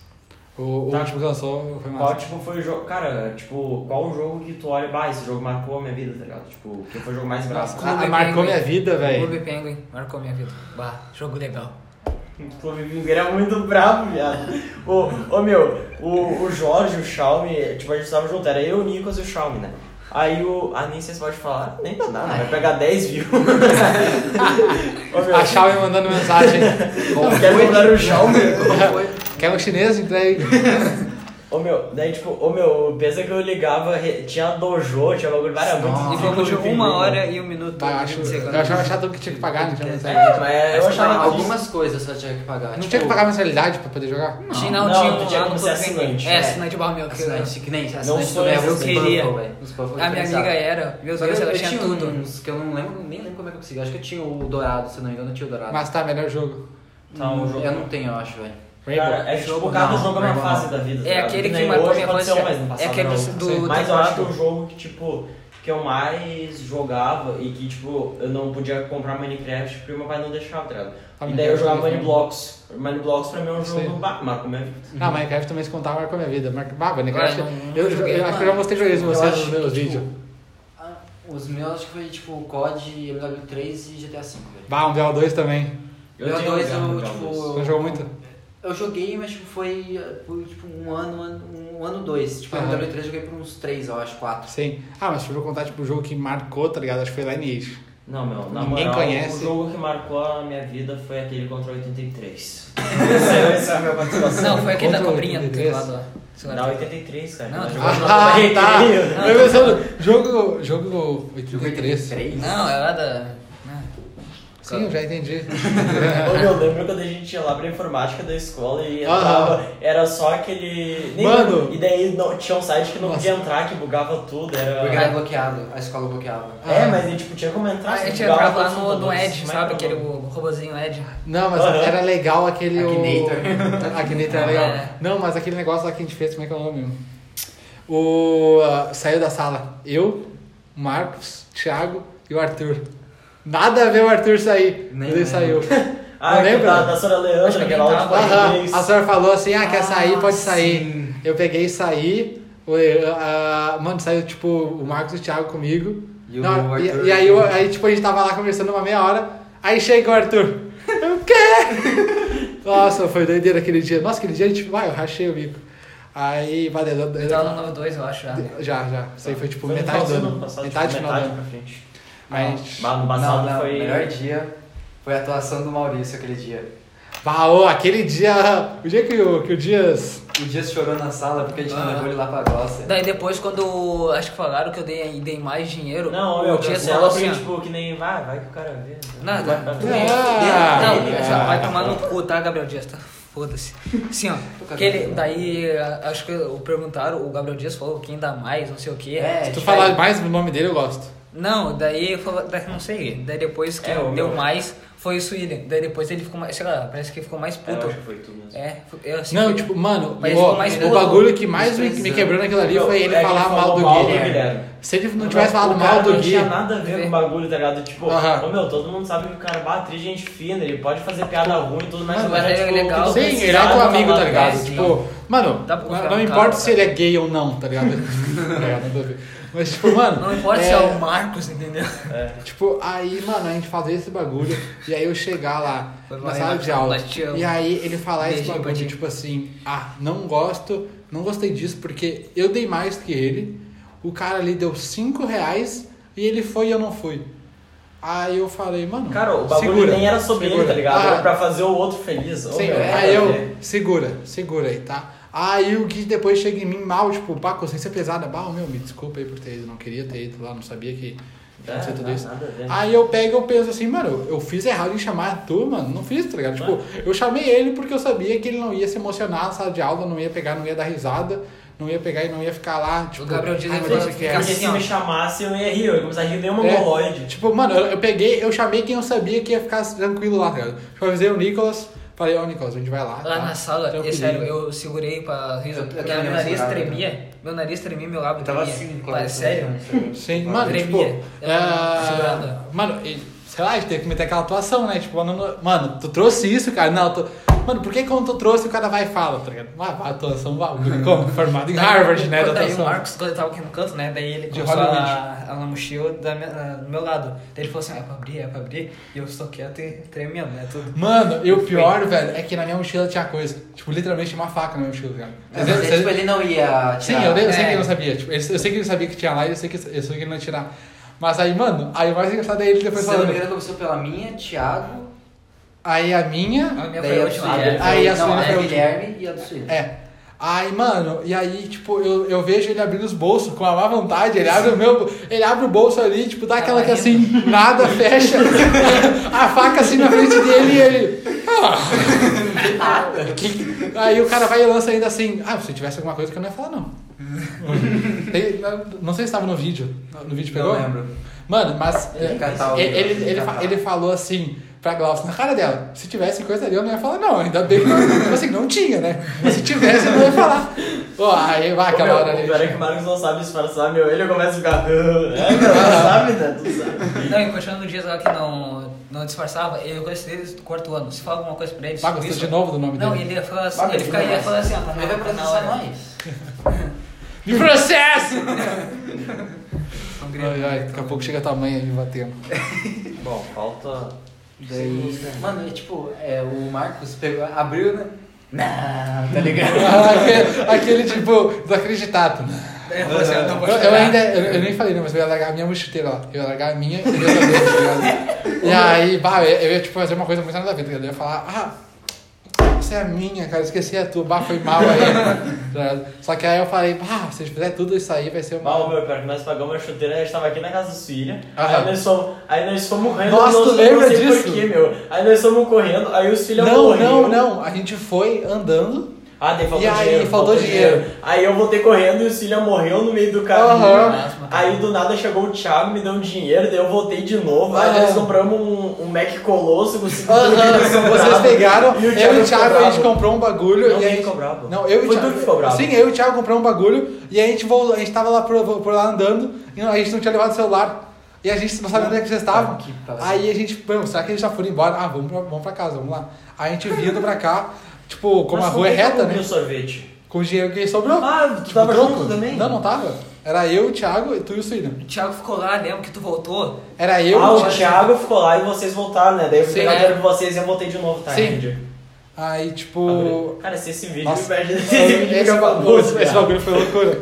[SPEAKER 1] O, o
[SPEAKER 2] Tá.
[SPEAKER 1] último que lançou foi
[SPEAKER 2] Qual,
[SPEAKER 1] massa.
[SPEAKER 2] tipo, foi o jogo... Cara, tipo, qual o jogo que tu olha... Bah, esse jogo marcou a minha vida, tá ligado? Tipo, que foi o jogo mais bravo?
[SPEAKER 1] Ah, marcou minha vida, velho.
[SPEAKER 5] Clube Penguin marcou minha vida. Bah, jogo legal.
[SPEAKER 2] O Clube Vingueiro é muito brabo, viado. Ô, ô meu, o, o Jorge, o Xiaomi, tipo, a gente tava junto, era eu, o Nicolas e o Xiaomi, né? Aí o. Ah, nem sei se pode falar. Nem pra nada, vai pegar 10 views. ô, meu,
[SPEAKER 1] A Xiaomi mandando mensagem.
[SPEAKER 3] é,
[SPEAKER 2] quero comprar o Xiaomi.
[SPEAKER 1] Então Quer um chinês? Entrei.
[SPEAKER 2] Ô meu, daí tipo, ô meu, pensa que eu ligava, re- tinha dojo, tinha bagulho, várias tipo,
[SPEAKER 5] E foi de uma hora e um minuto.
[SPEAKER 1] Tá, eu acho, eu achava chato que tinha que pagar, não tinha mensalidade.
[SPEAKER 2] É, mas eu
[SPEAKER 3] Mas
[SPEAKER 2] achava que
[SPEAKER 3] algumas coisas só tinha que pagar.
[SPEAKER 1] Não
[SPEAKER 3] tipo,
[SPEAKER 1] tinha que pagar mensalidade pra poder jogar?
[SPEAKER 5] Tinha,
[SPEAKER 2] Não,
[SPEAKER 5] não,
[SPEAKER 2] não,
[SPEAKER 5] tinha
[SPEAKER 2] tu
[SPEAKER 5] um
[SPEAKER 2] tinha
[SPEAKER 5] lá
[SPEAKER 2] como
[SPEAKER 5] no
[SPEAKER 2] ser
[SPEAKER 5] Clube Penguin.
[SPEAKER 2] assinante,
[SPEAKER 5] É,
[SPEAKER 2] né?
[SPEAKER 5] assinante de barra meu. que eu-
[SPEAKER 3] Assinante, que nem assinante
[SPEAKER 2] sou
[SPEAKER 3] do
[SPEAKER 2] eu,
[SPEAKER 3] Level,
[SPEAKER 2] eu
[SPEAKER 3] os
[SPEAKER 5] queria.
[SPEAKER 3] Puffle, velho. Os Puffle
[SPEAKER 5] A minha
[SPEAKER 3] diferenciados.
[SPEAKER 5] amiga era. Meu
[SPEAKER 3] Só que
[SPEAKER 5] Deus,
[SPEAKER 3] eu,
[SPEAKER 5] ela
[SPEAKER 3] eu
[SPEAKER 5] tinha
[SPEAKER 3] tinha um,
[SPEAKER 5] tudo.
[SPEAKER 3] uns que eu não lembro, nem lembro como é que eu consegui. Acho que eu tinha o dourado, se não me engano, eu tinha o dourado.
[SPEAKER 1] Mas tá, melhor jogo.
[SPEAKER 2] Tá, o jogo.
[SPEAKER 3] Eu não tenho, eu acho, velho.
[SPEAKER 2] Cara, é que, tipo, cada
[SPEAKER 3] Não,
[SPEAKER 2] jogo é uma
[SPEAKER 3] não.
[SPEAKER 2] fase da vida.
[SPEAKER 5] É
[SPEAKER 2] tá
[SPEAKER 5] aquele
[SPEAKER 2] ligado?
[SPEAKER 5] que
[SPEAKER 2] Nem
[SPEAKER 5] marcou
[SPEAKER 2] hoje
[SPEAKER 5] minha
[SPEAKER 2] pode ser
[SPEAKER 5] infância.
[SPEAKER 2] um, mas no
[SPEAKER 5] É
[SPEAKER 2] passado
[SPEAKER 5] aquele
[SPEAKER 2] não.
[SPEAKER 5] do-
[SPEAKER 1] Sim.
[SPEAKER 5] do
[SPEAKER 2] Mas eu acho que
[SPEAKER 5] teclado.
[SPEAKER 2] o jogo que, tipo, que eu mais jogava e que, tipo, eu não podia comprar Minecraft porque meu pai não deixava, tá ligado?
[SPEAKER 1] Ah,
[SPEAKER 2] E daí eu
[SPEAKER 1] Minecraft
[SPEAKER 2] jogava
[SPEAKER 1] também.
[SPEAKER 2] Mine Blocks. Mine Blocks pra mim é um
[SPEAKER 1] Sim.
[SPEAKER 2] jogo bah, marco minha vida.
[SPEAKER 1] Ah, Minecraft também se contava, marcou minha vida. Mar- Ah, Minecraft.
[SPEAKER 5] Ah, não, não
[SPEAKER 1] eu,
[SPEAKER 5] joguei,
[SPEAKER 1] eu acho que eu já
[SPEAKER 5] mano.
[SPEAKER 1] mostrei joguei isso
[SPEAKER 3] Eu
[SPEAKER 1] vocês
[SPEAKER 3] acho
[SPEAKER 1] nos
[SPEAKER 3] que,
[SPEAKER 1] meus
[SPEAKER 3] tipo,
[SPEAKER 1] vídeos.
[SPEAKER 3] Ah, Os meus acho que foi tipo COD, MW3 e GTA V, velho.
[SPEAKER 1] Bah, um BL2 também.
[SPEAKER 2] tenho um
[SPEAKER 3] MW2
[SPEAKER 2] jogado
[SPEAKER 3] eu,
[SPEAKER 2] jogos.
[SPEAKER 3] tipo.
[SPEAKER 1] Você jogou muito?
[SPEAKER 3] Eu joguei, mas tipo, foi eh, por tipo um ano, um ano- um ano dois. Tipo,
[SPEAKER 1] Aham.
[SPEAKER 3] MW3 eu joguei por uns três, eu acho, quatro.
[SPEAKER 1] Sim. Ah, mas deixa eu contar, tipo, o jogo que marcou, tá ligado? Acho que foi Lineage.
[SPEAKER 2] Não, meu, na
[SPEAKER 1] Ninguém
[SPEAKER 2] moral,
[SPEAKER 1] conhece.
[SPEAKER 2] o jogo que marcou a minha vida foi aquele contra 83. Esse é a minha participação.
[SPEAKER 5] Não, foi aquele da
[SPEAKER 1] Contra o
[SPEAKER 5] cobrinha do
[SPEAKER 1] 83.
[SPEAKER 5] teclado lá. Sei lá.
[SPEAKER 2] Dá 83, cara.
[SPEAKER 5] Não,
[SPEAKER 2] Nós
[SPEAKER 5] tá.
[SPEAKER 2] jogamos na
[SPEAKER 1] Ah,
[SPEAKER 2] barriga.
[SPEAKER 1] tá. Eu pensando, jogo, jogo 83.
[SPEAKER 5] Não, é lá da. não.
[SPEAKER 1] Sim, eu já entendi.
[SPEAKER 2] Ô, meu, lembro quando a gente ia lá pra informática da escola e
[SPEAKER 1] Aham.
[SPEAKER 2] entrava, era só aquele.
[SPEAKER 1] Mano!
[SPEAKER 2] E daí não, tinha um site que não
[SPEAKER 1] Nossa.
[SPEAKER 2] podia entrar, que bugava tudo,
[SPEAKER 3] Porque
[SPEAKER 2] era.
[SPEAKER 3] era bloqueado, a escola bloqueava.
[SPEAKER 1] Ah.
[SPEAKER 2] É, mas aí, tipo, tinha como entrar.
[SPEAKER 5] Ah,
[SPEAKER 2] só
[SPEAKER 5] a gente
[SPEAKER 2] bugava
[SPEAKER 5] entrava lá
[SPEAKER 2] todos os
[SPEAKER 5] no, no
[SPEAKER 2] computadores.
[SPEAKER 5] Edge,
[SPEAKER 2] Mas
[SPEAKER 5] sabe?
[SPEAKER 2] tá
[SPEAKER 5] Aquele
[SPEAKER 2] bom.
[SPEAKER 5] ro- robozinho Edge.
[SPEAKER 1] Não, mas
[SPEAKER 2] Aham.
[SPEAKER 1] era legal aquele.
[SPEAKER 3] Akinator.
[SPEAKER 1] O... Akinator era legal.
[SPEAKER 5] É.
[SPEAKER 1] Não, mas aquele negócio lá que a gente fez, como é que é o nome? O. ah, saiu da sala. Eu, Marcos, Thiago e o Arthur. Nada a ver o Arthur sair.
[SPEAKER 3] Nem
[SPEAKER 1] ele
[SPEAKER 3] lembro.
[SPEAKER 1] saiu.
[SPEAKER 2] Ah,
[SPEAKER 1] Não
[SPEAKER 2] aquele
[SPEAKER 1] lembra?
[SPEAKER 2] Da, da Sora
[SPEAKER 5] Acho
[SPEAKER 2] Leandra,
[SPEAKER 5] que
[SPEAKER 2] que era
[SPEAKER 5] alguém
[SPEAKER 2] lá
[SPEAKER 5] tava.
[SPEAKER 1] Aham,
[SPEAKER 2] de
[SPEAKER 1] A senhora falou assim: ah, quer sair,
[SPEAKER 3] Ah,
[SPEAKER 1] pode sair.
[SPEAKER 3] sim.
[SPEAKER 1] Eu peguei e saí. O- ah, mano, saiu tipo o Marcos e o Thiago comigo.
[SPEAKER 3] E o
[SPEAKER 1] Não, e,
[SPEAKER 3] Arthur.
[SPEAKER 1] e aí, eu- aí, tipo, a gente tava lá conversando uma meia hora. Aí chega o Arthur. Eu, o quê? Nossa, foi doideira aquele dia. Nossa, aquele dia a gente, vai, eu rachei o bico. Aí, valeu. eu-
[SPEAKER 5] Eu
[SPEAKER 1] eu-
[SPEAKER 5] tava no 92, eu acho. já.
[SPEAKER 1] Já, já. Isso aí foi tipo
[SPEAKER 2] Foi no
[SPEAKER 1] metade do
[SPEAKER 2] finalzinho
[SPEAKER 1] ano.
[SPEAKER 2] passado,
[SPEAKER 1] Metade do
[SPEAKER 2] tipo,
[SPEAKER 1] final do ano.
[SPEAKER 2] pra frente.
[SPEAKER 1] Mas.
[SPEAKER 2] Bah, no passado
[SPEAKER 3] não, não,
[SPEAKER 2] foi.
[SPEAKER 3] O melhor dia foi a atuação do Maurício aquele dia.
[SPEAKER 1] Bah, ô, aquele dia. O dia que o, que o Dias.
[SPEAKER 3] O Dias chorou na sala porque a gente não
[SPEAKER 5] Ah.
[SPEAKER 3] levou ele lá pra roça.
[SPEAKER 5] Daí depois, quando acho que falaram que eu dei, dei mais dinheiro,
[SPEAKER 2] Não, meu,
[SPEAKER 5] o dia
[SPEAKER 2] cancela
[SPEAKER 5] assim,
[SPEAKER 2] porque,
[SPEAKER 5] ó,
[SPEAKER 2] tipo, que nem. Vai, vai que o cara vê. né?
[SPEAKER 5] Nada.
[SPEAKER 2] Vai, vai.
[SPEAKER 1] Ah,
[SPEAKER 5] não,
[SPEAKER 1] ah.
[SPEAKER 5] já vai tomar no cu, tá, Gabriel Dias? Tá? Foda-se. Assim, ó. Que ele, daí, a- acho que eu- perguntaram, o Gabriel Dias falou quem dá mais, não sei o quê.
[SPEAKER 3] É,
[SPEAKER 1] Se tu
[SPEAKER 3] tipo,
[SPEAKER 1] falar mais o nome dele, eu gosto.
[SPEAKER 5] Não, daí, eu falo- daí não sei. Daí depois que
[SPEAKER 2] É, o
[SPEAKER 5] deu
[SPEAKER 2] meu.
[SPEAKER 5] mais foi o Sweden. Daí depois ele ficou mais, sei lá, parece que ficou mais
[SPEAKER 2] É, eu
[SPEAKER 5] puto.
[SPEAKER 2] acho que foi tudo mesmo.
[SPEAKER 5] É, foi- eu assim.
[SPEAKER 1] Não,
[SPEAKER 5] fui-
[SPEAKER 1] tipo, mano,
[SPEAKER 5] Mas
[SPEAKER 1] ó,
[SPEAKER 5] ficou mais
[SPEAKER 1] o
[SPEAKER 5] puto.
[SPEAKER 1] bagulho que mais me, me
[SPEAKER 3] Desprezando.
[SPEAKER 1] quebrou naquilo ali
[SPEAKER 2] Meu,
[SPEAKER 1] foi ele
[SPEAKER 2] é que
[SPEAKER 1] falar mal
[SPEAKER 2] falou
[SPEAKER 1] do
[SPEAKER 2] mal do
[SPEAKER 1] Guilherme.
[SPEAKER 2] Guilherme.
[SPEAKER 1] Se ele não tivesse falado
[SPEAKER 2] O
[SPEAKER 1] mal
[SPEAKER 2] cara
[SPEAKER 1] do
[SPEAKER 2] Não tinha
[SPEAKER 1] Gui.
[SPEAKER 2] nada a ver com o bagulho, tá ligado? Tipo,
[SPEAKER 1] Aham.
[SPEAKER 2] ô, meu, todo mundo sabe que o cara bate gente fina, ele pode fazer piada ruim e tudo mais,
[SPEAKER 5] Mas
[SPEAKER 2] o cara
[SPEAKER 5] ele é
[SPEAKER 2] tipo,
[SPEAKER 5] legal.
[SPEAKER 2] não
[SPEAKER 1] Sim,
[SPEAKER 2] precisava
[SPEAKER 1] ele é teu
[SPEAKER 2] falar
[SPEAKER 1] amigo, tá
[SPEAKER 2] dessa.
[SPEAKER 1] ligado?
[SPEAKER 5] sim.
[SPEAKER 1] Tipo, mano,
[SPEAKER 5] Dá pra confiar
[SPEAKER 1] não,
[SPEAKER 5] no
[SPEAKER 1] importa
[SPEAKER 5] cara,
[SPEAKER 1] se ele é gay ou não, tá ligado? Tá ligado? Nada a ver. Mas, tipo, mano.
[SPEAKER 5] Não importa
[SPEAKER 1] é,
[SPEAKER 5] se é o Marcos, entendeu?
[SPEAKER 1] Tipo, aí, mano, a gente fazer esse bagulho e aí eu chegar lá
[SPEAKER 5] Foi
[SPEAKER 1] na
[SPEAKER 5] mal,
[SPEAKER 1] sala
[SPEAKER 5] hein,
[SPEAKER 1] de aula.
[SPEAKER 5] mas te amo.
[SPEAKER 1] E aí ele falar esse
[SPEAKER 5] Beijinho,
[SPEAKER 1] bagulho,
[SPEAKER 5] Bandinho.
[SPEAKER 1] tipo assim, ah, não gosto, não gostei disso porque eu dei mais que ele, o cara ali deu 5 reais e ele foi e eu não fui. Aí eu falei, mano.
[SPEAKER 2] Cara, o bagulho
[SPEAKER 1] segura,
[SPEAKER 2] nem era sobre ele,
[SPEAKER 1] segura.
[SPEAKER 2] tá ligado? Era
[SPEAKER 1] Ah,
[SPEAKER 2] pra fazer o outro feliz. Ô,
[SPEAKER 1] Sim,
[SPEAKER 2] meu, nada a
[SPEAKER 1] aí eu,
[SPEAKER 2] ver.
[SPEAKER 1] segura, segura aí, tá? Aí o Gui depois chega em mim mal, tipo, pá, consciência pesada, bah, meu, me desculpa aí por ter ido, não queria ter ido lá, não sabia que
[SPEAKER 2] É,
[SPEAKER 1] ia acontecer tudo
[SPEAKER 2] nada-
[SPEAKER 1] isso.
[SPEAKER 2] nada a ver.
[SPEAKER 1] Aí eu pego e eu penso assim, mano, eu fiz errado em chamar tu, mano, não fiz, tá ligado? Tipo, eu chamei ele porque eu sabia que ele não ia se emocionar na sala de aula, não ia pegar, não ia dar risada, não ia pegar e não ia ficar lá, tipo,
[SPEAKER 5] Gabriel Dias,
[SPEAKER 1] "Ai,
[SPEAKER 5] ele
[SPEAKER 1] meu Deus,
[SPEAKER 5] falou,
[SPEAKER 1] o que é?"
[SPEAKER 5] "Fica
[SPEAKER 2] Porque se
[SPEAKER 5] assim, ó.
[SPEAKER 2] me chamasse, eu ia rir, eu ia começar a rir nem um
[SPEAKER 1] É,
[SPEAKER 2] mongoloide.
[SPEAKER 1] Tipo, mano, eu, eu peguei, eu chamei quem eu sabia que ia ficar tranquilo lá, tá ligado? Tipo, eu avisei o Nicolas, falei, ó, Nicolas, a gente vai lá.
[SPEAKER 5] Lá
[SPEAKER 1] tá?
[SPEAKER 5] na sala, é
[SPEAKER 1] Tranquilinho."
[SPEAKER 5] sério, eu segurei pra riso,
[SPEAKER 3] Eu- eu
[SPEAKER 5] porque
[SPEAKER 3] também
[SPEAKER 5] meu
[SPEAKER 3] não
[SPEAKER 5] nariz
[SPEAKER 3] segurava,
[SPEAKER 5] tremia, meu nariz tremia, meu lábio
[SPEAKER 3] Eu tava
[SPEAKER 5] tremia.
[SPEAKER 3] assim, é,
[SPEAKER 5] Pá, sério?
[SPEAKER 1] Sim, mano,
[SPEAKER 5] Tremia.
[SPEAKER 1] tipo...
[SPEAKER 5] Eu tava
[SPEAKER 1] é,
[SPEAKER 5] segurando.
[SPEAKER 1] Mano, e, sei lá, a gente teve que meter aquela atuação, né? Tipo, mano, mano, tu trouxe isso, cara? Não, tu... Mano, por que quando tu trouxe, o cara vai e fala, tá ligado? Ah, a atuação, uau, como? Formado em
[SPEAKER 5] Daí,
[SPEAKER 1] Harvard, né, da
[SPEAKER 5] Daí o
[SPEAKER 1] atuação.
[SPEAKER 5] Marcos, quando ele tava aqui no canto, né, daí ele
[SPEAKER 1] De
[SPEAKER 5] começou a,
[SPEAKER 1] Hollywood.
[SPEAKER 5] a na mochila da minha- na- do meu lado. Daí ele falou assim, é pra abrir, é pra abrir, e eu só quieto e tremendo, né, tudo.
[SPEAKER 1] Mano, e o pior, velho, é que na minha mochila tinha coisa. Tipo, literalmente tinha uma faca na minha mochila, tá cara.
[SPEAKER 3] Mas, é, tipo, ele não ia tirar.
[SPEAKER 1] Sim, eu, eu sei
[SPEAKER 5] É.
[SPEAKER 1] que ele não sabia. Tipo, ele- eu sei que ele sabia que tinha lá e eu sei que, eu sei que ele não ia tirar. Mas aí, mano, aí o mais engraçado é ele depois
[SPEAKER 3] Se eu não me
[SPEAKER 1] falando.
[SPEAKER 3] engano, começou pela minha, Thiago,
[SPEAKER 1] Aí a minha.
[SPEAKER 5] A minha
[SPEAKER 3] daí
[SPEAKER 5] foi a
[SPEAKER 3] a
[SPEAKER 5] última.
[SPEAKER 3] Suíra.
[SPEAKER 1] É, Aí a
[SPEAKER 3] Não,
[SPEAKER 1] Suíra
[SPEAKER 3] é
[SPEAKER 1] foi a
[SPEAKER 3] a
[SPEAKER 1] última.
[SPEAKER 3] Guilherme e a do Suíra.
[SPEAKER 1] É. Aí, mano, e aí, tipo, eu, eu vejo ele abrindo os bolsos com a má vontade, ele abre o meu. Ele abre o bolso ali, tipo, dá aquela que assim, nada, fecha, a faca assim na frente dele e ele. "Ah, que-" Aí o cara vai e lança ainda assim, ah, se tivesse alguma coisa que eu não ia falar, não. Tem- não- não sei se estava no vídeo. No vídeo pegou?
[SPEAKER 3] Não lembro.
[SPEAKER 1] Mano, mas. é,
[SPEAKER 3] Ele catar o-
[SPEAKER 1] ele, ele, ele, fa- ele falou assim pra Glaucia na cara dela: se tivesse coisa ali, eu não ia falar, não. Ainda bem que não, tipo assim, não tinha, né? Mas se tivesse, eu não ia falar. Pô, aí vai aquela hora ali. tipo-
[SPEAKER 2] Pior é que o Marcos não sabe disfarçar, meu. Ele começa a ficar. É, meu, tu sabe, né? Tu sabe.
[SPEAKER 5] Não, e continuando no dias lá que não, não disfarçava, eu conheci eles do quarto ano. Se fala alguma coisa pra eles.
[SPEAKER 1] Ah,
[SPEAKER 5] sobre
[SPEAKER 1] gostou
[SPEAKER 5] isso-
[SPEAKER 1] de novo do nome
[SPEAKER 5] Não,
[SPEAKER 1] dele.
[SPEAKER 5] ele ia falar assim,
[SPEAKER 2] Bagulho
[SPEAKER 5] ele fica, ia
[SPEAKER 2] demais.
[SPEAKER 5] falar assim, ó, tá
[SPEAKER 3] Ele vai "É
[SPEAKER 5] na, tá na
[SPEAKER 3] processar
[SPEAKER 5] hora.
[SPEAKER 3] nós.
[SPEAKER 1] Me processo!
[SPEAKER 5] São gregos,
[SPEAKER 1] Ai,
[SPEAKER 5] né?
[SPEAKER 1] ai, daqui a pouco chega a tua mãe aí me batendo.
[SPEAKER 2] Bom, falta.
[SPEAKER 3] Daí, mano, é tipo, é, o Marcos pegou, abriu, né? Não, tá ligado?
[SPEAKER 1] aquele, aquele tipo, desacreditado. né?
[SPEAKER 5] Daí eu falo assim, eu não vou
[SPEAKER 1] Eu, eu
[SPEAKER 5] chorar.
[SPEAKER 1] ainda, eu, eu nem falei, não, mas eu ia largar a minha mochileira lá. Eu ia largar a minha e eu ia saber, tá ligado? E aí, bah, eu, eu ia tipo, fazer uma coisa muito nada a ver, tá ligado? Eu ia falar, ah, essa é a minha, cara, eu esqueci a tua, bah, foi mal aí. tá ligado? Só que aí eu falei, bah, se fizer tudo isso aí vai ser uma.
[SPEAKER 2] Mal, meu, pior que nós pagamos a chuteira, a gente tava aqui na casa do Suíra.
[SPEAKER 1] Aham.
[SPEAKER 2] Aí nós fomos. Aí nós fomos correndo.
[SPEAKER 1] Nossa,
[SPEAKER 2] nós-
[SPEAKER 1] tu lembra
[SPEAKER 2] não sei
[SPEAKER 1] disso?
[SPEAKER 2] porquê, meu. Aí nós fomos correndo, aí o Suíra
[SPEAKER 1] não,
[SPEAKER 2] morreu.
[SPEAKER 1] não, não. A gente foi andando.
[SPEAKER 2] Ah, daí faltou
[SPEAKER 1] E aí,
[SPEAKER 2] dinheiro.
[SPEAKER 1] faltou dinheiro.
[SPEAKER 2] Aí eu voltei correndo e o Cília morreu no meio do caminho.
[SPEAKER 1] Aham.
[SPEAKER 2] Aí do nada chegou o Thiago, me deu um dinheiro, daí eu voltei de novo. Aí
[SPEAKER 1] Aham.
[SPEAKER 2] nós compramos um, um Mac Colosso com cinco litros de
[SPEAKER 1] Vocês
[SPEAKER 2] bravo.
[SPEAKER 1] pegaram,
[SPEAKER 2] E o
[SPEAKER 1] eu e o
[SPEAKER 2] ficou
[SPEAKER 1] Thiago, a gente
[SPEAKER 2] bravo.
[SPEAKER 1] comprou um bagulho.
[SPEAKER 2] Não,
[SPEAKER 1] e a
[SPEAKER 2] quem
[SPEAKER 1] gente...
[SPEAKER 2] ficou bravo?
[SPEAKER 1] Não, eu e o
[SPEAKER 2] Foi
[SPEAKER 1] Thiago.
[SPEAKER 2] tu que ficou bravo.
[SPEAKER 1] Sim, eu e o Thiago compramos um bagulho e a gente voltou, a gente tava lá por, por lá andando e a gente não tinha levado o celular. E a gente não sabia onde é que vocês estavam.
[SPEAKER 3] que passa.
[SPEAKER 1] Aí a gente, mano, será que eles já foram embora? Ah, vamos pra, vamos pra casa, vamos lá. Aí a gente vindo pra cá, tipo, como
[SPEAKER 2] Mas
[SPEAKER 1] a rua é
[SPEAKER 2] por que
[SPEAKER 1] reta,
[SPEAKER 2] eu comi
[SPEAKER 1] né?
[SPEAKER 2] o sorvete.
[SPEAKER 1] Com o dinheiro que sobrou.
[SPEAKER 2] Ah, tu
[SPEAKER 1] Tipo,
[SPEAKER 2] tava
[SPEAKER 1] troco.
[SPEAKER 2] junto também?
[SPEAKER 1] Não, não tava. Era eu, o Thiago, e tu e o Suíno.
[SPEAKER 5] O Thiago ficou lá, lembra que tu voltou?
[SPEAKER 1] Era eu,
[SPEAKER 2] ah,
[SPEAKER 1] o
[SPEAKER 2] o
[SPEAKER 1] Thiago.
[SPEAKER 2] Thiago ficou lá e vocês voltaram, né? Daí eu fui
[SPEAKER 1] Sim,
[SPEAKER 2] pegar
[SPEAKER 1] é.
[SPEAKER 2] dinheiro pra vocês e eu voltei de novo, tá?
[SPEAKER 1] Sim.
[SPEAKER 2] Entendi.
[SPEAKER 1] Aí, tipo.
[SPEAKER 2] Cara, se esse vídeo
[SPEAKER 1] Nossa.
[SPEAKER 2] imagina se esse vídeo
[SPEAKER 1] Esse
[SPEAKER 2] fica
[SPEAKER 1] bagulho,
[SPEAKER 2] famoso,
[SPEAKER 1] esse é
[SPEAKER 2] cara.
[SPEAKER 1] bagulho foi loucura.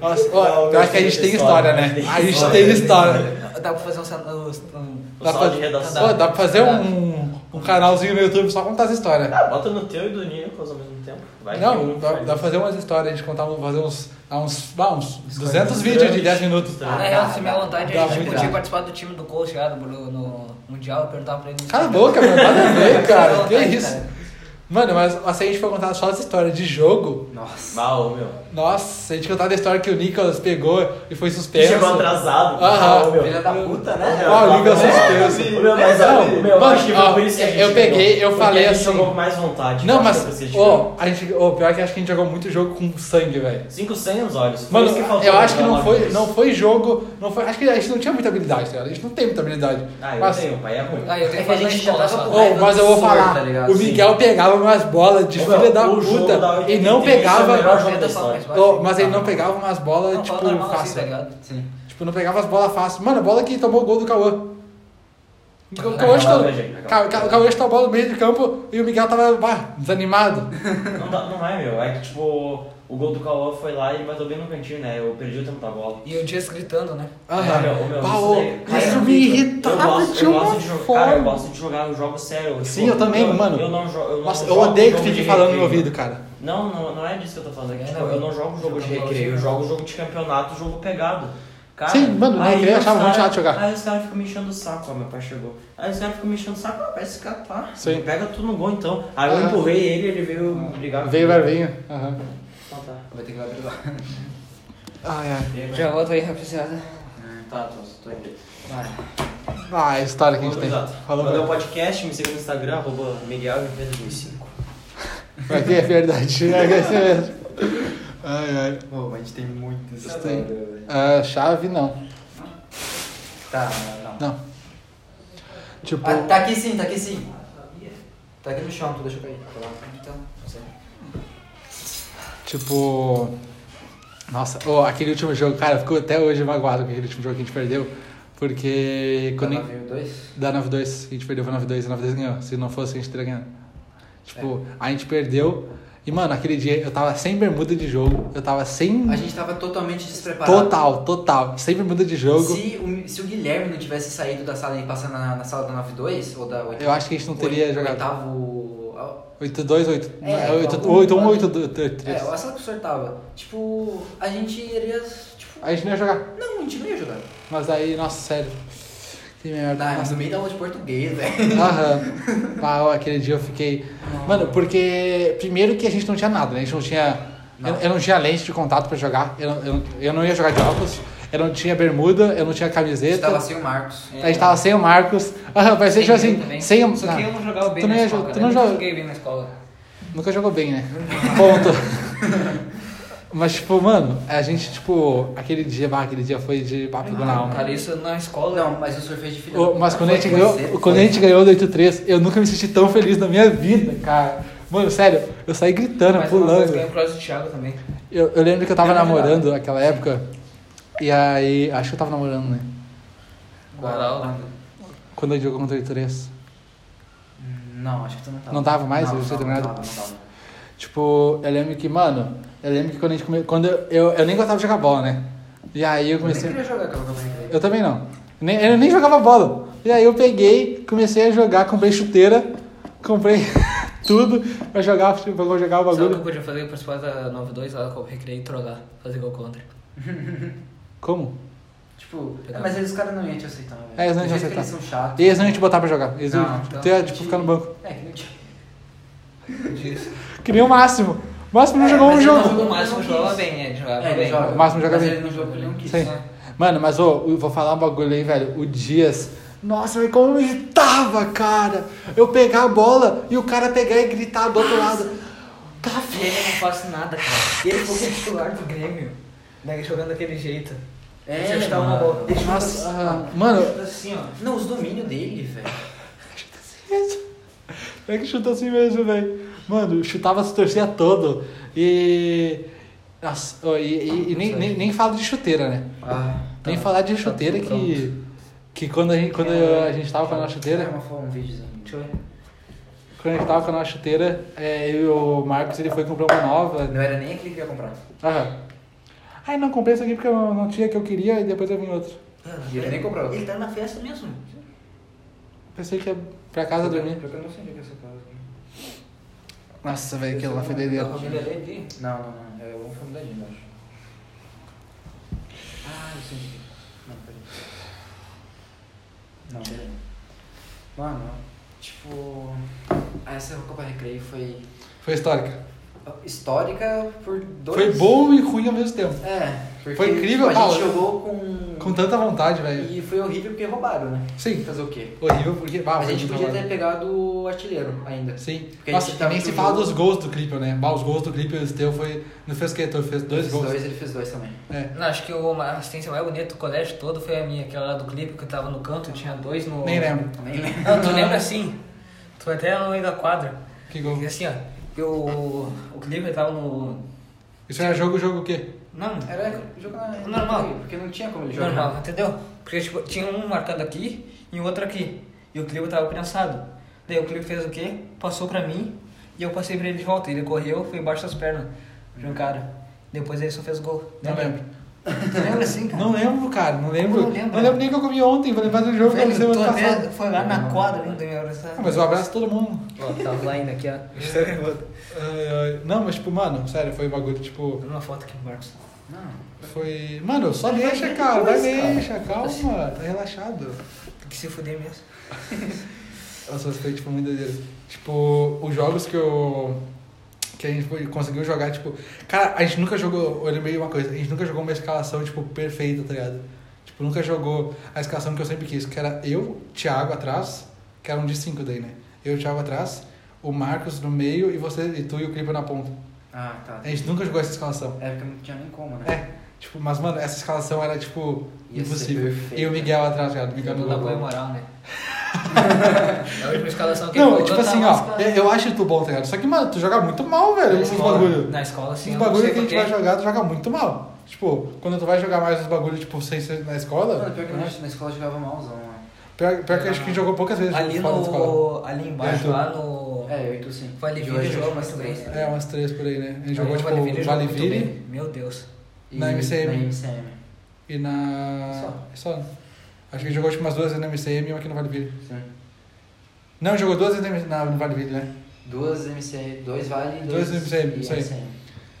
[SPEAKER 1] Nossa,
[SPEAKER 2] Não,
[SPEAKER 1] ó, eu
[SPEAKER 2] meu
[SPEAKER 1] acho que a gente
[SPEAKER 2] Deus,
[SPEAKER 1] tem história, né?
[SPEAKER 2] tem
[SPEAKER 1] A gente
[SPEAKER 2] história,
[SPEAKER 1] tem
[SPEAKER 2] tem
[SPEAKER 1] história.
[SPEAKER 5] Dá pra fazer um... san- um- um-
[SPEAKER 2] O
[SPEAKER 1] Dá
[SPEAKER 2] sala
[SPEAKER 1] pra,
[SPEAKER 2] de redação.
[SPEAKER 1] Pô, dá pra fazer um, um canalzinho no YouTube só contar as histórias.
[SPEAKER 2] Ah, bota no teu e do Nicolas ao mesmo tempo. Vai que
[SPEAKER 1] Não,
[SPEAKER 2] um
[SPEAKER 1] dá,
[SPEAKER 2] faz
[SPEAKER 1] dá pra
[SPEAKER 2] isso.
[SPEAKER 1] fazer umas histórias, a gente contar, um- fazer uns, ah, uns, ah, uns 200 vídeos de 10 minutos.
[SPEAKER 2] tá?
[SPEAKER 5] Na real, se
[SPEAKER 3] dá,
[SPEAKER 5] É, minha vontade,
[SPEAKER 1] dá
[SPEAKER 5] a gente
[SPEAKER 1] muito
[SPEAKER 5] podia
[SPEAKER 1] dá.
[SPEAKER 5] participar do time do coach lá no, no Mundial, perguntar pra eles.
[SPEAKER 1] Cala a boca, mano, nada a ver, cara, que
[SPEAKER 5] Vontade,
[SPEAKER 1] isso.
[SPEAKER 5] cara.
[SPEAKER 1] Mano, mas assim, a gente foi contar só as histórias de jogo,
[SPEAKER 3] Nossa.
[SPEAKER 2] Mal, meu.
[SPEAKER 1] nossa, se a gente contar da história que o Nicolas pegou e foi
[SPEAKER 2] Que
[SPEAKER 1] suspenso.
[SPEAKER 2] chegou atrasado.
[SPEAKER 1] Aham.
[SPEAKER 2] Ah, meu. É,
[SPEAKER 3] Filha da puta, né?
[SPEAKER 1] Ah, o Nicolas suspenso.
[SPEAKER 2] Meu, mas
[SPEAKER 1] Não,
[SPEAKER 2] ó, meu, eu
[SPEAKER 1] mano,
[SPEAKER 2] acho que
[SPEAKER 1] ó,
[SPEAKER 2] foi por isso que a gente
[SPEAKER 1] eu peguei,
[SPEAKER 2] ganhou.
[SPEAKER 1] eu
[SPEAKER 2] Porque
[SPEAKER 1] falei
[SPEAKER 2] a gente
[SPEAKER 1] assim-
[SPEAKER 2] jogou com mais vontade.
[SPEAKER 1] Não,
[SPEAKER 2] eu acho
[SPEAKER 1] mas,
[SPEAKER 2] que vocês tiveram.
[SPEAKER 1] ô, a gente, ô, pior que acho que a gente jogou muito jogo com sangue, velho.
[SPEAKER 2] Cinco sem nos olhos. Foi
[SPEAKER 1] Mano,
[SPEAKER 2] isso que faltou
[SPEAKER 1] eu acho que
[SPEAKER 2] pra
[SPEAKER 1] não
[SPEAKER 2] nós
[SPEAKER 1] foi,
[SPEAKER 2] dois.
[SPEAKER 1] não foi jogo. Não foi, acho que a gente não tinha muita habilidade, cara. A gente não tem muita habilidade.
[SPEAKER 2] Ah, eu
[SPEAKER 1] mas,
[SPEAKER 2] tenho, o pai é ruim.
[SPEAKER 5] Ah, eu tenho
[SPEAKER 3] É que a
[SPEAKER 5] fazer
[SPEAKER 3] gente
[SPEAKER 5] escola
[SPEAKER 3] já
[SPEAKER 5] só.
[SPEAKER 3] tava com-
[SPEAKER 1] Ô, mas eu vou
[SPEAKER 3] Sorte,
[SPEAKER 1] falar,
[SPEAKER 3] tá ligado?
[SPEAKER 1] o Miguel pegava umas bolas de
[SPEAKER 2] Ô,
[SPEAKER 1] filha
[SPEAKER 2] meu,
[SPEAKER 1] da
[SPEAKER 2] o jogo
[SPEAKER 1] puta
[SPEAKER 2] da é
[SPEAKER 1] e não
[SPEAKER 2] 83 foi o melhor
[SPEAKER 1] pegava.
[SPEAKER 2] jogo da história.
[SPEAKER 1] Ô, mas
[SPEAKER 2] tá.
[SPEAKER 1] ele não pegava umas bolas,
[SPEAKER 5] Não, fala
[SPEAKER 1] tipo,
[SPEAKER 5] normal assim, tá
[SPEAKER 1] fácil.
[SPEAKER 5] ligado?
[SPEAKER 3] Sim.
[SPEAKER 1] tipo, não pegava as bolas fácil. Mano, a bola que tomou o gol do Cauã. O Cauã
[SPEAKER 2] Acabou,
[SPEAKER 1] chutou-
[SPEAKER 2] né, gente?
[SPEAKER 1] Ca- Ca- o Cauã chutou a bola no meio de campo e o Miguel tava bah, desanimado.
[SPEAKER 2] Não, dá- não é, meu. É que, tipo, o gol do Cauã foi lá e ele bateu bem no cantinho, né? Eu perdi o tempo da bola.
[SPEAKER 5] E o Dias gritando, né?
[SPEAKER 1] Aham.
[SPEAKER 2] É, meu, meu,
[SPEAKER 1] Bah,
[SPEAKER 2] isso
[SPEAKER 1] ô,
[SPEAKER 2] daí- cara,
[SPEAKER 1] isso
[SPEAKER 2] eu-
[SPEAKER 1] me
[SPEAKER 2] eu
[SPEAKER 1] irritava
[SPEAKER 2] gosto-
[SPEAKER 1] de
[SPEAKER 2] eu
[SPEAKER 1] uma
[SPEAKER 2] gosto de jogar, Cara, eu
[SPEAKER 1] forma.
[SPEAKER 2] gosto de jogar, eu jogo sério. eu
[SPEAKER 1] Sim,
[SPEAKER 2] jogo-
[SPEAKER 1] eu também,
[SPEAKER 2] eu,
[SPEAKER 1] mano.
[SPEAKER 2] Eu não jogo. Eu não
[SPEAKER 1] Nossa, eu
[SPEAKER 2] jogo
[SPEAKER 1] odeio que
[SPEAKER 2] jogo
[SPEAKER 1] fique
[SPEAKER 2] de
[SPEAKER 1] falando no meu
[SPEAKER 2] recreio.
[SPEAKER 1] ouvido, cara.
[SPEAKER 2] Não, não, não é disso que eu tô falando. É que,
[SPEAKER 5] É,
[SPEAKER 2] tipo,
[SPEAKER 5] não,
[SPEAKER 2] eu não jogo jogo de
[SPEAKER 5] jogo de
[SPEAKER 2] recreio, eu
[SPEAKER 5] recreio.
[SPEAKER 2] jogo jogo de campeonato, jogo pegado. Cara,
[SPEAKER 1] Sim, mano, no
[SPEAKER 2] aí
[SPEAKER 1] recreio eu
[SPEAKER 2] os
[SPEAKER 1] achava muito
[SPEAKER 2] cara-
[SPEAKER 1] chato jogar.
[SPEAKER 2] Aí os caras ficam me enchendo o saco, ó, meu pai chegou. Aí os caras ficam me enchendo o saco, ó, vai se catar.
[SPEAKER 1] Sim.
[SPEAKER 2] Pega tu no gol então. Aí eu
[SPEAKER 1] Ah.
[SPEAKER 2] empurrei ele, ele veio brigar.
[SPEAKER 1] Veio o Ervinho. Aham.
[SPEAKER 2] Então tá.
[SPEAKER 3] Vai ter que ir lá pra lá.
[SPEAKER 1] Ai, ai.
[SPEAKER 5] Já volto aí, rapaziada.
[SPEAKER 2] Tá, tô, tô indo.
[SPEAKER 1] Ah, a história que a gente tem. Falou
[SPEAKER 2] Mandei um podcast, me siga no Instagram, arroba Miguel 2005.
[SPEAKER 1] pra Aqui é verdade. É isso mesmo. Ai, ai.
[SPEAKER 3] Pô, mas a gente tem muito isso.
[SPEAKER 1] Tem. Ah, chave, não.
[SPEAKER 3] Tá, não.
[SPEAKER 1] Não. Tipo,
[SPEAKER 3] Ah, tá aqui sim, tá aqui sim. Tá aqui no chão, tu deixa eu cair. Tá lá. Então, não sei.
[SPEAKER 1] tipo... Nossa, ô, aquele último jogo, cara, ficou até hoje magoado com aquele último jogo que a gente perdeu. Porque... Quando
[SPEAKER 3] Tá, nove, dois.
[SPEAKER 1] Da 9-2, que a gente perdeu foi 9-2, a 9-2 ganhou. Se não fosse, a gente teria ganhado. Tipo,
[SPEAKER 3] É.
[SPEAKER 1] a gente perdeu. E, mano, aquele dia eu tava sem bermuda de jogo. Eu tava sem.
[SPEAKER 3] A gente tava totalmente despreparado.
[SPEAKER 1] Total, total. Sem bermuda de jogo.
[SPEAKER 3] Se o, se o Guilherme não tivesse saído da sala e passado na, na sala da 9-2, ou da 8,
[SPEAKER 1] Eu acho que a gente não teria jogado.
[SPEAKER 3] Oitavo,
[SPEAKER 1] 828.
[SPEAKER 3] É,
[SPEAKER 1] É, 8,
[SPEAKER 3] algum-
[SPEAKER 1] 8, 1,
[SPEAKER 3] É, eu acho que o senhor tava. Tipo, a gente iria. Tipo,
[SPEAKER 1] A gente não ia jogar.
[SPEAKER 3] não, a gente não ia jogar.
[SPEAKER 1] Mas aí, nossa, sério. Que merda.
[SPEAKER 3] Ah, mas
[SPEAKER 1] Nossa.
[SPEAKER 3] no meio da aula de português, né?
[SPEAKER 1] Aham. Pau, aquele dia eu fiquei. Mano, porque. Primeiro que a gente não tinha nada, né? A gente não tinha. Eu, eu não tinha lente de contato pra jogar. Eu, não- eu, não- eu não ia jogar de óculos. Eu não tinha bermuda, eu não tinha
[SPEAKER 3] A gente
[SPEAKER 1] camiseta.
[SPEAKER 3] tava sem o Marcos.
[SPEAKER 1] A gente tava sem o Marcos. Aham, vai ser tipo assim, sem o.
[SPEAKER 5] Só que eu
[SPEAKER 1] não,
[SPEAKER 5] não jogava bem
[SPEAKER 1] tu não
[SPEAKER 5] na
[SPEAKER 1] ia
[SPEAKER 5] escola.
[SPEAKER 1] jo-
[SPEAKER 5] né?
[SPEAKER 1] tu não
[SPEAKER 5] Eu
[SPEAKER 1] joga-
[SPEAKER 5] joguei bem na escola.
[SPEAKER 1] Nunca jogou bem, né? Ponto. Mas, tipo, mano, a gente, tipo, aquele dia, bah, aquele dia foi de papo na alma.
[SPEAKER 5] Cara, isso na escola.
[SPEAKER 3] Não, mas o é senhor fez de filho.
[SPEAKER 1] Ô, Mas quando a gente
[SPEAKER 3] Foi
[SPEAKER 1] ganhou,
[SPEAKER 3] cedo,
[SPEAKER 1] quando a
[SPEAKER 3] foi.
[SPEAKER 1] gente ganhou do 8-3, eu nunca me senti tão feliz na minha vida, cara. Mano, sério, eu saí gritando,
[SPEAKER 5] mas uma vez
[SPEAKER 1] pulando.
[SPEAKER 3] é
[SPEAKER 5] ganhei o é um cross do Thiago também.
[SPEAKER 1] Eu, eu lembro que eu tava
[SPEAKER 3] Lembra de
[SPEAKER 1] namorando naquela época. E aí. Acho que eu tava namorando, né?
[SPEAKER 5] Guaral lá.
[SPEAKER 1] Quando eu jogou contra o 8-3.
[SPEAKER 3] Não, acho que tu não tava.
[SPEAKER 1] Não tava mais?
[SPEAKER 3] Não,
[SPEAKER 1] Eu tinha
[SPEAKER 3] não,
[SPEAKER 1] terminado?
[SPEAKER 3] Não tava, não tava.
[SPEAKER 1] Tipo, eu lembro que, mano, eu lembro que quando a gente come... Quando eu, eu, eu nem gostava de jogar bola, né? E aí eu
[SPEAKER 3] Eu nem
[SPEAKER 1] comecei.
[SPEAKER 3] queria jogar aquela campanha.
[SPEAKER 1] Eu também não. Nem, eu nem jogava bola. E aí eu peguei, comecei a jogar, comprei chuteira, comprei tudo pra jogar, fute- pra jogar o
[SPEAKER 5] Sabe o que eu
[SPEAKER 1] bagulho.
[SPEAKER 5] podia fazer? Participar da 9-2 lá, eu recreio e trollar. Fazer gol contra.
[SPEAKER 1] Como?
[SPEAKER 3] Tipo, é, mas eles os caras não iam te aceitar, velho.
[SPEAKER 1] É, eles não
[SPEAKER 3] Do
[SPEAKER 1] iam te
[SPEAKER 3] jeito que
[SPEAKER 1] aceitar.
[SPEAKER 3] Eles são chatos.
[SPEAKER 1] E eles não iam te botar pra jogar. Eles iam
[SPEAKER 3] Não,
[SPEAKER 1] tipo,
[SPEAKER 3] então,
[SPEAKER 1] tu ia, tipo,
[SPEAKER 3] que-
[SPEAKER 1] ficar no banco.
[SPEAKER 3] É, que não tinha.
[SPEAKER 1] Que nem o máximo. O máximo não
[SPEAKER 3] É,
[SPEAKER 1] jogou um
[SPEAKER 3] mas ele
[SPEAKER 1] jogo.
[SPEAKER 3] não jogou
[SPEAKER 5] O Márcio
[SPEAKER 3] não
[SPEAKER 5] jogava
[SPEAKER 3] quis.
[SPEAKER 5] bem, ele jogava
[SPEAKER 3] É, ele
[SPEAKER 5] Ah, bem.
[SPEAKER 3] joga.
[SPEAKER 1] O Márcio joga
[SPEAKER 3] mas
[SPEAKER 1] bem.
[SPEAKER 3] Ele não jogou, ele não quis. né?
[SPEAKER 1] Sim. Mano, mas ô, eu vou falar um bagulho aí, velho. O Dias. Nossa, mas como eu irritava, cara. Eu pegar a bola e o cara pegar e gritar do outro lado. Tá
[SPEAKER 5] E ele não faz nada, cara. E ele ficou com o titular do Grêmio. Né, jogando daquele jeito.
[SPEAKER 3] É,
[SPEAKER 5] Deixa eu chutar uma
[SPEAKER 3] mano.
[SPEAKER 5] bola.
[SPEAKER 3] Deixa eu
[SPEAKER 1] Nossa,
[SPEAKER 3] passar.
[SPEAKER 1] ah, mano.
[SPEAKER 4] Assim, ó.
[SPEAKER 3] Não, os domínios dele, velho.
[SPEAKER 1] É que chuta assim mesmo, velho. Mano, chutava, se torcia todo. E. Nossa, ô, e, e- e nem, nem, nem falo de chuteira, né?
[SPEAKER 3] Ah,
[SPEAKER 1] Nem falar de chuteira
[SPEAKER 3] tudo É.
[SPEAKER 1] que. Que quando a gente, quando a gente tava com a nossa chuteira.
[SPEAKER 3] Uma, foto, um videozinho. Deixa eu ver.
[SPEAKER 1] Quando a gente tava com a nossa chuteira, é, eu e o Marcos ele foi comprar uma nova.
[SPEAKER 3] Não era nem aquele que eu ia comprar.
[SPEAKER 1] Aham. Aí não comprei essa aqui porque eu não tinha a que eu queria e depois eu vim outro.
[SPEAKER 3] E ele nem comprou.
[SPEAKER 4] Ele tá na festa mesmo.
[SPEAKER 1] Pensei que ia pra casa dormir.
[SPEAKER 4] Porque eu não sei onde é que é essa casa.
[SPEAKER 1] Nossa, velho, aquilo lá foi doideira.
[SPEAKER 4] A família dele.
[SPEAKER 3] Não, não, não. É um filme da Linda, acho. Ah, eu sei. onde que é. Não, peraí. Não, peraí. Mano, tipo. Essa Copa Recreio foi
[SPEAKER 1] Foi histórica.
[SPEAKER 3] histórica por dois.
[SPEAKER 1] Foi bom e ruim ao mesmo tempo.
[SPEAKER 3] É, porque,
[SPEAKER 1] Foi incrível,
[SPEAKER 3] tipo, a gente
[SPEAKER 1] Paulo.
[SPEAKER 3] jogou com.
[SPEAKER 1] Com tanta vontade, velho.
[SPEAKER 3] E foi horrível porque roubaram, né?
[SPEAKER 1] Sim.
[SPEAKER 3] Fazer o quê?
[SPEAKER 1] Horrível porque. Ah,
[SPEAKER 3] a
[SPEAKER 1] foi
[SPEAKER 3] gente
[SPEAKER 1] muito
[SPEAKER 3] podia
[SPEAKER 1] trabalho.
[SPEAKER 3] ter pegado o artilheiro ainda.
[SPEAKER 1] Sim.
[SPEAKER 3] Porque a
[SPEAKER 1] Nossa,
[SPEAKER 3] gente
[SPEAKER 1] e nem
[SPEAKER 3] tava
[SPEAKER 1] se
[SPEAKER 3] com
[SPEAKER 1] fala
[SPEAKER 3] jogo.
[SPEAKER 1] dos gols do Clipper, né? Bah, os gols do Clipper, o Steu foi. Não fez o que? Fez dois
[SPEAKER 3] Esses
[SPEAKER 1] gols.
[SPEAKER 3] dois, ele fez dois também.
[SPEAKER 1] É.
[SPEAKER 5] Não, acho que o- a assistência mais bonita do colégio todo foi a minha, aquela lá do clipe que eu tava no canto, tinha dois no.
[SPEAKER 1] Nem lembro.
[SPEAKER 3] Também né? lembro.
[SPEAKER 5] Não, tu lembra assim? Tu até no meio da quadra.
[SPEAKER 1] Que gol.
[SPEAKER 5] E assim, ó, que o, o clipe tava no.
[SPEAKER 1] Isso era jogo, jogo o quê?
[SPEAKER 5] Não,
[SPEAKER 3] Era jogar
[SPEAKER 5] Normal.
[SPEAKER 3] Porque não tinha como ele jogar.
[SPEAKER 5] normal, entendeu? Porque tipo, tinha um marcado aqui e o outro aqui. E o clipe tava prensado. Daí o clipe fez o quê? Passou pra mim e eu passei pra ele de volta. Ele correu, foi embaixo das pernas de um cara. Depois ele só fez gol.
[SPEAKER 1] Não
[SPEAKER 5] Lembra?
[SPEAKER 1] lembro.
[SPEAKER 5] Tu lembra assim, cara?
[SPEAKER 1] Não lembro, cara, não lembro.
[SPEAKER 5] Não lembro.
[SPEAKER 3] né?
[SPEAKER 1] nem o que eu comi ontem, vou lembrar do jogo da
[SPEAKER 5] Velho,
[SPEAKER 1] semana
[SPEAKER 5] tu até
[SPEAKER 1] passada.
[SPEAKER 5] foi lá na quadra ainda me abraçar.
[SPEAKER 1] Ah, mas eu abraço todo mundo.
[SPEAKER 5] Ó, tava lá ainda aqui, ó.
[SPEAKER 1] é Ai, ai. Não, mas tipo, mano, sério, foi um bagulho, tipo.
[SPEAKER 5] Uma foto aqui, Marcos.
[SPEAKER 3] Não.
[SPEAKER 1] Foi. Mano, só deixa, cara. Vai deixa, calma. Tá relaxado.
[SPEAKER 5] Tem que se fuder mesmo.
[SPEAKER 1] Nossa, mas foi tipo muito doideira. Tipo, os jogos que eu. Que a gente foi- conseguiu jogar, tipo. Cara, a gente nunca jogou. Eu lembrei uma coisa, a gente nunca jogou uma escalação, tipo, perfeita, tá ligado? Tipo, nunca jogou a escalação que eu sempre quis, que era eu, Thiago atrás, que era um de cinco daí, né? Eu, Thiago atrás, o Marcos no meio e você e tu e o Clipper na ponta.
[SPEAKER 3] Ah, tá.
[SPEAKER 1] A gente nunca jogou essa escalação.
[SPEAKER 3] É porque não tinha nem como, né?
[SPEAKER 1] É. Tipo, mas, mano, essa escalação era, tipo,
[SPEAKER 3] Ia ser
[SPEAKER 1] impossível.
[SPEAKER 3] perfeita.
[SPEAKER 1] E o Miguel atrás, cara. O Miguel no
[SPEAKER 5] Não dá apoio
[SPEAKER 1] gol.
[SPEAKER 5] moral, né? É a última escalação que
[SPEAKER 1] Não,
[SPEAKER 5] ele "Tá
[SPEAKER 1] tipo
[SPEAKER 5] botou
[SPEAKER 1] assim,
[SPEAKER 5] tava
[SPEAKER 1] ó, eu, eu acho tu bom, tá ligado? Só que, mano, tu joga muito mal, velho,
[SPEAKER 5] Na
[SPEAKER 1] esses
[SPEAKER 5] escola,
[SPEAKER 1] É, bagulho.
[SPEAKER 5] na escola, sim.
[SPEAKER 1] Os
[SPEAKER 5] eu né? não
[SPEAKER 1] bagulho
[SPEAKER 5] sei é.
[SPEAKER 1] que a gente vai
[SPEAKER 5] porquê.
[SPEAKER 1] jogar, tu joga muito mal. Tipo, quando tu vai jogar mais os bagulhos, tipo, sem ser na escola,
[SPEAKER 5] tipo,
[SPEAKER 3] Mano, pior que a gente na escola jogava malzão, né?
[SPEAKER 1] pior, pior que eu acho que a gente jogou poucas vezes
[SPEAKER 5] Ali
[SPEAKER 1] fora da escola. É, então.
[SPEAKER 5] no. Ali embaixo,
[SPEAKER 1] Dentro.
[SPEAKER 5] lá no.
[SPEAKER 3] É, eu e tu sim.
[SPEAKER 5] Foi ali,
[SPEAKER 3] Joguei,
[SPEAKER 5] vídeo,
[SPEAKER 3] joguei
[SPEAKER 5] jogo, mas
[SPEAKER 3] bastante.
[SPEAKER 5] também.
[SPEAKER 1] É, umas três por aí, né? A gente
[SPEAKER 5] Ali
[SPEAKER 1] jogou,
[SPEAKER 5] no
[SPEAKER 1] tipo,
[SPEAKER 5] Vale Verde,
[SPEAKER 1] Vale,
[SPEAKER 5] ele jogou muito
[SPEAKER 1] Vire
[SPEAKER 5] bem. Meu Deus.
[SPEAKER 3] E
[SPEAKER 1] Na MCM.
[SPEAKER 3] Na MCM,
[SPEAKER 1] e na... Só. né? Acho que a gente jogou, tipo, umas duas vezes na MCM e uma aqui no Vale Vire.
[SPEAKER 3] sim.
[SPEAKER 1] Não, jogou duas vezes na, na- no Vale Vire, né?
[SPEAKER 3] Duas MCR, dois vale e
[SPEAKER 1] Dois
[SPEAKER 3] dois
[SPEAKER 1] MCR,
[SPEAKER 3] e
[SPEAKER 1] isso aí.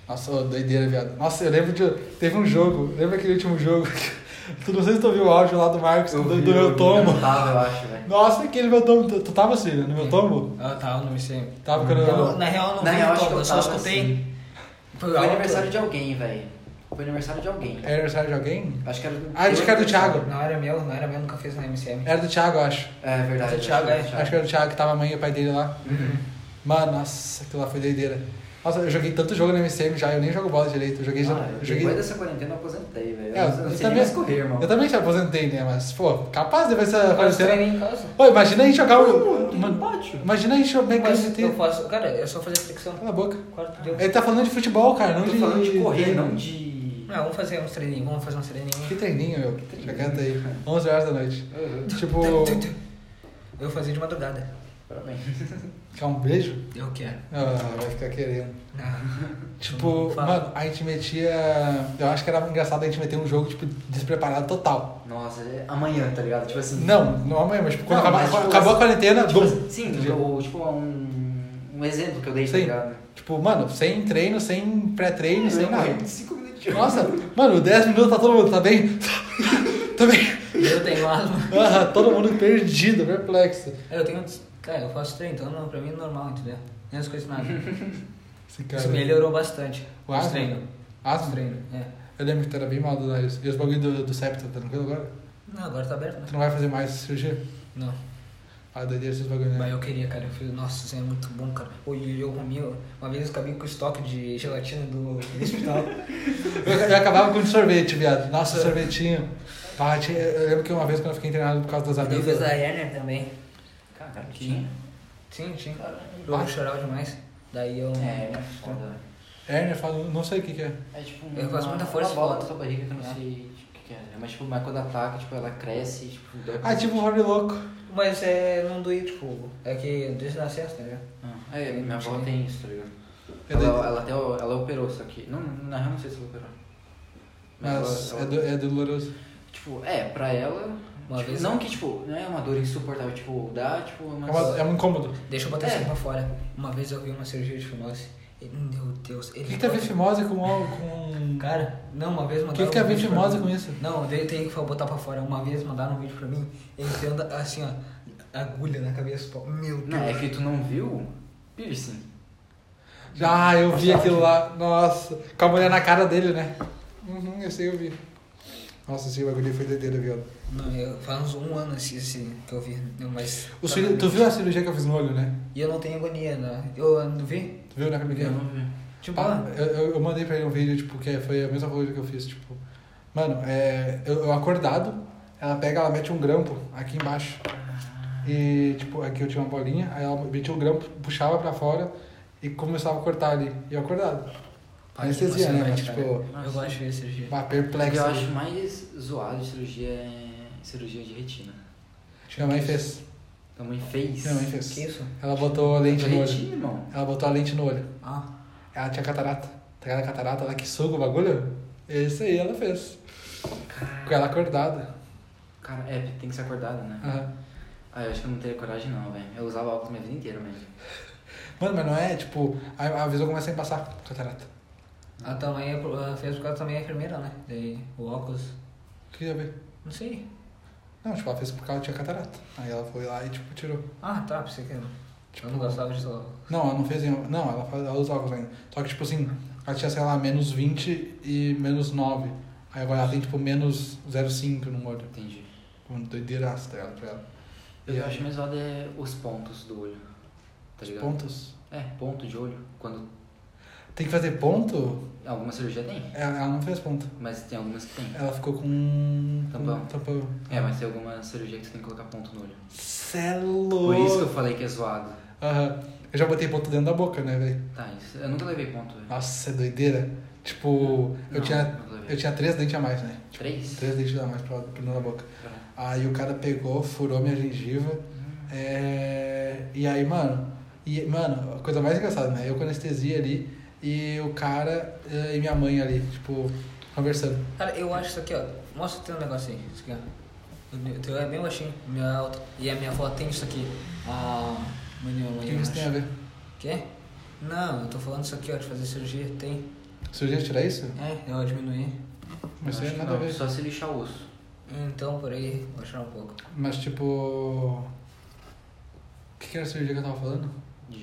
[SPEAKER 1] Nossa, ô, doideira, viado. Nossa, eu lembro de. Teve um jogo, lembra aquele último jogo? que- tu não sei se tu ouviu o áudio lá do Marcos,
[SPEAKER 3] Eu
[SPEAKER 1] do,
[SPEAKER 3] vi,
[SPEAKER 1] do
[SPEAKER 3] eu
[SPEAKER 1] meu
[SPEAKER 3] vi,
[SPEAKER 1] tomo.
[SPEAKER 3] Eu tava, eu acho, velho.
[SPEAKER 1] Nossa, aquele meu tomo. Tu, tu tava assim, né, no meu tomo?
[SPEAKER 5] Ah, tá, eu não me sei.
[SPEAKER 1] Tava quando
[SPEAKER 5] Eu,
[SPEAKER 1] eu.
[SPEAKER 5] na real, eu não
[SPEAKER 3] Na
[SPEAKER 5] vi,
[SPEAKER 3] real,
[SPEAKER 5] eu,
[SPEAKER 3] acho que
[SPEAKER 5] eu,
[SPEAKER 3] eu
[SPEAKER 5] só
[SPEAKER 3] tava
[SPEAKER 5] escutei.
[SPEAKER 3] assim.
[SPEAKER 5] Foi
[SPEAKER 3] Foi
[SPEAKER 5] alto.
[SPEAKER 3] aniversário de alguém, velho. Foi aniversário de alguém.
[SPEAKER 1] Era aniversário de alguém?
[SPEAKER 3] Acho que era do.
[SPEAKER 1] É. Ah, acho que era do Thiago.
[SPEAKER 5] Não era meu, não era meu, nunca fez na MCM.
[SPEAKER 1] Era do Thiago, eu acho.
[SPEAKER 3] É Uhum. verdade.
[SPEAKER 5] Do Thiago,
[SPEAKER 3] acho que era
[SPEAKER 5] é.
[SPEAKER 3] do
[SPEAKER 1] Acho que era do Thiago, que tava a mãe e o pai dele lá. Mano, nossa, aquilo lá foi doideira. Nossa, eu joguei tanto jogo na MCM já, eu nem jogo bola direito. Eu joguei.
[SPEAKER 3] Ah,
[SPEAKER 1] eu joguei...
[SPEAKER 3] Depois dessa quarentena eu aposentei, velho.
[SPEAKER 1] É,
[SPEAKER 3] eu não sei nem mais correr, irmão.
[SPEAKER 1] Eu também já aposentei, né? Mas, pô, capaz depois dessa
[SPEAKER 5] Eu
[SPEAKER 1] quarentena.
[SPEAKER 5] treinei em casa.
[SPEAKER 1] né? Pô, imagina a gente jogar o.
[SPEAKER 4] Tem um pátio.
[SPEAKER 1] Imagina a gente jogar um
[SPEAKER 5] Mas eu
[SPEAKER 1] MCT.
[SPEAKER 5] faço. Cara, é só fazer flexão.
[SPEAKER 1] Cala a boca.
[SPEAKER 5] Quarto deu.
[SPEAKER 1] Ele tá falando de futebol, cara, não
[SPEAKER 3] Eu tô
[SPEAKER 1] de.
[SPEAKER 3] falando de correr, não de.
[SPEAKER 5] Não, vamos fazer uns treininhos, vamos fazer uns
[SPEAKER 1] Que
[SPEAKER 5] treininhos.
[SPEAKER 1] treininho, meu. Já canta aí. 11 horas da noite. Tipo.
[SPEAKER 5] Eu fazia de madrugada.
[SPEAKER 3] Parabéns.
[SPEAKER 1] Quer um beijo?
[SPEAKER 5] Eu quero.
[SPEAKER 1] Ah, vai ficar querendo.
[SPEAKER 5] Ah,
[SPEAKER 1] Tipo,
[SPEAKER 5] Fala.
[SPEAKER 1] mano, a gente metia. Eu acho que era engraçado a gente meter um jogo, tipo, despreparado total.
[SPEAKER 3] Nossa, é amanhã, tá ligado? Tipo assim.
[SPEAKER 1] Não, não amanhã, mas tipo, quando
[SPEAKER 3] Não,
[SPEAKER 1] acabar-
[SPEAKER 3] mas, tipo,
[SPEAKER 1] acabou a quarentena,
[SPEAKER 3] Tipo,
[SPEAKER 1] bum.
[SPEAKER 3] assim, sim, eu, tipo, um, um exemplo que eu dei, tá
[SPEAKER 1] Sim.
[SPEAKER 3] ligado? É,
[SPEAKER 1] Tipo, mano, sem treino, sem pré-treino, sem nada.
[SPEAKER 3] de 5 minutinhos.
[SPEAKER 1] Nossa, mano, 10 minutos tá todo mundo, tá bem? tá bem?
[SPEAKER 5] Eu tenho asma.
[SPEAKER 1] Ah, todo mundo perdido, perplexo.
[SPEAKER 5] É, Eu tenho. Cara, eu faço treino, então não, pra mim é normal, entendeu? Nem as coisas nada.
[SPEAKER 1] Esse cara.
[SPEAKER 5] Isso melhorou bastante.
[SPEAKER 1] O
[SPEAKER 5] Os
[SPEAKER 1] asma?
[SPEAKER 5] treinos. Os
[SPEAKER 1] Asma?
[SPEAKER 5] treinos, é.
[SPEAKER 1] Eu lembro que tu era bem mal do nariz. E os bagulho do, do septo, tá tranquilo agora?
[SPEAKER 5] Não, agora tá aberto, né?
[SPEAKER 1] Tu não vai fazer mais cirurgia?
[SPEAKER 5] Não.
[SPEAKER 1] Ah, doideira esses bagulho,
[SPEAKER 5] Mas
[SPEAKER 1] né?
[SPEAKER 5] eu queria, cara. Eu falei, nossa, isso é muito bom, cara. Oi, eu, eu comi, ó, uma vez eu acabei com o estoque de gelatina do do hospital.
[SPEAKER 1] Eu, eu acabava com sorvete, viado. Nossa, sorvetinho. Pá, tinha- eu lembro que uma vez quando eu fiquei internado por causa das
[SPEAKER 5] eu fiz
[SPEAKER 1] amigas.
[SPEAKER 5] a Herner também.
[SPEAKER 3] Cara, tinha.
[SPEAKER 5] Sim, sim.
[SPEAKER 3] Caralho.
[SPEAKER 5] Eu chorava demais. Daí eu. né?
[SPEAKER 3] É, é foda.
[SPEAKER 1] Hérnia, falo, não sei o que que é.
[SPEAKER 3] É tipo
[SPEAKER 5] Eu faço muita
[SPEAKER 3] uma-
[SPEAKER 5] força
[SPEAKER 3] uma bola
[SPEAKER 5] e
[SPEAKER 3] na
[SPEAKER 5] volta.
[SPEAKER 3] sua barriga que eu não
[SPEAKER 5] É.
[SPEAKER 3] sei tipo, o que, que é. Mas, tipo, mas quando ataca, tipo, ela cresce, tipo, dói
[SPEAKER 1] Ah, tipo um hobby louco.
[SPEAKER 5] Mas é não doía, tipo, é que desde na sexta, tá ligado?
[SPEAKER 3] Ah, é, minha avó tem isso, tá ligado?
[SPEAKER 1] É doideira.
[SPEAKER 3] Ela, ela até ela operou, só que. Não, na real, não sei se ela operou.
[SPEAKER 1] Mas
[SPEAKER 3] ela-
[SPEAKER 1] é,
[SPEAKER 3] ela-
[SPEAKER 1] do, é doloroso.
[SPEAKER 3] Tipo, é, pra ela.
[SPEAKER 5] Uma
[SPEAKER 3] tipo,
[SPEAKER 5] vez-
[SPEAKER 3] não que, tipo, não é uma dor insuportável, tipo, dá, tipo,
[SPEAKER 1] É,
[SPEAKER 3] mas.
[SPEAKER 1] uma, é um incômodo.
[SPEAKER 5] Deixa eu botar
[SPEAKER 3] É.
[SPEAKER 5] isso aqui pra fora. Uma vez eu vi uma cirurgia de fimose. E, meu Deus,
[SPEAKER 1] O
[SPEAKER 5] ele.
[SPEAKER 1] que, que tem a ver fimose com. al- com...
[SPEAKER 5] Cara, não, uma vez
[SPEAKER 1] O
[SPEAKER 5] mandaram.
[SPEAKER 1] que, que tem a
[SPEAKER 5] um
[SPEAKER 1] ver
[SPEAKER 5] vídeo pra
[SPEAKER 1] fimose
[SPEAKER 5] mim.
[SPEAKER 1] com isso?
[SPEAKER 5] Não, daí tem que botar pra fora. Uma vez mandaram um vídeo pra mim, entrando assim, ó, agulha na cabeça. pô, Meu Deus.
[SPEAKER 3] Não, é que tu não viu? Piercing.
[SPEAKER 1] Ah, eu vi aquilo lá. Nossa, com a mulher na cara dele, né? Uhum, eu sei, eu vi. Nossa, esse bagulho foi doideira, viado.
[SPEAKER 5] Não, eu, faz uns um ano assim, assim que eu vi. não, Mas. tá
[SPEAKER 1] O cir- Tu viu a cirurgia que eu fiz no olho, né?
[SPEAKER 5] E eu não tenho agonia, né? Eu não vi?
[SPEAKER 1] Tu viu, né, como é que é?
[SPEAKER 3] vi.
[SPEAKER 5] Tipo,
[SPEAKER 1] Ah,
[SPEAKER 5] ah,
[SPEAKER 1] eu, eu- eu mandei pra ele um vídeo, tipo, que foi a mesma coisa que eu fiz, tipo... Mano, é, eu, eu acordado, ela pega, ela mete um grampo aqui embaixo. E, tipo, aqui eu tinha uma bolinha, aí ela metia o grampo, puxava pra fora e começava a cortar ali. E eu acordado.
[SPEAKER 5] pá,
[SPEAKER 1] Anestesia, né? Mas,
[SPEAKER 5] emocionante, cara.
[SPEAKER 1] tipo,
[SPEAKER 5] Eu gosto de ver cirurgia.
[SPEAKER 1] bah,
[SPEAKER 3] O que
[SPEAKER 1] perplexo.
[SPEAKER 3] eu acho mais zoado de cirurgia é cirurgia de retina.
[SPEAKER 1] Minha mãe fez.
[SPEAKER 3] Tua mãe fez.
[SPEAKER 1] Minha mãe fez.
[SPEAKER 5] Que isso?
[SPEAKER 1] Ela botou a lente no olho.
[SPEAKER 3] Retina, irmão.
[SPEAKER 1] Ela botou a lente no olho.
[SPEAKER 5] Ah,
[SPEAKER 1] Ela tinha catarata. Tá ligado a catarata lá que suga o bagulho? Isso aí ela fez. Com ela acordada.
[SPEAKER 3] Cara, é, tem que ser acordado, né?
[SPEAKER 1] Aham.
[SPEAKER 3] Ah, eu acho que eu não teria coragem não, velho. Eu usava óculos minha vida inteira, mesmo.
[SPEAKER 1] Mano, mas não é tipo. A, a visão começa a passar catarata.
[SPEAKER 5] a tua mãe é pro- ela fez por causa também é enfermeira, né? Daí o óculos.
[SPEAKER 1] O que ia ver?
[SPEAKER 5] Não sei.
[SPEAKER 1] Não, tipo, ela fez porque ela tinha catarata. Aí ela foi lá e, tipo, tirou.
[SPEAKER 5] Ah, tá, pensei que.
[SPEAKER 1] Tipo,
[SPEAKER 5] eu não gostava de só.
[SPEAKER 1] Não, ela não fez nenhum. Não, ela, faz, ela usa óculos ainda. Só que, tipo assim, ela tinha, sei lá, menos 20 e menos 9. Aí agora ela tem, tipo, menos 0,5 no olho.
[SPEAKER 3] Entendi.
[SPEAKER 1] Uma doideiraça, tá ligado? Pra ela.
[SPEAKER 3] Eu,
[SPEAKER 1] E
[SPEAKER 3] eu
[SPEAKER 1] aí,
[SPEAKER 3] acho mais zoado é os pontos do olho. Tá ligado?
[SPEAKER 1] Pontos?
[SPEAKER 3] É, ponto de olho. Quando.
[SPEAKER 1] Tem que fazer ponto? É,
[SPEAKER 3] Alguma cirurgia tem,
[SPEAKER 1] Ela, ela não fez ponto.
[SPEAKER 3] mas tem algumas que tem.
[SPEAKER 1] Ela ficou com.
[SPEAKER 3] Tampão.
[SPEAKER 1] Com tampão.
[SPEAKER 3] É, mas tem alguma cirurgia que tu tem que colocar ponto no olho.
[SPEAKER 1] Celo!
[SPEAKER 3] Por isso que eu falei que é zoado.
[SPEAKER 1] é Aham. Eu já botei ponto dentro da boca, né, velho?
[SPEAKER 3] Tá, isso. Eu nunca levei ponto, velho.
[SPEAKER 1] Nossa, é doideira. Tipo, eu,
[SPEAKER 3] Não,
[SPEAKER 1] tinha,
[SPEAKER 3] nunca levei.
[SPEAKER 1] eu tinha três dentes a mais, né?
[SPEAKER 3] Três?
[SPEAKER 1] Três dentes a mais pro lado- pro dentro da boca.
[SPEAKER 3] Caralho.
[SPEAKER 1] Aí o cara pegou, furou minha gengiva. É... E aí, mano, e, mano, a coisa mais engraçada, né? Eu com anestesia ali e o cara eh, e minha mãe ali, tipo, conversando.
[SPEAKER 5] Cara, eu acho isso aqui, ó. Mostra o teu negócio aí. Isso aqui, ó. O meu- O teu é bem baixinho. o Meu é alto. E a minha avó tem isso aqui. Ah, mano,
[SPEAKER 1] O
[SPEAKER 5] mano,
[SPEAKER 1] que isso tem a ver?
[SPEAKER 5] Tipo, Quê? Não, eu tô falando isso aqui, ó, de fazer cirurgia. Tem.
[SPEAKER 1] Sugeriu tirar isso?
[SPEAKER 5] É, eu diminuí.
[SPEAKER 1] Mas isso aí
[SPEAKER 3] Acho que
[SPEAKER 1] nada a
[SPEAKER 3] não,
[SPEAKER 1] ver.
[SPEAKER 3] Só se lixar o osso.
[SPEAKER 5] Então, por aí, vou tirar um pouco.
[SPEAKER 1] Mas tipo. O que, que era a cirurgia que eu tava falando?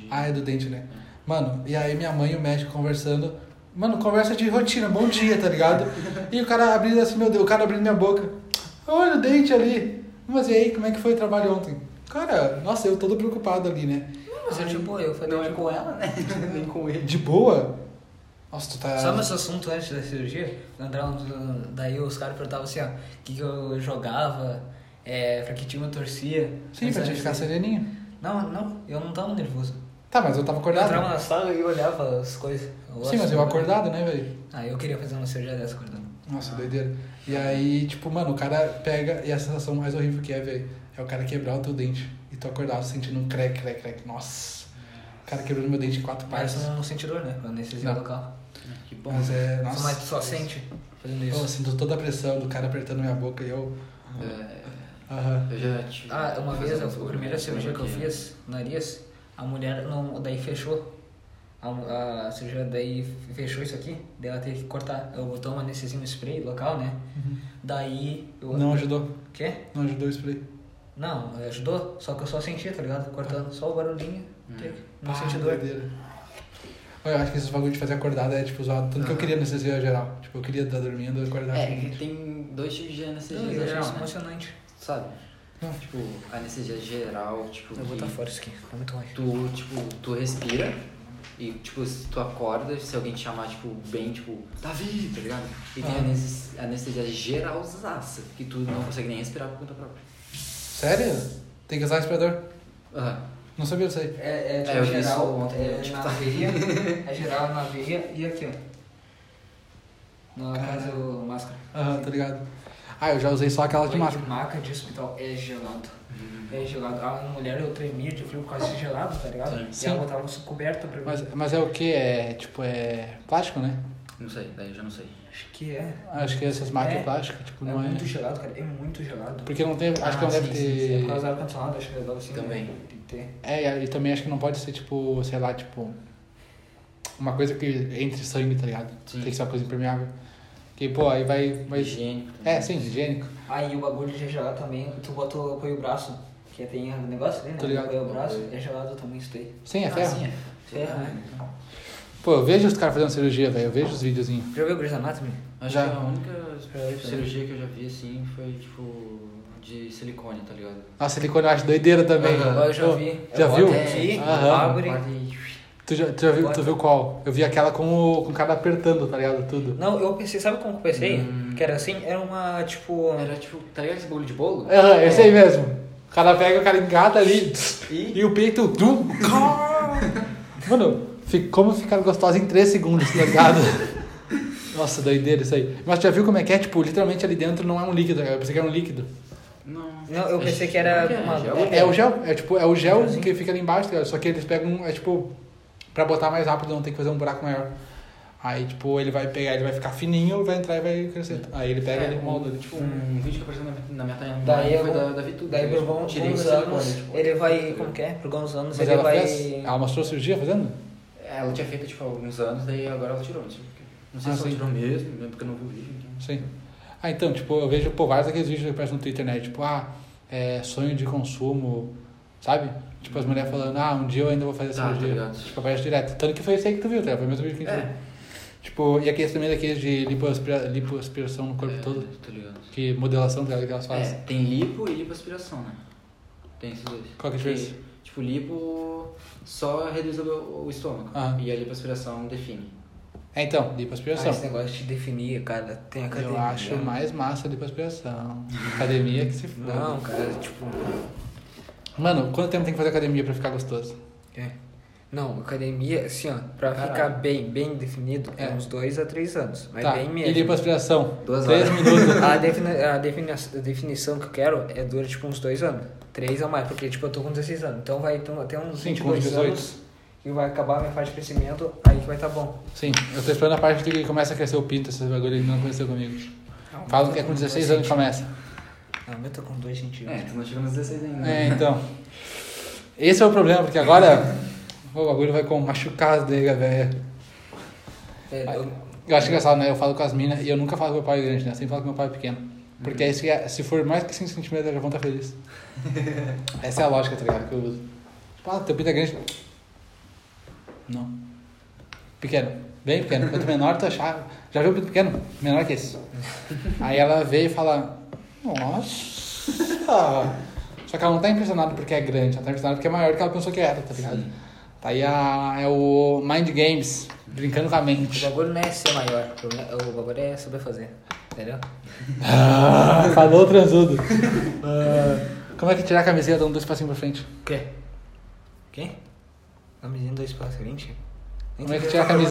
[SPEAKER 1] Ah, é do dente, né? Mano, e aí minha mãe e o médico conversando. Mano, conversa de rotina, bom dia, tá ligado? E o cara abrindo assim, meu Deus, o cara abrindo minha boca. Olha o dente ali. Mas e aí, como é que foi o trabalho ontem? Cara, nossa, eu todo preocupado ali, né?
[SPEAKER 5] Mas eu, tipo, eu falei.
[SPEAKER 3] Não é
[SPEAKER 5] tipo,
[SPEAKER 3] com ela, né? Nem com ele.
[SPEAKER 1] De boa? Nossa, tu tá.
[SPEAKER 5] Sabe esse assunto antes da cirurgia? Entraram, daí os caras perguntavam assim, ó, o que, que eu jogava, é, pra que time eu torcia.
[SPEAKER 1] Sim,
[SPEAKER 5] Antes
[SPEAKER 1] pra
[SPEAKER 5] da
[SPEAKER 1] te ficar
[SPEAKER 5] cirurgia.
[SPEAKER 1] sereninho.
[SPEAKER 5] assim, Não, não, eu não tava nervoso.
[SPEAKER 1] Tá, mas eu tava
[SPEAKER 5] Eu entrava
[SPEAKER 1] acordado.
[SPEAKER 5] na sala e olhava as coisas.
[SPEAKER 1] Sim, mas eu acordado, né, velho?
[SPEAKER 5] Ah, eu queria fazer uma cirurgia dessa acordando.
[SPEAKER 1] Nossa, doideira. E aí, tipo, mano, o cara pega e a sensação mais horrível que é, velho, é o cara quebrar o teu dente e tu acordar sentindo um crack, crack, crack. Nossa. O cara quebrou meu dente em quatro
[SPEAKER 5] Mas
[SPEAKER 1] partes.
[SPEAKER 5] tu não sente dor, né? Quando anestesia
[SPEAKER 1] Não.
[SPEAKER 5] local.
[SPEAKER 3] Ah, Que bom.
[SPEAKER 1] Mas é, nossa. assim?
[SPEAKER 5] Mas tu só sente fazendo
[SPEAKER 1] Eu
[SPEAKER 5] isso.
[SPEAKER 1] sinto toda a pressão do cara apertando minha boca e eu.
[SPEAKER 3] É,
[SPEAKER 1] Aham.
[SPEAKER 3] eu já tive.
[SPEAKER 5] Ah, uma vez,
[SPEAKER 3] fazendo
[SPEAKER 5] a primeira
[SPEAKER 3] coisa
[SPEAKER 5] cirurgia que eu
[SPEAKER 3] aqui. né?
[SPEAKER 5] fiz, nariz, a mulher não. Daí fechou. A, a cirurgia daí fechou isso aqui, daí ela teve que cortar. Eu botou uma anestesia no spray local, né? Daí eu.
[SPEAKER 1] Uhum. Não ajudou.
[SPEAKER 5] O quê?
[SPEAKER 1] Não ajudou o spray.
[SPEAKER 5] Não, ajudou, só que eu só senti, tá ligado? Cortando só o barulhinho.
[SPEAKER 3] Hum.
[SPEAKER 5] tic, Não
[SPEAKER 1] Ah,
[SPEAKER 5] senti dor.
[SPEAKER 1] doideira. Olha, eu acho que esses bagulho de fazer acordada é tipo zoado. Tanto que eu queria anestesia geral. Tipo, eu queria estar dormindo e acordar. assim.
[SPEAKER 3] É, tem dois tipos de
[SPEAKER 5] Não,
[SPEAKER 3] anestesia
[SPEAKER 5] é
[SPEAKER 3] geral, né?
[SPEAKER 5] emocionante.
[SPEAKER 3] Sabe?
[SPEAKER 1] Não.
[SPEAKER 3] Tipo, anestesia geral, tipo,
[SPEAKER 5] Eu vou
[SPEAKER 3] que
[SPEAKER 5] botar fora isso aqui, tá muito longe.
[SPEAKER 3] tu, tipo, tu respira e, tipo, se tu acorda, se alguém te chamar, tipo, bem, tipo, Davi, tá ligado? E tem
[SPEAKER 1] Ah.
[SPEAKER 3] anes- anestesia geralzaça, que tu não consegue nem respirar por conta própria.
[SPEAKER 1] Sério? Tem que usar respirador?
[SPEAKER 3] Aham.
[SPEAKER 1] Não sabia disso aí.
[SPEAKER 5] É, é,
[SPEAKER 3] É,
[SPEAKER 5] tipo,
[SPEAKER 3] eu vi isso
[SPEAKER 5] geral,
[SPEAKER 3] ontem,
[SPEAKER 5] é,
[SPEAKER 3] eu, tipo,
[SPEAKER 5] na
[SPEAKER 3] tá-
[SPEAKER 5] veia, é geral na veia e aqui, ó. No caso, máscara.
[SPEAKER 1] Aham, tá ligado? Ah, eu já usei só aquela de
[SPEAKER 5] Foi
[SPEAKER 1] máscara.
[SPEAKER 5] Maca de hospital é gelado.
[SPEAKER 1] Uhum.
[SPEAKER 5] É gelado. A mulher, eu tremia de frio por causa de gelado, tá ligado?
[SPEAKER 1] Sim.
[SPEAKER 5] E ela botava uma coberta pra mim.
[SPEAKER 1] Mas, mas é o que? É tipo, é plástico, né?
[SPEAKER 3] Não sei, daí eu já não sei.
[SPEAKER 5] Acho que é.
[SPEAKER 1] Acho que essas máquinas
[SPEAKER 5] É.
[SPEAKER 1] plásticas, tipo,
[SPEAKER 5] É
[SPEAKER 1] não é.
[SPEAKER 5] muito gelado, cara. É muito gelado.
[SPEAKER 1] Porque não tem. Acho que não
[SPEAKER 5] Ah,
[SPEAKER 1] deve
[SPEAKER 5] sim, sim, sim. É
[SPEAKER 1] ter.
[SPEAKER 5] por causa do ar-condicionado, acho que é assim.
[SPEAKER 3] Também.
[SPEAKER 5] né? Tem que ter.
[SPEAKER 1] É, e aí também acho que não pode ser tipo, sei lá, tipo. Uma coisa que entre sangue, tá ligado?
[SPEAKER 3] Sim.
[SPEAKER 1] Tem que ser uma coisa impermeável. Que, pô, aí vai. vai...
[SPEAKER 3] Higiênico também.
[SPEAKER 1] É, sim, higiênico.
[SPEAKER 5] Aí o bagulho de gelado também, tu bota o apoio o braço, que tem um negócio ali, né?
[SPEAKER 1] Tô ligado.
[SPEAKER 5] Apoio o braço, é gelado também isso daí.
[SPEAKER 1] Sim, é
[SPEAKER 3] Ah,
[SPEAKER 1] ferro.
[SPEAKER 3] sim, é.
[SPEAKER 5] Ferro, né?
[SPEAKER 1] Pô, eu vejo os caras fazendo cirurgia, velho. Eu vejo os assim. videozinhos.
[SPEAKER 5] Já viu o Grey's Anatomy?
[SPEAKER 3] Acho
[SPEAKER 1] Já. É,
[SPEAKER 3] que a única tipo, cirurgia que eu já vi, assim, foi, tipo, de silicone, tá ligado?
[SPEAKER 1] Nossa, silicone eu acho doideira também.
[SPEAKER 3] Aham.
[SPEAKER 5] Eu já
[SPEAKER 1] Pô,
[SPEAKER 5] vi.
[SPEAKER 1] Já
[SPEAKER 5] Eu
[SPEAKER 1] viu?
[SPEAKER 5] boto aqui,
[SPEAKER 1] Aham.
[SPEAKER 5] abre.
[SPEAKER 1] Tu, já, tu já viu, tu
[SPEAKER 5] Bota.
[SPEAKER 1] viu qual? Eu vi aquela com o, com o cara apertando, tá ligado? Tudo.
[SPEAKER 5] Não, eu pensei, sabe como que eu pensei?
[SPEAKER 1] Hum.
[SPEAKER 5] Que era assim, era uma, tipo...
[SPEAKER 3] Era, tipo, tá ligado esse bolo de bolo?
[SPEAKER 1] Aham, esse aí mesmo. O cara pega, o cara engata ali. E,
[SPEAKER 3] E?
[SPEAKER 1] o peito. Dum, Mano, fi- como ficar gostosa em 3 segundos, tá ligado? Nossa, doideira isso aí. Mas tu já viu como é que é? Tipo, literalmente ali dentro não é um líquido. Eu pensei que era um líquido.
[SPEAKER 3] Não.
[SPEAKER 5] Não, eu pensei que era uma...
[SPEAKER 1] É, é o gel. É tipo, é o gel
[SPEAKER 5] Gelzinho.
[SPEAKER 1] que fica ali embaixo, tá ligado? Só que eles pegam. um- É tipo. Pra botar mais rápido, não tem que fazer um buraco maior. Aí, tipo, ele vai pegar, ele vai ficar fininho, vai entrar e vai crescer. Aí ele pega
[SPEAKER 3] É,
[SPEAKER 1] ele
[SPEAKER 3] um-
[SPEAKER 1] molda ali, tipo.
[SPEAKER 3] Um vídeo que apareceu na, na minha timeline
[SPEAKER 5] Daí
[SPEAKER 3] foi
[SPEAKER 5] eu-
[SPEAKER 3] da, da Vitu.
[SPEAKER 5] Daí por
[SPEAKER 3] eu
[SPEAKER 5] bons,
[SPEAKER 3] tirei
[SPEAKER 5] bons
[SPEAKER 3] o silicone,
[SPEAKER 5] um
[SPEAKER 1] é,
[SPEAKER 5] anos,
[SPEAKER 3] tipo,
[SPEAKER 5] ele vai...
[SPEAKER 3] entendeu?
[SPEAKER 5] Como que é? Por bons anos,
[SPEAKER 1] Mas
[SPEAKER 5] ele
[SPEAKER 1] ela
[SPEAKER 5] vai...
[SPEAKER 1] fez? Ah, Ela mostrou a cirurgia fazendo?
[SPEAKER 3] Ela tinha feito, tipo, há alguns anos, daí agora ela tirou, não sei porquê. Não sei
[SPEAKER 1] Ah,
[SPEAKER 3] se ela
[SPEAKER 1] sim.
[SPEAKER 3] tirou mesmo, né, porque eu não vi o vídeo. Então.
[SPEAKER 1] Sim. Ah, então, tipo, eu vejo pô, vários daqueles vídeos que aparecem no Twitter, né? Tipo, ah, é, sonho de consumo, sabe? Tipo, as mulheres falando, ah, um dia eu ainda vou fazer
[SPEAKER 3] Tá, tá
[SPEAKER 1] cirurgia.
[SPEAKER 3] ligado.
[SPEAKER 1] tipo, aparece direto. Tanto que foi esse aí que tu viu, tá? Foi o mesmo vídeo que a gente
[SPEAKER 3] É.
[SPEAKER 1] viu. Tipo, e aqueles também daqueles de lipoaspira- lipoaspiração no
[SPEAKER 5] É.
[SPEAKER 1] corpo todo,
[SPEAKER 3] Tá ligado.
[SPEAKER 1] que modelação tá ligado, que elas fazem.
[SPEAKER 3] É, tem lipo e lipoaspiração, né? Tem esses dois.
[SPEAKER 1] Qual que é a diferença?
[SPEAKER 3] Tipo, lipo só reduz o, o estômago.
[SPEAKER 1] Aham.
[SPEAKER 3] E a lipoaspiração define.
[SPEAKER 1] É, então,
[SPEAKER 5] Ah,
[SPEAKER 1] lipoaspiração.
[SPEAKER 5] esse negócio de definir, cara, tem academia.
[SPEAKER 1] eu acho mais massa a lipoaspiração. Academia que se foda.
[SPEAKER 5] Não, cara, tipo...
[SPEAKER 1] Mano, quanto tempo tem que fazer academia pra ficar gostoso?
[SPEAKER 5] É. Não, academia, assim, ó, pra
[SPEAKER 3] Caralho.
[SPEAKER 5] ficar bem, bem definido, é,
[SPEAKER 1] É.
[SPEAKER 5] uns dois a três anos. Mas
[SPEAKER 1] tá,
[SPEAKER 5] bem
[SPEAKER 1] e
[SPEAKER 5] mesmo.
[SPEAKER 1] lipoaspiração?
[SPEAKER 3] Duas
[SPEAKER 1] Três
[SPEAKER 3] horas.
[SPEAKER 1] minutos.
[SPEAKER 5] A, defini a, defini a definição que eu quero é dura tipo uns dois anos. Três a mais, porque tipo eu tô com 16 anos. Então vai ter um- até uns
[SPEAKER 1] Sim,
[SPEAKER 5] 22
[SPEAKER 1] com 18.
[SPEAKER 5] anos e vai acabar a minha fase de crescimento, aí que vai tá bom.
[SPEAKER 1] Sim, eu tô esperando a parte que começa a crescer o pinto, esses bagulho ainda não aconteceu comigo. Falam que é com 16 anos que começa.
[SPEAKER 5] Não, eu tô com dois centímetros.
[SPEAKER 3] É, tu não chegou nos 16 ainda.
[SPEAKER 1] É, então. Esse é o problema, porque agora O bagulho vai como machucar as nega, velho.
[SPEAKER 5] É,
[SPEAKER 1] Eu acho engraçado, né? Eu falo com as minas e eu nunca falo com meu pai grande, né? Eu sempre falo com meu pai pequeno. Porque aí, se, se for mais que 5 centímetros, elas já vão estar felizes. Essa é a lógica, tá ligado? Que eu uso. Tipo, ah, teu pinto é grande. Não. Pequeno. Bem pequeno. Quanto menor, tu achar. Já viu o pinto pequeno? Menor que esse. Aí ela veio e fala: Nossa. Só que ela não tá impressionada porque é grande, ela tá impressionada porque é maior do que ela pensou que era, tá ligado? Tá aí a, é o Mind Games, brincando com a
[SPEAKER 6] O
[SPEAKER 1] mente.
[SPEAKER 6] bagulho não é ser maior, o problema- o bagulho é saber fazer. Entendeu?
[SPEAKER 1] Ah, falou transudo. como é que tirar a camiseta dando dois passinhos pra frente?
[SPEAKER 6] O quê?
[SPEAKER 5] Quem? Camisinha 2 para 20?
[SPEAKER 1] Como é que tirar a camiseta?